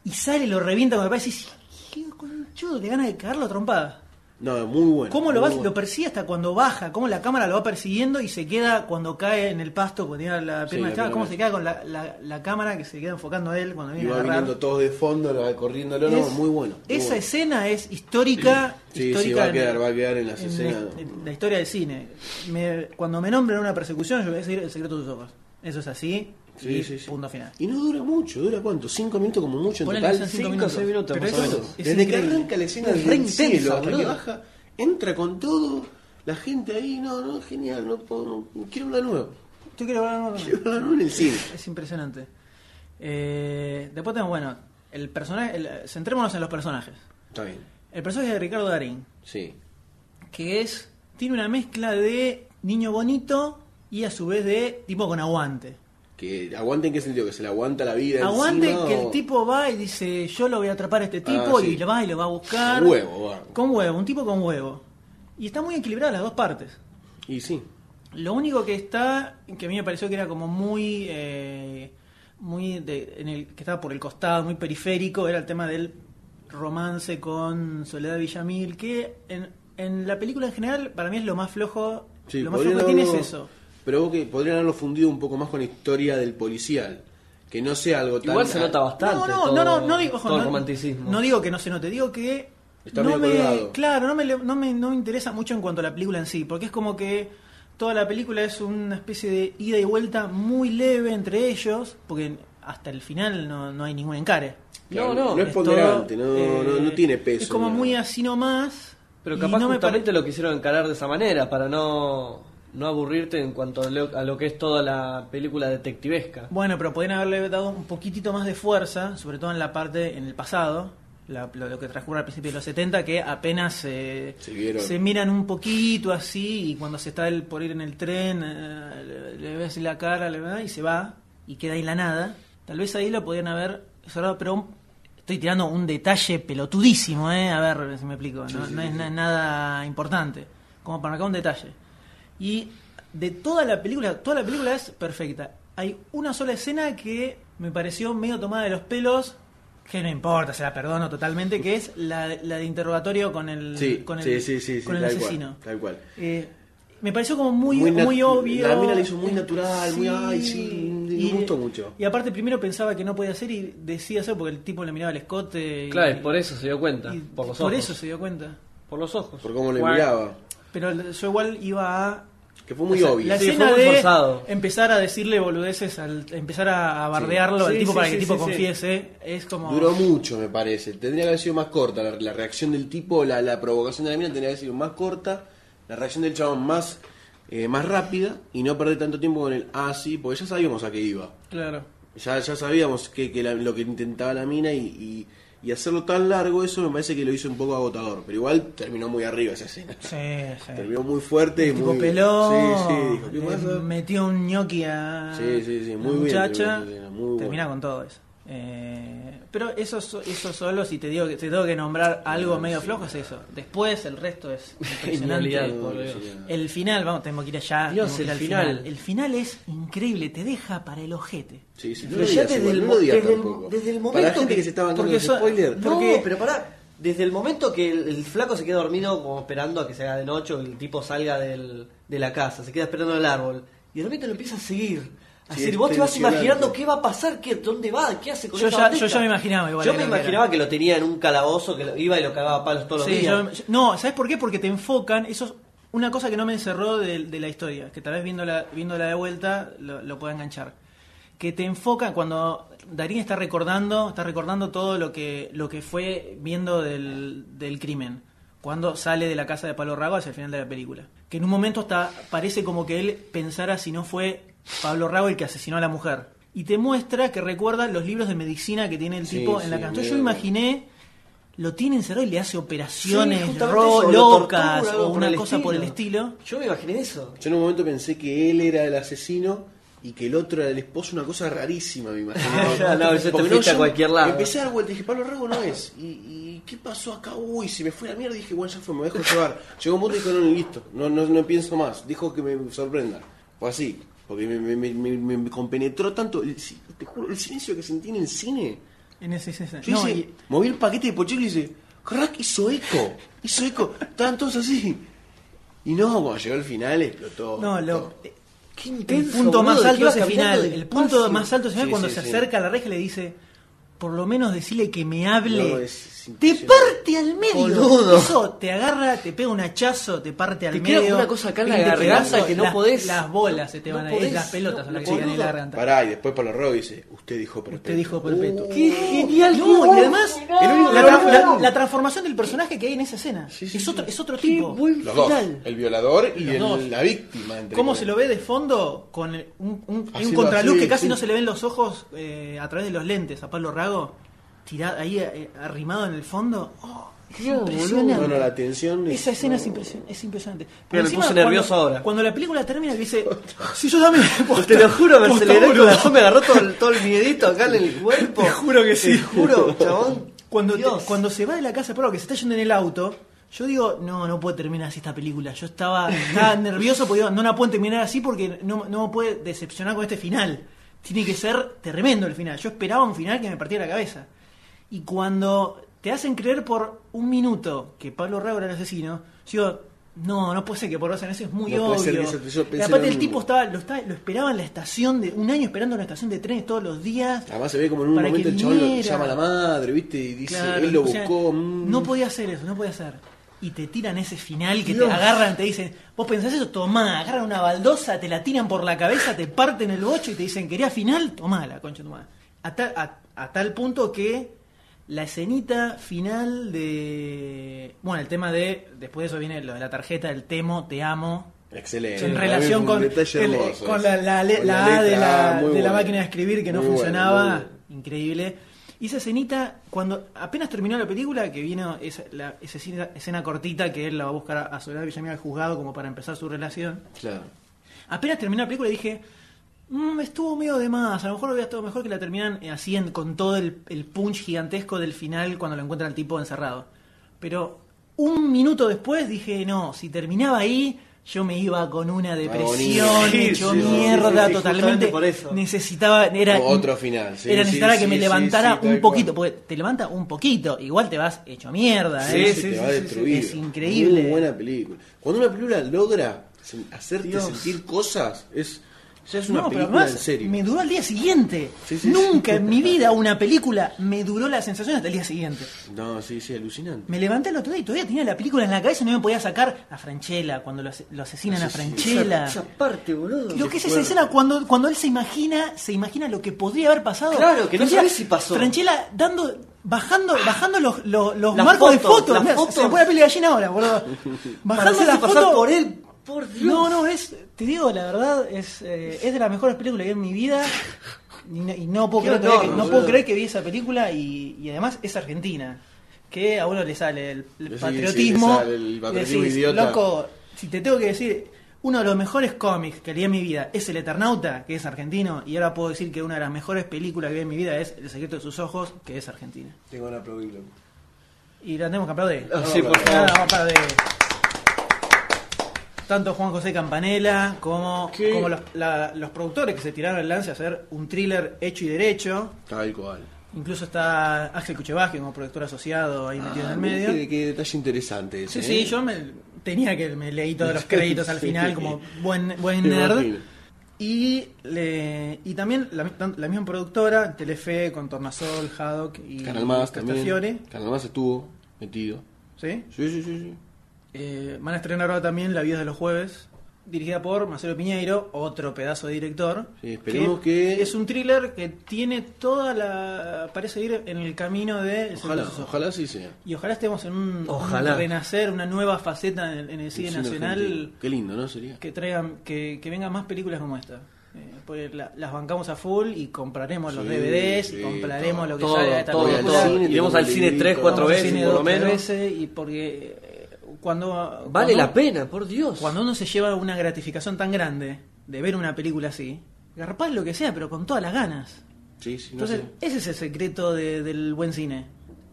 Y sale, lo revienta con el padre y decís, "Hijo de conchudo, le gana de cagarlo a trompada. No, muy bueno. ¿Cómo lo, muy vas, bueno. lo persigue hasta cuando baja? ¿Cómo la cámara lo va persiguiendo y se queda cuando cae en el pasto, cuando tiene la Sí, la pierna echada? pierna ¿Cómo echada. se queda con la, la- la cámara que se queda enfocando a él cuando Y viene a va agarrar? viniendo todos de fondo, lo va corriéndolo. No, Es- muy bueno. muy Esa bueno. escena es histórica. Sí, sí, histórica va a en- quedar, va a quedar en las en escenas. la, en la historia del cine. Me- cuando me nombran una persecución, yo voy a decir el secreto de tus ojos. Eso es así. Sí, y sí, sí. punto final. Y no dura mucho, dura cuánto, cinco minutos como mucho en Ponele que total. sean cinco Cinco, minutos. seis minutos, Pero más eso o menos. es Desde que increíble. arranca la escena Es del re cielo intensa, hasta que boludo. baja, entra con todo, la gente ahí, no, no, genial, no puedo, no- quiero una nueva. Yo quiero hablar de- Quiero una nueva en el cine. Es impresionante. Eh, después tenemos, bueno, el personaje. el- centrémonos en los personajes. Está bien, El personaje de Ricardo Darín, sí. que es. Tiene una mezcla de niño bonito y a su vez de tipo con aguante. Que aguanten qué sentido, que se le aguanta la vida. Aguante encima, que o- el tipo va y dice, yo lo voy a atrapar a este tipo Ah, sí. y lo va y lo va a buscar. Con huevo, va. Con huevo, un tipo con huevo. Y está muy equilibrada las dos partes. Y sí. Lo único que está, que a mí me pareció que era como muy, eh, muy de- en el, que estaba por el costado, muy periférico, era el tema del romance con Soledad Villamil, que en, en la película en general para mí es lo más flojo, Sí, lo más flojo podrían que tiene es haberlo- eso. Pero vos que podrían haberlo fundido un poco más con la historia del policial. Que no sea algo tan. Igual se nota bastante. No, no, todo- no, no, no digo, ojo, todo el no- romanticismo. No digo que no se note, digo que Está no medio me, colgado. claro, no me, le- no me no me interesa mucho en cuanto a la película en sí, porque es como que toda la película es una especie de ida y vuelta muy leve entre ellos, porque hasta el final no, no hay ningún encare. Claro, no, no. es todo, eh, ponderante, no- no- no tiene peso, Es como no. muy así nomás. Pero y capaz no me pare- justamente lo quisieron encarar de esa manera, para no, no aburrirte en cuanto a lo, a lo que es toda la película detectivesca. Bueno, pero podrían haberle dado un poquitito más de fuerza, sobre todo en la parte, en el pasado, la- lo, lo que transcurre al principio de los 70, que apenas eh, Se vieron. miran un poquito así, y cuando se está el, por ir en el tren, eh, le, le ves la cara, le ves- y se va, y queda ahí la nada. Tal vez ahí lo podrían haber cerrado, pero un- estoy tirando un detalle pelotudísimo, ¿eh? A ver si me explico, no, sí, no sí, es sí. na- nada importante, como para marcar un detalle. Y de toda la película, toda la película es perfecta. Hay una sola escena que me pareció medio tomada de los pelos, Que no importa, se la perdono totalmente, que es la, la de interrogatorio con el, Sí, con el, sí, sí, sí, sí, con el tal asesino. Cual, tal cual. Eh, me pareció como muy, muy, nat- obvio. La mina le hizo muy natural, muy Sí. ay, sí, Y- me gustó mucho. Y aparte primero pensaba que no podía hacer y decía hacer porque el tipo le miraba el escote. y- Claro, y por eso se dio cuenta. y Por los Por ojos. eso se dio cuenta. Por los ojos. Por cómo le Guau. miraba. Pero el- yo igual iba a... Que fue muy o sea, obvio. La Sí, escena fue muy de forzado. empezar a decirle boludeces, al, empezar a, a bardearlo al Sí, tipo sí, para sí, que el sí, tipo sí. confiese, es como... Duró mucho, me parece. Tendría que haber sido más corta. La, la reacción del tipo, la, la provocación de la mina tendría que haber sido más corta. La reacción del chabón más, eh, más rápida. Y no perder tanto tiempo con el ah, sí, porque ya sabíamos a qué iba. Claro. Ya, ya sabíamos que, que la- lo que intentaba la mina y, y- y hacerlo tan largo, eso me parece que lo hizo un poco agotador. Pero igual terminó muy arriba esa escena. Sí, sí. Terminó muy fuerte y El tipo muy. peló, Sí, sí, dijo, ¿qué le pasa? metió un ñoqui a Sí, sí, sí, la muy bien muchacha, terminó esa escena, muy termina bueno. con todo eso. Eh, pero eso, so- eso solo, si te digo que te tengo que nombrar algo medio flojo, es eso. Después el resto es impresionante. Genialidad, por Dios. el final, vamos, tenemos que ir allá. Dios, tenemos que ir el al final. El final es increíble, te deja para el ojete. Sí, sí, no Pero lo ya digas desde igual, el, no mo- lo digas desde el- tampoco. desde el momento Para la gente que, se está estaba bancando los so- spoilers. No, porque- pero pará. Desde el momento que el, el flaco se queda dormido como esperando a que se haga de noche o el tipo salga del- de la casa, se queda esperando en el árbol y de repente lo empieza a seguir. A Sí, seguir. es vos te vas tensionante. imaginando qué va a pasar, qué, dónde va, qué hace con Yo ya, esa yo bandeja. ya me imaginaba igual. Yo que me lo que era. imaginaba que lo tenía en un calabozo, que lo- iba y lo cagaba a palos todos los Sí, días. yo- yo- no, ¿sabes por qué? Porque te enfocan, eso es una cosa que no me encerró de, de la historia, que tal vez viéndola, viéndola de vuelta lo, lo pueda enganchar. Que te enfocan cuando Darín está recordando, está recordando todo lo que, lo que fue viendo del, del crimen. Cuando sale de la casa de Pablo Rago hacia el final de la película. Que en un momento hasta parece como que él pensara si no fue Pablo Rago el que asesinó a la mujer. Y te muestra que recuerda los libros de medicina que tiene el Sí, tipo en la sí, casa. Entonces Yo medio- imaginé lo tiene encerrado y le hace operaciones Sí, justamente ro- eso, lo locas tortura, algo o por una el cosa por el estilo. estilo. Yo me imaginé eso. Yo en un momento pensé que él era el asesino y que el otro era el esposo, una cosa rarísima, me imagino. Ya, no, eso te Porque fuiste a yo cualquier lado. Empecé a dar vueltas y dije, Pablo Rago no es. ¿Y, y qué pasó acá? Uy, se me fue la mierda. Y dije, bueno, ya fue, me dejo llevar. Llegó un punto y dijo, no, no, listo, no, no, no pienso más. Dijo que me sorprenda. Fue así, porque me, me- me- me- me compenetró tanto. El si- te juro, el silencio que sentí en el cine. En ese, ese- ese- Yo no, hice, y- moví el paquete de pochoclo y hice, crack, hizo eco, hizo eco, estaban todos así. Y no, cuando llegó el final explotó. no, lo- explotó. el intenso, punto boludo, más de que alto ibas es el caminando final. El despacio. punto más alto es el final Sí, cuando sí, se sí. acerca a la reja y le dice, por lo menos decirle que me hable. No, es- es te impresionante. parte al medio. Boludo. Eso, te agarra, te pega un hachazo, te parte al Te queda medio. como una cosa acá en la Pin, te garganta quedas- que no las- podés- Las bolas se te no van a podés, ir, las pelotas no- son las que boludo. se quedan en la garganta. Pará, y después Pablo Rogo dice, usted dijo perfecto. Te dijo perpetuo. ¡Qué genial! No, qué y además, buen final! el único la, que tra- no, la- no. la transformación del personaje que hay en esa escena es, otro, es otro tipo. Los dos, Final. el violador y Los el- dos. la víctima. entre ¿Cómo comillas. se lo ve de fondo con el- un, un, hay un Haciendo contraluz así, que casi sí. no se le ven los ojos eh, a través de los lentes a Pablo Rago? Tirado ahí eh, arrimado en el fondo. Oh, es impresionante. No, no, la tensión. Esa escena es, impresion- es impresionante. Mira, me encima, puse cuando- nervioso ahora. Cuando la película termina, dice: Si yo también. Te lo juro, me posta, aceleré el boludo. corazón, me agarró todo el, todo el miedito acá en el cuerpo. Te juro que sí. Te juro, chabón. Cuando, te- Dios. cuando se va de la casa, pero que se está yendo en el auto, yo digo, no, no puede terminar así esta película. Yo estaba, estaba nervioso porque digo, no la pueden terminar así porque no, no me puede decepcionar con este final. Tiene que ser tremendo el final. Yo esperaba un final que me partiera la cabeza. Y cuando te hacen creer por un minuto que Pablo Rago era el asesino, yo digo, no, no puede ser que por eso es muy No puede obvio. ser que eso- yo y pensé aparte lo el tipo mismo. estaba, lo, estaba, lo esperaba en la estación de, un año esperando en la estación de trenes todos los días. Además se ve como en un Para que momento el chabón lo viniera. llama a la madre, ¿viste? Y dice, Claro, él lo o sea, buscó. mm. No podía hacer eso, no podía hacer. Y te tiran ese final que Dios. te agarran, te dicen, vos pensás eso, tomá, agarran una baldosa, te la tiran por la cabeza, te parten el bocho y te dicen, quería final, tomá la concha de tu madre. A, tal- a- a tal punto que la escenita final de... Bueno, el tema de... Después de eso viene lo de la tarjeta, el temo, te amo. Excelente. en Para mí relación fue un con, detalle el- hermoso con ese. la, la le- Con la A de letra, la, ah, muy de la bueno. máquina de escribir que no Muy bueno, funcionaba. muy bueno. Increíble. Y esa escenita, cuando apenas terminó la película, que vino esa, la- esa escena, escena cortita que él la va a buscar a, a Soledad Villamil al juzgado como para empezar su relación, Claro. apenas terminó la película dije, "Mm, estuvo medio de más, a lo mejor hubiera estado mejor que la terminan eh, así en- con todo el, el punch gigantesco del final cuando lo encuentran al tipo encerrado. Pero un minuto después dije, no, si terminaba ahí, Yo me iba con una depresión, bonito. hecho Sí, sí, sí, mierda, sí, sí, totalmente. justamente por eso. Necesitaba, era, Otro final, sí, era sí, necesitaba sí, que me sí, levantara sí, tal un poquito, porque te levanta un poquito, igual te vas hecho mierda. Sí, ¿eh? sí, te va destruido. Es increíble. Muy buena película. Cuando una película logra sen- hacerte Dios. sentir cosas, es, ya es una No, pero película además, en serio. me duró al día siguiente. Sí, sí, Nunca sí. en mi vida una película me duró la sensación hasta el día siguiente. No, sí, sí, alucinante. Me levanté el otro día y todavía tenía la película en la cabeza y no me podía sacar a Franchella, cuando lo, ase- lo asesinan a Franchella. Esa, esa parte, boludo. Lo que es esa escena cuando, cuando él se imagina, se imagina lo que podría haber pasado. Claro, que no Franchella- sabés si pasó. Ah. Franchella dando, bajando, bajando los, los, los Las marcos de fotos, fotos. las Mirá, fotos. Se me pone la piel de gallina ahora, boludo. Bajando Parecía las pasar fotos. por él, por Dios. No, no, es, te digo, la verdad, es, eh, es de las mejores películas que vi en mi vida. Y no, y no puedo, Qué creer, honor, que, no boludo. puedo creer que vi esa película y, y además es argentina. Que a uno le sale el, el Sí, sí, patriotismo. le sale el y patriotismo decís, idiota. Loco, si te tengo que decir, uno de los mejores cómics que leí en mi vida es El Eternauta, que es argentino. Y ahora puedo decir que una de las mejores películas que vi en mi vida es El secreto de sus ojos, que es argentina. Tengo que aplaudirlo. Y la tenemos que aplaudir. Ah, sí, por Nada, favor. vamos a aplaudir. Tanto Juan José Campanella como, como los, la- los productores que se tiraron el lance a hacer un thriller hecho y derecho. Tal cual. Incluso está Axel Kuchevaski como productor asociado ahí metido en Ah, el medio. Qué, qué detalle interesante ese. Sí, sí, ¿eh? yo me, tenía que me leí todos los créditos al Sí. final como buen, buen Me nerd. imagino. Y, le- y también la, la misma productora, Telefe, con Tornasol, Haddock y Canal Más Castafiore. también. Canal Más estuvo metido. ¿Sí? Sí, sí, sí. sí. Eh, van a estrenar ahora también La vida de los jueves, dirigida por Marcelo Piñeiro, otro pedazo de director. Sí, esperemos que- Es un thriller que tiene toda la... parece ir en el camino de... El Señor de Ojalá, los Ojos. ojalá sí sea. Y ojalá estemos en un, Ojalá. un renacer, una nueva faceta en, en el cine El cine nacional argentino. Qué lindo, ¿no? Sería. que traigan que, que vengan más películas como esta. Eh, porque la- las bancamos a full y compraremos los Sí, DVDs sí, y compraremos todo. lo que Todo, salga de esta todo, película. todo. Iremos al cine Vamos tres, cuatro al veces, cine por lo dos, tres menos. veces y porque eh, cuando vale la pena, por Dios. Cuando uno se lleva una gratificación tan grande de ver una película así, garpás lo que sea, pero con todas las ganas. Sí, sí, no Entonces, sé. ese es el secreto de- del buen cine.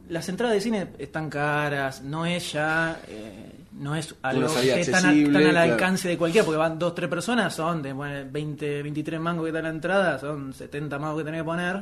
Las entradas de cine están caras, no es ya, eh, no es algo salida que están, a- accesible, están al claro. alcance de cualquiera, porque van dos, tres personas, son de bueno, 20, 23 mangos que está la entrada, son 70 mangos que tenés que poner.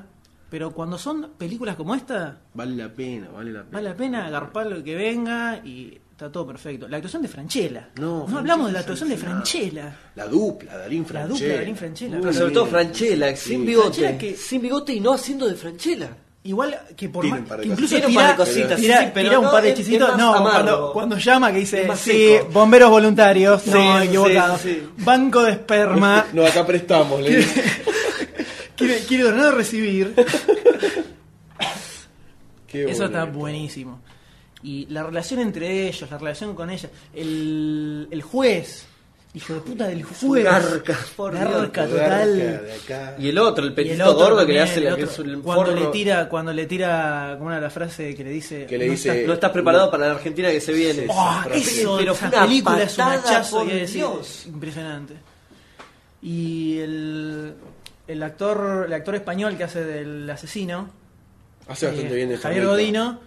Pero cuando son películas como esta, Vale la pena, vale la pena. vale la pena agarpar lo que venga y está todo perfecto. La actuación de Franchella. No, Franchella hablamos de la es actuación de alucinante. Franchella. La dupla, Darín La Franchella. dupla Darín Franchella. Muy Pero sobre bien. todo Franchella, Sí. sin bigote. Franchella que- Sin bigote y no haciendo de Franchella. Igual que por Tiene más- un par de que cosas. incluso Tiene un tira- par de cositas, tira, sí, sí, pero tira un no, par de es- es chistecitos. más No, amargo. cuando, cuando llama que Es dice, más sí, seco". bomberos voluntarios, no, sí, equivocado. sí, Banco de esperma, Este, No, acá prestamos, le digo. quiere, quiere donar o recibir. Qué Eso está bueno. buenísimo. Y la relación entre ellos, la relación con ella, el, el juez, hijo de puta del juez. garca, por Dios, Garca garca total. de acá. Y el otro, el Y el petito otro gordo que le también, hace el la otro, que es un cuando le forro. tira cuando le tira como era la frase que le dice Que le "No dice, estás- No estás preparado para la Argentina que se viene. Ah, ¡Oh, Pero- eso, pero fue esa una película es un patada, hachazo, por y es- Dios. es impresionante. Y el, el actor el actor español que hace del asesino, Hace bastante eh, bien de Javier Jamaica. Godino,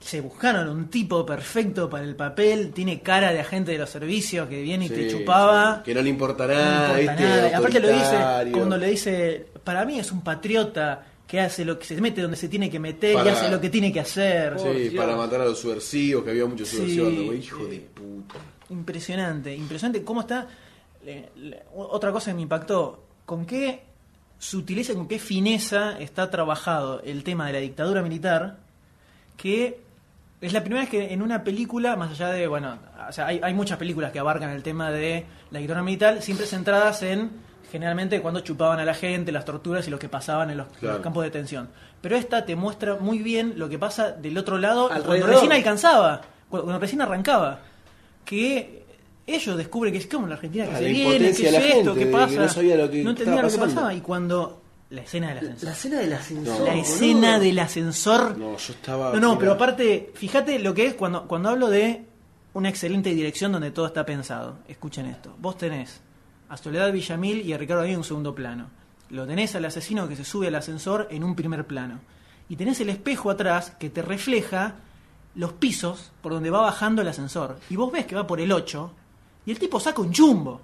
se buscaron un tipo perfecto para el papel, tiene cara de agente de los servicios que viene y Sí, te chupaba. sí. Que no le importa No nada, importa ¿viste? nada. Y Aparte lo dice, Autoritario. cuando le dice, para mí es un patriota que hace lo que se mete donde se tiene que meter y Para- hace lo que tiene que hacer. Sí, para matar a los subversivos, que había muchos Sí. subversivos. andando, güey, Hijo de puta. Impresionante, impresionante cómo está. le- le- otra cosa que me impactó, con qué sutileza, con qué fineza está trabajado el tema de la dictadura militar, que es la primera vez que en una película, más allá de, bueno, o sea, hay, hay muchas películas que abarcan el tema de la dictadura militar, siempre centradas en, generalmente, cuando chupaban a la gente, las torturas y lo que pasaban en los, Claro. los campos de detención. Pero esta te muestra muy bien lo que pasa del otro lado, cuando Alrededor. recién alcanzaba, cuando cuando recién arrancaba que ellos descubren que es como en la Argentina que Ah, se la viene, que es impotencia de la esto, gente, que de que pasa. no sabía lo que No entendía estaba lo que pasando. pasaba. Y cuando la escena del ascensor. La escena del ascensor. La boludo. escena del ascensor. No, yo estaba. No, no, mira, pero aparte, fíjate lo que es cuando, cuando hablo de una excelente dirección donde todo está pensado. Escuchen esto. Vos tenés a Soledad Villamil y a Ricardo Darín en un segundo plano. Lo tenés al asesino que se sube al ascensor en un primer plano. Y tenés el espejo atrás que te refleja los pisos por donde va bajando el ascensor. Y vos ves que va por el 8 Y el tipo saca un chumbo.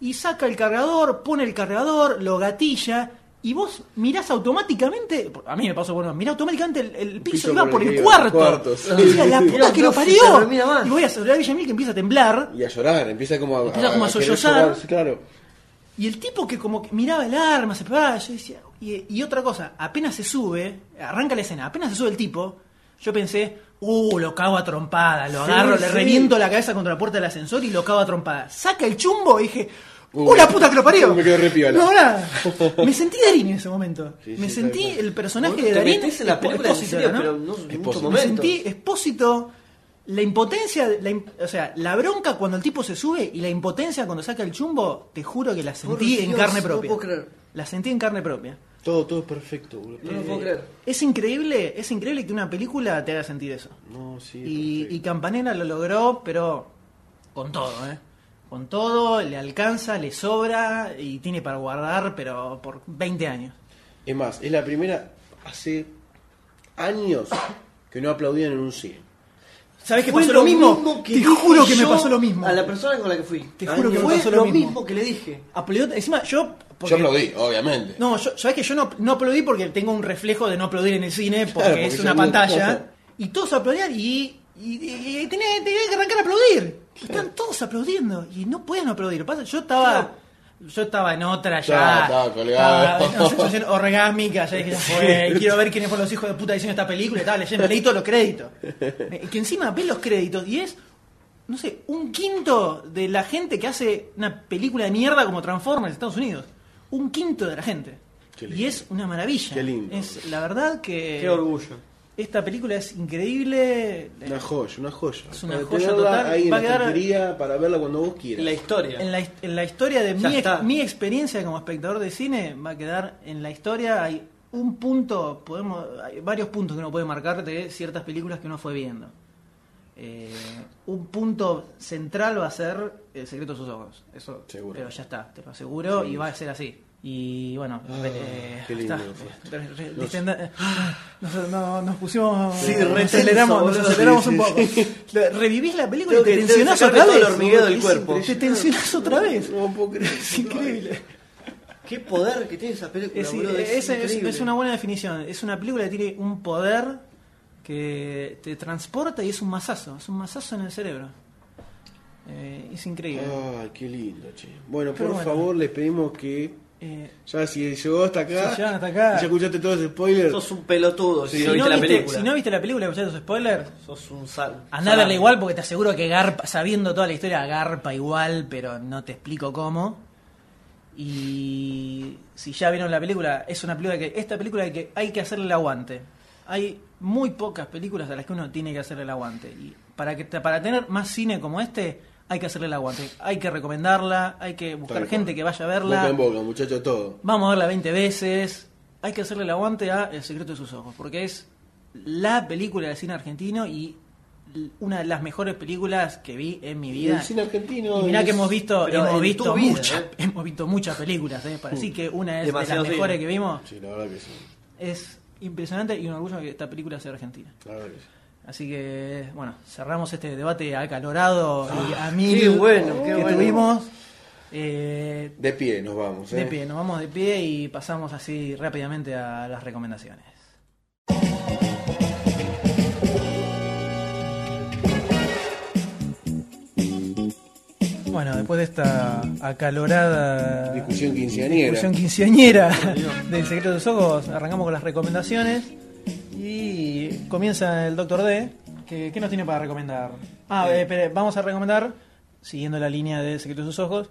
Y saca el cargador, pone el cargador, lo gatilla. Y vos mirás automáticamente, a mí me pasó, bueno, mirá automáticamente el, el piso, piso iba por por el el que iba, cuarto. cuarto, sí. Y decía, la Sí, sí. puta que lo No, no, parió. se termina más. Y voy a celebrar a Villamil que empieza a temblar. Y a llorar, empieza como a, Empieza como a querer sollozar. llorar, sí, Claro. Y el tipo que como que miraba el arma, se pegaba, yo decía, y, y otra cosa, apenas se sube, arranca la escena, apenas se sube el tipo, yo pensé, uh, lo cago a trompada, lo Sí, agarro, le sí. reviento la cabeza contra la puerta del ascensor y lo cago a trompada. Saca el chumbo y dije, ¡uh, la puta que lo parió! Me quedé re piola. No, ahora, me sentí Darín en ese momento. Sí, sí, me tal sentí cual. el personaje Vos de te Darín. metés en la Espo- película en Espósito, serio, ¿no? pero no- en muchos Espósito. Me momentos. sentí expósito. La impotencia, la im- o sea, la bronca cuando el tipo se sube y la impotencia cuando saca el chumbo, te juro que la Por sentí en Dios, carne no propia. puedo creer. la sentí en carne propia. Todo, todo es perfecto, boludo. No lo Eh, puedo creer. Es increíble, es increíble que una película te haga sentir eso. No, sí. Y, y Campanella lo logró, pero con todo, ¿eh? Con todo, le alcanza, le sobra y tiene para guardar, pero por 20 años. Es más, es la primera hace años que no aplaudían en un cine. ¿Sabes qué Fue pasó lo mismo? Te dije juro que me yo pasó lo mismo. A la persona con la que fui. Te juro que me fue pasó lo lo mismo. mismo que le dije. Aplaudió, encima yo... porque- Yo aplaudí, obviamente. No, yo, sabes que yo no, no aplaudí porque tengo un reflejo de no aplaudir en el cine, porque, Claro, porque es yo una no- pantalla. Y todos aplaudían y, y, y- y tenía, tenía que arrancar a aplaudir. Están todos aplaudiendo y no pueden aplaudir. Pasa- Yo estaba... Yo estaba en otra ya. Claro, estaba colgado. estaba en una situación orgámica. Ya dije, ya fue. Sí. Quiero ver quiénes fueron los hijos de puta diciendo esta película. Estaba leyendo, leí todos los créditos. Eh, Que encima ves los créditos y es, no sé, un quinto de la gente que hace una película de mierda como Transformers en Estados Unidos. Un quinto de la gente. Qué lindo. Y es una maravilla. Qué lindo. Es la verdad que Qué orgullo. esta película es increíble. Una joya, una joya. Es una Para joya tenerla total. Ahí en Va la a quedar- estantería para verla cuando vos quieras. La historia. En la, his- en la historia de Ya mi, ex- está. mi experiencia como espectador de cine va a quedar en la historia. Hay un punto, podemos, hay varios puntos que uno puede marcar de ciertas películas que uno fue viendo. Eh, un punto central va a ser El secreto de sus ojos. Eso, Seguro. Pero ya está, te lo aseguro, Sí. y va a ser así. Y bueno, Ah, re- eh, qué lindo está. que fue. Re- re- Los- distenda- eh, nos, no- nos pusimos. Sí, nos re aceleramos, tenso, nos boludo. aceleramos Sí, un sí, poco. sí. La- Revivís la película Tengo y te que- tengo que tensionás sacarme otra todo vez. el hormigueo del Es cuerpo. impresionante. Te tensionás otra vez. No puedo creer. Es increíble. Qué poder que tiene esa película, Es, boludo. Es, es- es- increíble. es una buena definición. Es una película que tiene un poder que te transporta y es un masazo. Es un masazo en el cerebro. Eh, es increíble. Ay, qué lindo, che. Bueno, Pero por bueno. favor, les pedimos que. Eh, Ya, si llegó hasta acá. Si llegaron hasta acá. y ya escuchaste todos los spoilers. Sos un pelotudo si, si, no viste la viste- película. si no viste la película, escuchaste los spoilers, Sos un sal. andá a verla igual porque te aseguro que garpa, sabiendo toda la historia, garpa igual, pero no te explico cómo. Y si ya vieron la película, es una película que esta película hay que hay que hacerle el aguante. Hay muy pocas películas a las que uno tiene que hacerle el aguante y para que para tener más cine como este hay que hacerle el aguante, hay que recomendarla, hay que buscar Tal cual. gente que vaya a verla. Boca en boca, muchachos, todo. Vamos a verla 20 veces. Hay que hacerle el aguante a El secreto de sus ojos, porque es la película del cine argentino y l- una de las mejores películas que vi en mi Y el vida. cine argentino. Y mirá es- que hemos visto, Pero en hemos tu visto vida, muchas, ¿eh? hemos visto muchas películas, ¿eh? para sí que una es Demasiado de las mejores cine. que vimos. Sí, la verdad que sí. Es impresionante y un orgullo que esta película sea argentina. La verdad que sí. Así que, bueno, cerramos este debate acalorado y a mí Ah, qué bueno, qué que bueno. tuvimos. Eh, De pie nos vamos. de eh. pie, nos vamos de pie y pasamos así rápidamente a las recomendaciones. Bueno, después de esta acalorada Discusión quinceañera. discusión quinceañera del secreto de los ojos, arrancamos con las recomendaciones y comienza el Doctor D. que- ¿Qué nos tiene para recomendar? Ah, eh, espere, vamos a recomendar, siguiendo la línea de Secreto de sus ojos,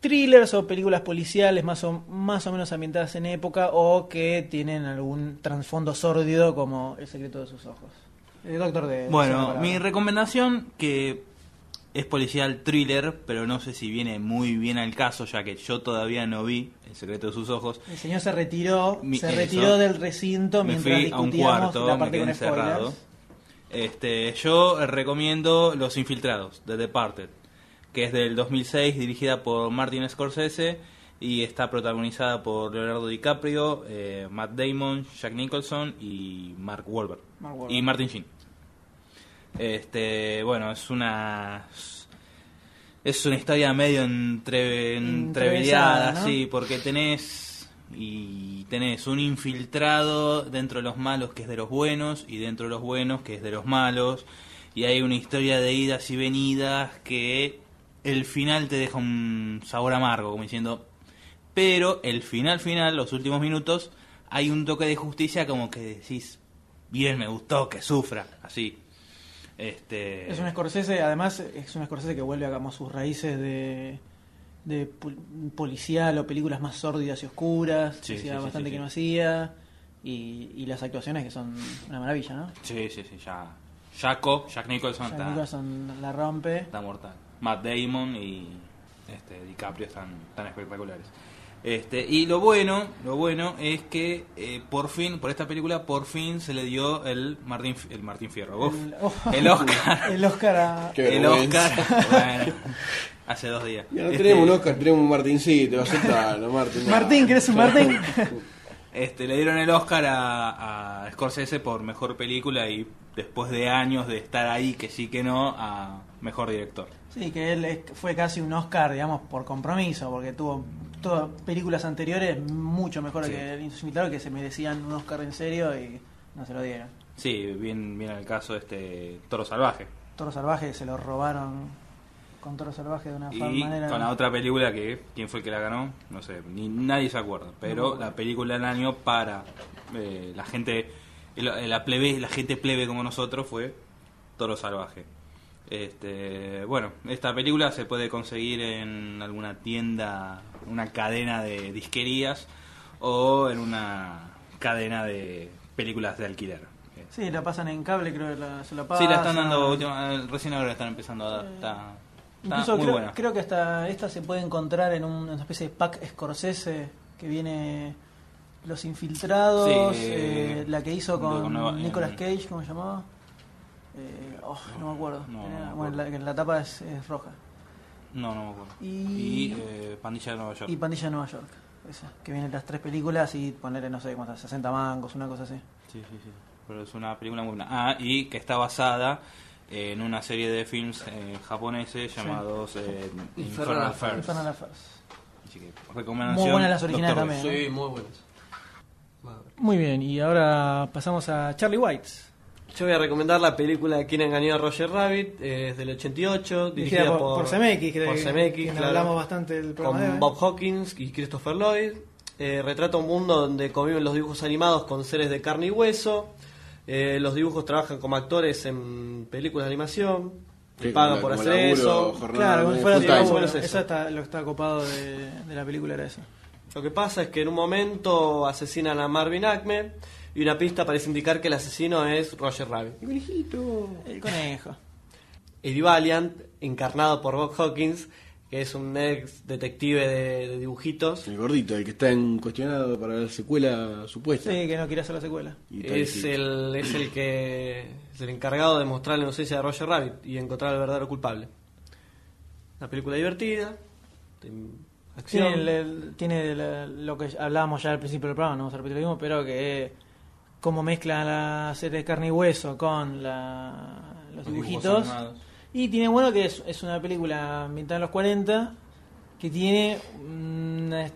thrillers o películas policiales más o, más o menos ambientadas en época o que tienen algún trasfondo sórdido como El secreto de sus ojos. Eh, Doctor D. Bueno, mi mi recomendación que es policial thriller, pero no sé si viene muy bien al caso, ya que yo todavía no vi El secreto de sus ojos. el señor se retiró, Mi- se eso. retiró del recinto Me mientras fui a un discutíamos cuarto, la me parte quedé con spoilers. encerrado. Este, yo recomiendo Los Infiltrados, de Departed, que es del 2006, dirigida por Martin Scorsese y está protagonizada por Leonardo DiCaprio, eh, Matt Damon, Jack Nicholson y Mark Wahlberg. Mark Wahlberg. Y Martin Sheen. Este, bueno, es una Es una historia medio entre, entrevillada, Entrevesada, ¿no? sí, porque tenés y tenés un infiltrado dentro de los malos que es de los buenos y dentro de los buenos que es de los malos y hay una historia de idas y venidas que el final te deja un sabor amargo, como diciendo, pero el final final, los últimos minutos, hay un toque de justicia como que decís, bien, me gustó que sufra, así. Este, Es un Scorsese, además es un Scorsese que vuelve a como, sus raíces de, de pol- policial o películas más sórdidas y oscuras, Sí, que sí, hacía sí, bastante sí, que sí. no hacía, y, y las actuaciones que son una maravilla, ¿no? Sí, sí, sí, ya. Jacob, Jack Nicholson Jack está, Nicholson la rompe. está mortal. Matt Damon y este, DiCaprio están tan espectaculares. Este, y lo bueno, lo bueno es que eh, por fin, por esta película, por fin se le dio el Martín, el Martín Fierro, uf, El- el, oh. Oscar. El Oscar a- Qué el vergüenza. Oscar. Bueno, hace dos días. Ya no Este, tenemos un Oscar, tenemos un Martincito, aceptalo, Martín. Martín, ¿querés un Martín? Este, le dieron el Oscar a, a Scorsese por mejor película y después de años de estar ahí, que sí que no, a mejor director. Sí, que él es- fue casi un Oscar, digamos, por compromiso, porque tuvo todas películas anteriores mucho mejor Sí. que el Insumitable, que se merecían un Oscar en serio y no se lo dieron. Sí, bien, bien al caso este Toro Salvaje. Toro Salvaje se lo robaron con Toro Salvaje de una Y fal- manera. con la otra película que, ¿quién fue el que la ganó? No sé, ni nadie se acuerda. Pero la película del año para eh, la gente, el- la plebe, la gente plebe como nosotros fue Toro Salvaje. Este, bueno, esta película se puede conseguir en alguna tienda, una cadena de disquerías o en una cadena de películas de alquiler. Sí, la pasan en cable, creo que la- se la pasan. Sí, la están dando última- eh, recién ahora están empezando a dar. Está, está Incluso muy creo, buena. creo que hasta esta se puede encontrar en un- una especie de pack Scorsese que viene Los Infiltrados, Sí, eh, eh, la que hizo lo con con Nueva- Nicolas en- Cage, ¿cómo se llamaba? Eh, oh, no me acuerdo. No, no Tenía- me bueno, la, la tapa es, es roja. No, no me acuerdo. Y- Y, eh, Pandilla de Nueva York. Y Pandilla de Nueva York, esa, que vienen las tres películas y ponerle, no sé, cuántas, 60 mangos, una cosa así. Sí, sí, sí. Pero es una película muy buena. Ah, y que está basada en una serie de films eh, japoneses llamados eh, Infernal Affairs. Infernal Affairs. Así que, recomendación, Muy buenas las originales Doctor también, Who. ¿no? Sí, muy buenas. Muy bien, y ahora pasamos a Charlie White. Yo voy a recomendar la película Quien engañó a Roger Rabbit, eh, es del 88, dirigida, Dirigida por- por Zemeckis, que- por Zemeckis, que claro. hablamos bastante del programa de Con hoy. Bob Hawkins y Christopher Lloyd. Eh, retrata un mundo donde conviven los dibujos animados con seres de carne y hueso. Eh, los dibujos trabajan como actores en películas de animación. Sí, y como- pagan por como hacer laburo, eso. jornada Claro, como si fuera Sí, tipo, más o bueno, menos eso. eso. está, lo que está copado de, de la película era eso. Lo que pasa es que en un momento asesinan a Marvin Acme y una pista parece indicar que el asesino es Roger Rabbit. El conejo. Eddie Valiant, encarnado por Bob Hawkins, que es un ex detective de, de dibujitos. El gordito, el que está en cuestionado para la secuela supuesta. Sí, que no quiere hacer la secuela. Y tal, Es sí. el, es el que es el encargado de mostrar la inocencia de Roger Rabbit y encontrar al verdadero culpable. Una película divertida, de acción. Tiene, el- el- tiene la- lo que hablábamos ya al principio del programa, no vamos a repetir lo mismo, pero que cómo mezclan la serie de carne y hueso con la- los, Los dibujos dibujitos. animados. Y tiene bueno que es, es una película ambientada en los 40 que tiene una est-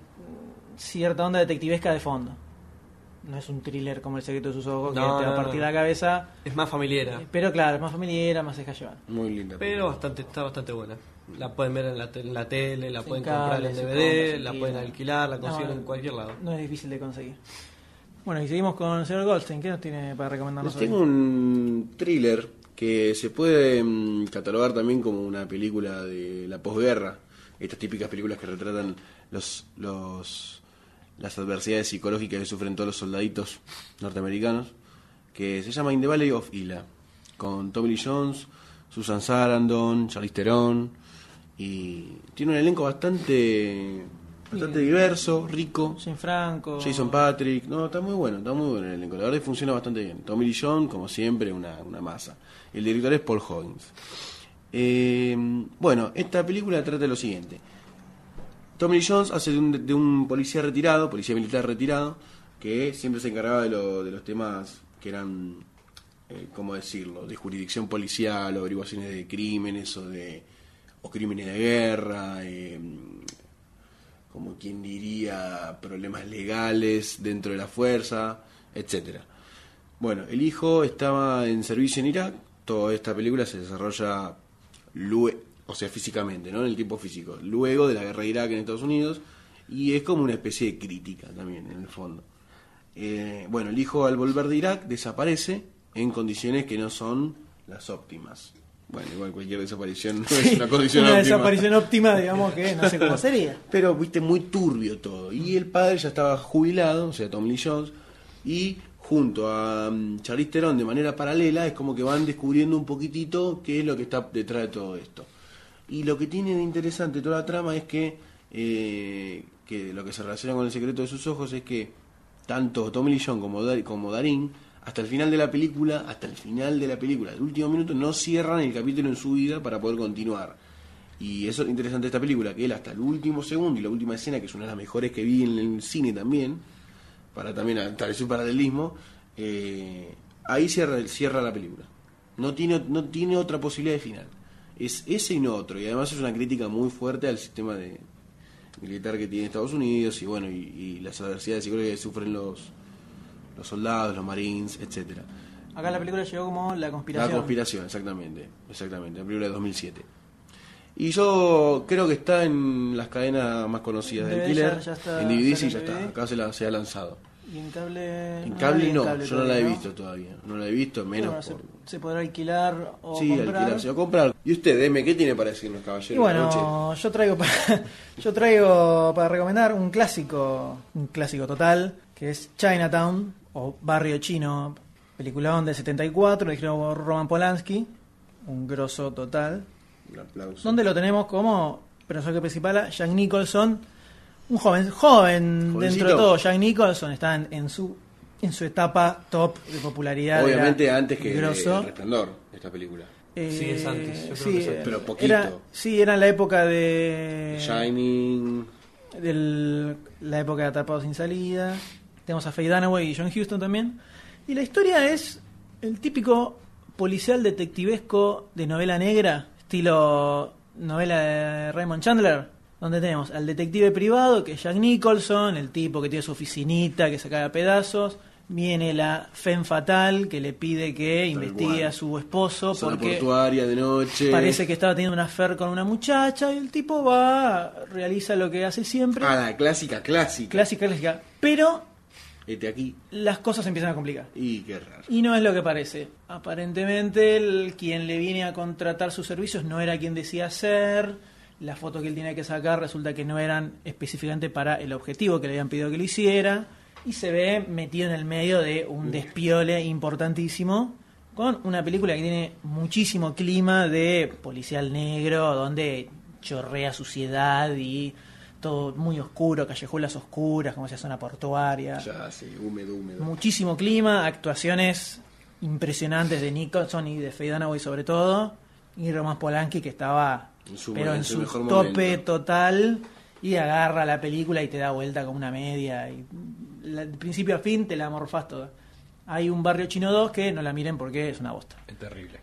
cierta onda detectivesca de fondo. No es un thriller como El secreto de sus ojos que No, te va a no, partir no. la cabeza, Es más familiar, pero claro, es más familiar, más se deja llevar. Muy linda. pero bastante, está bastante buena. La pueden ver en la, te- en la tele, la En pueden cable, comprar en se DVD, compra, la se pueden alquila. alquilar, la No, consiguen no. en cualquier lado. No es difícil de conseguir. Bueno, y seguimos con el señor Goldstein. ¿Qué nos tiene para recomendarnos Les hoy? tengo un thriller que se puede mm, catalogar también como una película de la posguerra. Estas típicas películas que retratan los, los, las adversidades psicológicas que sufren todos los soldaditos norteamericanos. Que se llama In the Valley of Ila. Con Tommy Lee Jones, Susan Sarandon, Charlize Theron. Y tiene un elenco bastante, bastante diverso, rico. Jane Franco. Jason Patrick, no, está muy bueno, está muy bueno el elenco. La verdad que funciona bastante bien. Tommy Lee Jones, como siempre, una, una masa. El director es Paul Hoggins. Eh, bueno, esta película trata de lo siguiente. Tommy Lee Jones hace de un, de un policía retirado, policía militar retirado, que siempre se encargaba de, lo- de los temas que eran, eh, ¿cómo decirlo?, de jurisdicción policial o averiguaciones de crímenes o de o crímenes de guerra, eh, como quien diría, problemas legales dentro de la fuerza, etcétera. Bueno, el hijo estaba en servicio en Irak, toda esta película se desarrolla lue- o sea, físicamente, ¿no? En el tiempo físico, luego de la guerra de Irak en Estados Unidos, y es como una especie de crítica también, en el fondo. Eh, bueno, el hijo al volver de Irak desaparece en condiciones que no son las óptimas. Bueno, igual cualquier desaparición no es una condición Una óptima. desaparición óptima, digamos que no sé cómo sería. Pero viste muy turbio todo. Y el padre ya estaba jubilado, o sea, Tom Lee Jones, y junto a mm, Charlize Theron de manera paralela es como que van descubriendo un poquitito qué es lo que está detrás de todo esto. Y lo que tiene de interesante toda la trama es que, eh, que lo que se relaciona con el secreto de sus ojos es que tanto Tom Lee Jones como, Dar- como Darín, hasta el final de la película, hasta el final de la película, el último minuto, no cierran el capítulo en su vida para poder continuar. Y eso es lo interesante de esta película, que él hasta el último segundo y la última escena, que es una de las mejores que vi en el cine también, para también establecer un paralelismo, eh, ahí cierra, cierra la película. No tiene, no tiene otra posibilidad de final. Es ese y no otro. Y además es una crítica muy fuerte al sistema de militar que tiene Estados Unidos y bueno, y, y las adversidades psicológicas que sufren los, los soldados, los marines, etcétera. Acá la película llegó como La Conspiración. La conspiración, exactamente. Exactamente, la película de 2007. Y yo creo que está en las cadenas más conocidas del Debe killer. ser, ya está, en DVD sí sale ya en está. DVD. Acá se, la, se ha lanzado. Y en cable. En Eh, no, cable en no, cable yo no la he todavía, visto todavía. No la he visto, menos Bueno, se, por. se podrá alquilar o Sí, comprar. alquilarse o comprar. ¿Y usted, Deme, qué tiene para decirnos, caballero? Y de la noche? bueno, yo traigo para, yo traigo para recomendar un clásico, un clásico total, que es Chinatown o Barrio Chino, peliculón del 74, dirigido por Roman Polanski, un grosso total. Un aplauso. Donde lo tenemos como personaje principal a Jack Nicholson, un joven, joven Jovencito. dentro de todo. Jack Nicholson está en, en su en su etapa top de popularidad. era Obviamente antes que eh, grosso. El Resplandor, esta película. Eh, Sí, es antes, yo creo sí, que es antes. Pero poquito. Era, sí, era en la época de. Shining. del- la época de Atrapados sin Salida. Tenemos a Faye Dunaway y John Huston también. Y la historia es el típico policial detectivesco de novela negra, estilo novela de Raymond Chandler, donde tenemos al detective privado, que es Jack Nicholson, el tipo que tiene su oficinita, que se cae a pedazos. Viene la Femme Fatal, que le pide que investigue cual. a su esposo Zona porque portuaria de noche. Parece que estaba teniendo una affair con una muchacha y el tipo va, realiza lo que hace siempre. Ah, la clásica, clásica. Clásica, clásica. Pero Este aquí. las cosas se empiezan a complicar. Y qué raro. Y no es lo que parece. Aparentemente, el, quien le viene a contratar sus servicios no era quien decía ser. Las fotos que él tenía que sacar resulta que no eran específicamente para el objetivo que le habían pedido que lo hiciera. Y se ve metido en el medio de un despiole importantísimo con una película que tiene muchísimo clima de policial negro, donde chorrea suciedad y todo muy oscuro, callejuelas oscuras, como se zona portuaria Ya, sí, húmedo, húmedo. muchísimo clima, actuaciones impresionantes de Nicholson y de Faye Dunaway sobre todo, y Roman Polanski que estaba En su- pero en en, su su, mejor tope momento. total y agarra la película y te da vuelta como una media y la- de principio a fin te la morfás toda. Hay un barrio chino 2 que no la miren porque es una bosta. Es terrible.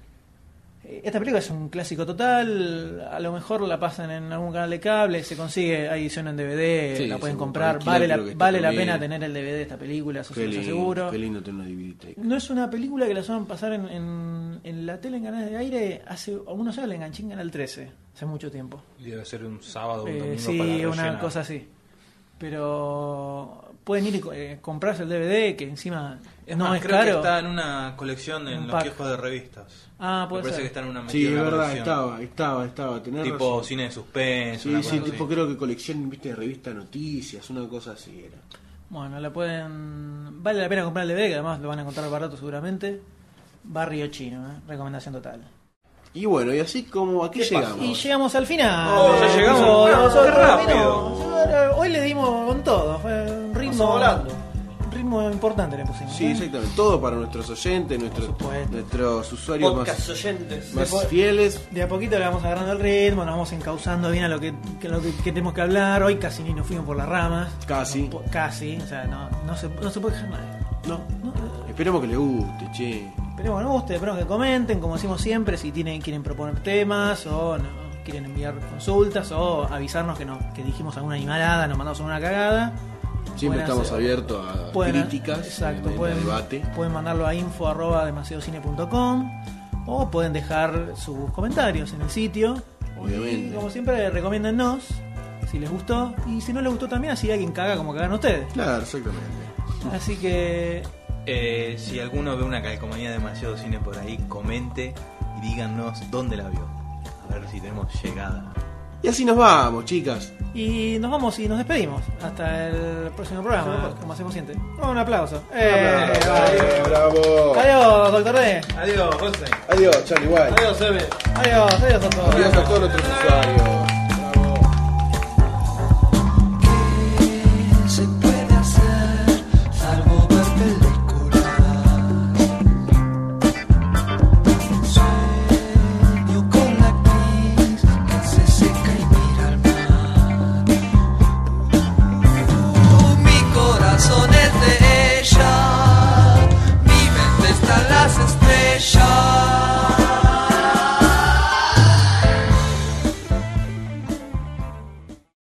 Eh, Esta película es un clásico total, a lo mejor la pasan en algún canal de cable, se consigue, hay edición en DVD, Sí, la pueden seguro, comprar, alquilar vale la, creo que está vale la también. pena tener el DVD de esta película, eso Qué se los lindo, aseguro. Qué lindo tener una DVD tape. No es una película que la suelen pasar en, en- en la tele, en canales de aire. Hace algunos años la enganché en Canal 13, hace mucho tiempo. Debe ser un sábado, un Eh, domingo sí, para una rellenar. cosa así. Pero pueden ir y co- eh, comprarse el DVD, que encima Es no más, es Ah, creo que caro. está en una colección en Un los pack. viejos de revistas. Ah, Me puede parece ser. que está en una Sí, metida en es la verdad, colección. estaba, estaba, estaba. Tenés Tipo razón. cine de suspenso. Sí, una sí, cosa tipo así. creo que colección, viste, de revista Noticias, una cosa así era. Bueno, la pueden. Vale la pena comprar el DVD, que además lo van a encontrar barato seguramente. Barrio Chino, ¿eh? recomendación total. Y bueno, y así como, ¿a qué, llegamos? Y llegamos al final. Oh, ya llegamos. Nosotros, Ah, nosotros, qué rápido. nosotros, Hoy le dimos con todo. Fue un ritmo. Pasó volando. Un ritmo importante le pusimos. Sí, ¿eh? exactamente. Todo para nuestros oyentes, nuestros, nuestros usuarios Podcast más, oyentes. más Después- fieles. De a poquito le vamos agarrando el ritmo, nos vamos encauzando bien a lo que, que lo que, que tenemos que hablar. Hoy casi ni nos fuimos por las ramas. Casi. Po- Casi, o sea, no, no, se, no se puede dejar nadie. No. No, Esperemos que les guste, che. Esperemos que les guste, esperemos que comenten, como decimos siempre, si tienen, quieren proponer temas o no, quieren enviar consultas o avisarnos que, nos, que dijimos alguna animalada, nos mandamos una cagada. Siempre pueden estamos hacer- abiertos a pueden- críticas, exacto, eh, de- de pueden, debate. pueden mandarlo a info arroba demasiadocine.com o pueden dejar sus comentarios en el sitio. Y Obviamente. como siempre, recomiéndennos si les gustó y si no les gustó también, así alguien caga como cagan ustedes. Claro, exactamente. Así que Eh, si alguno ve una calcomanía de demasiado cine por ahí, comente y díganos dónde la vio. A ver si tenemos llegada. Y así nos vamos, chicas. Y nos vamos y nos despedimos. Hasta el próximo programa, como hacemos siempre. Un aplauso. Eh, bravo. Adiós, doctor D. Adiós, José. Adiós, Johnny White. Adiós, M. Adiós, adiós a todos. Adiós a todos nuestros usuarios.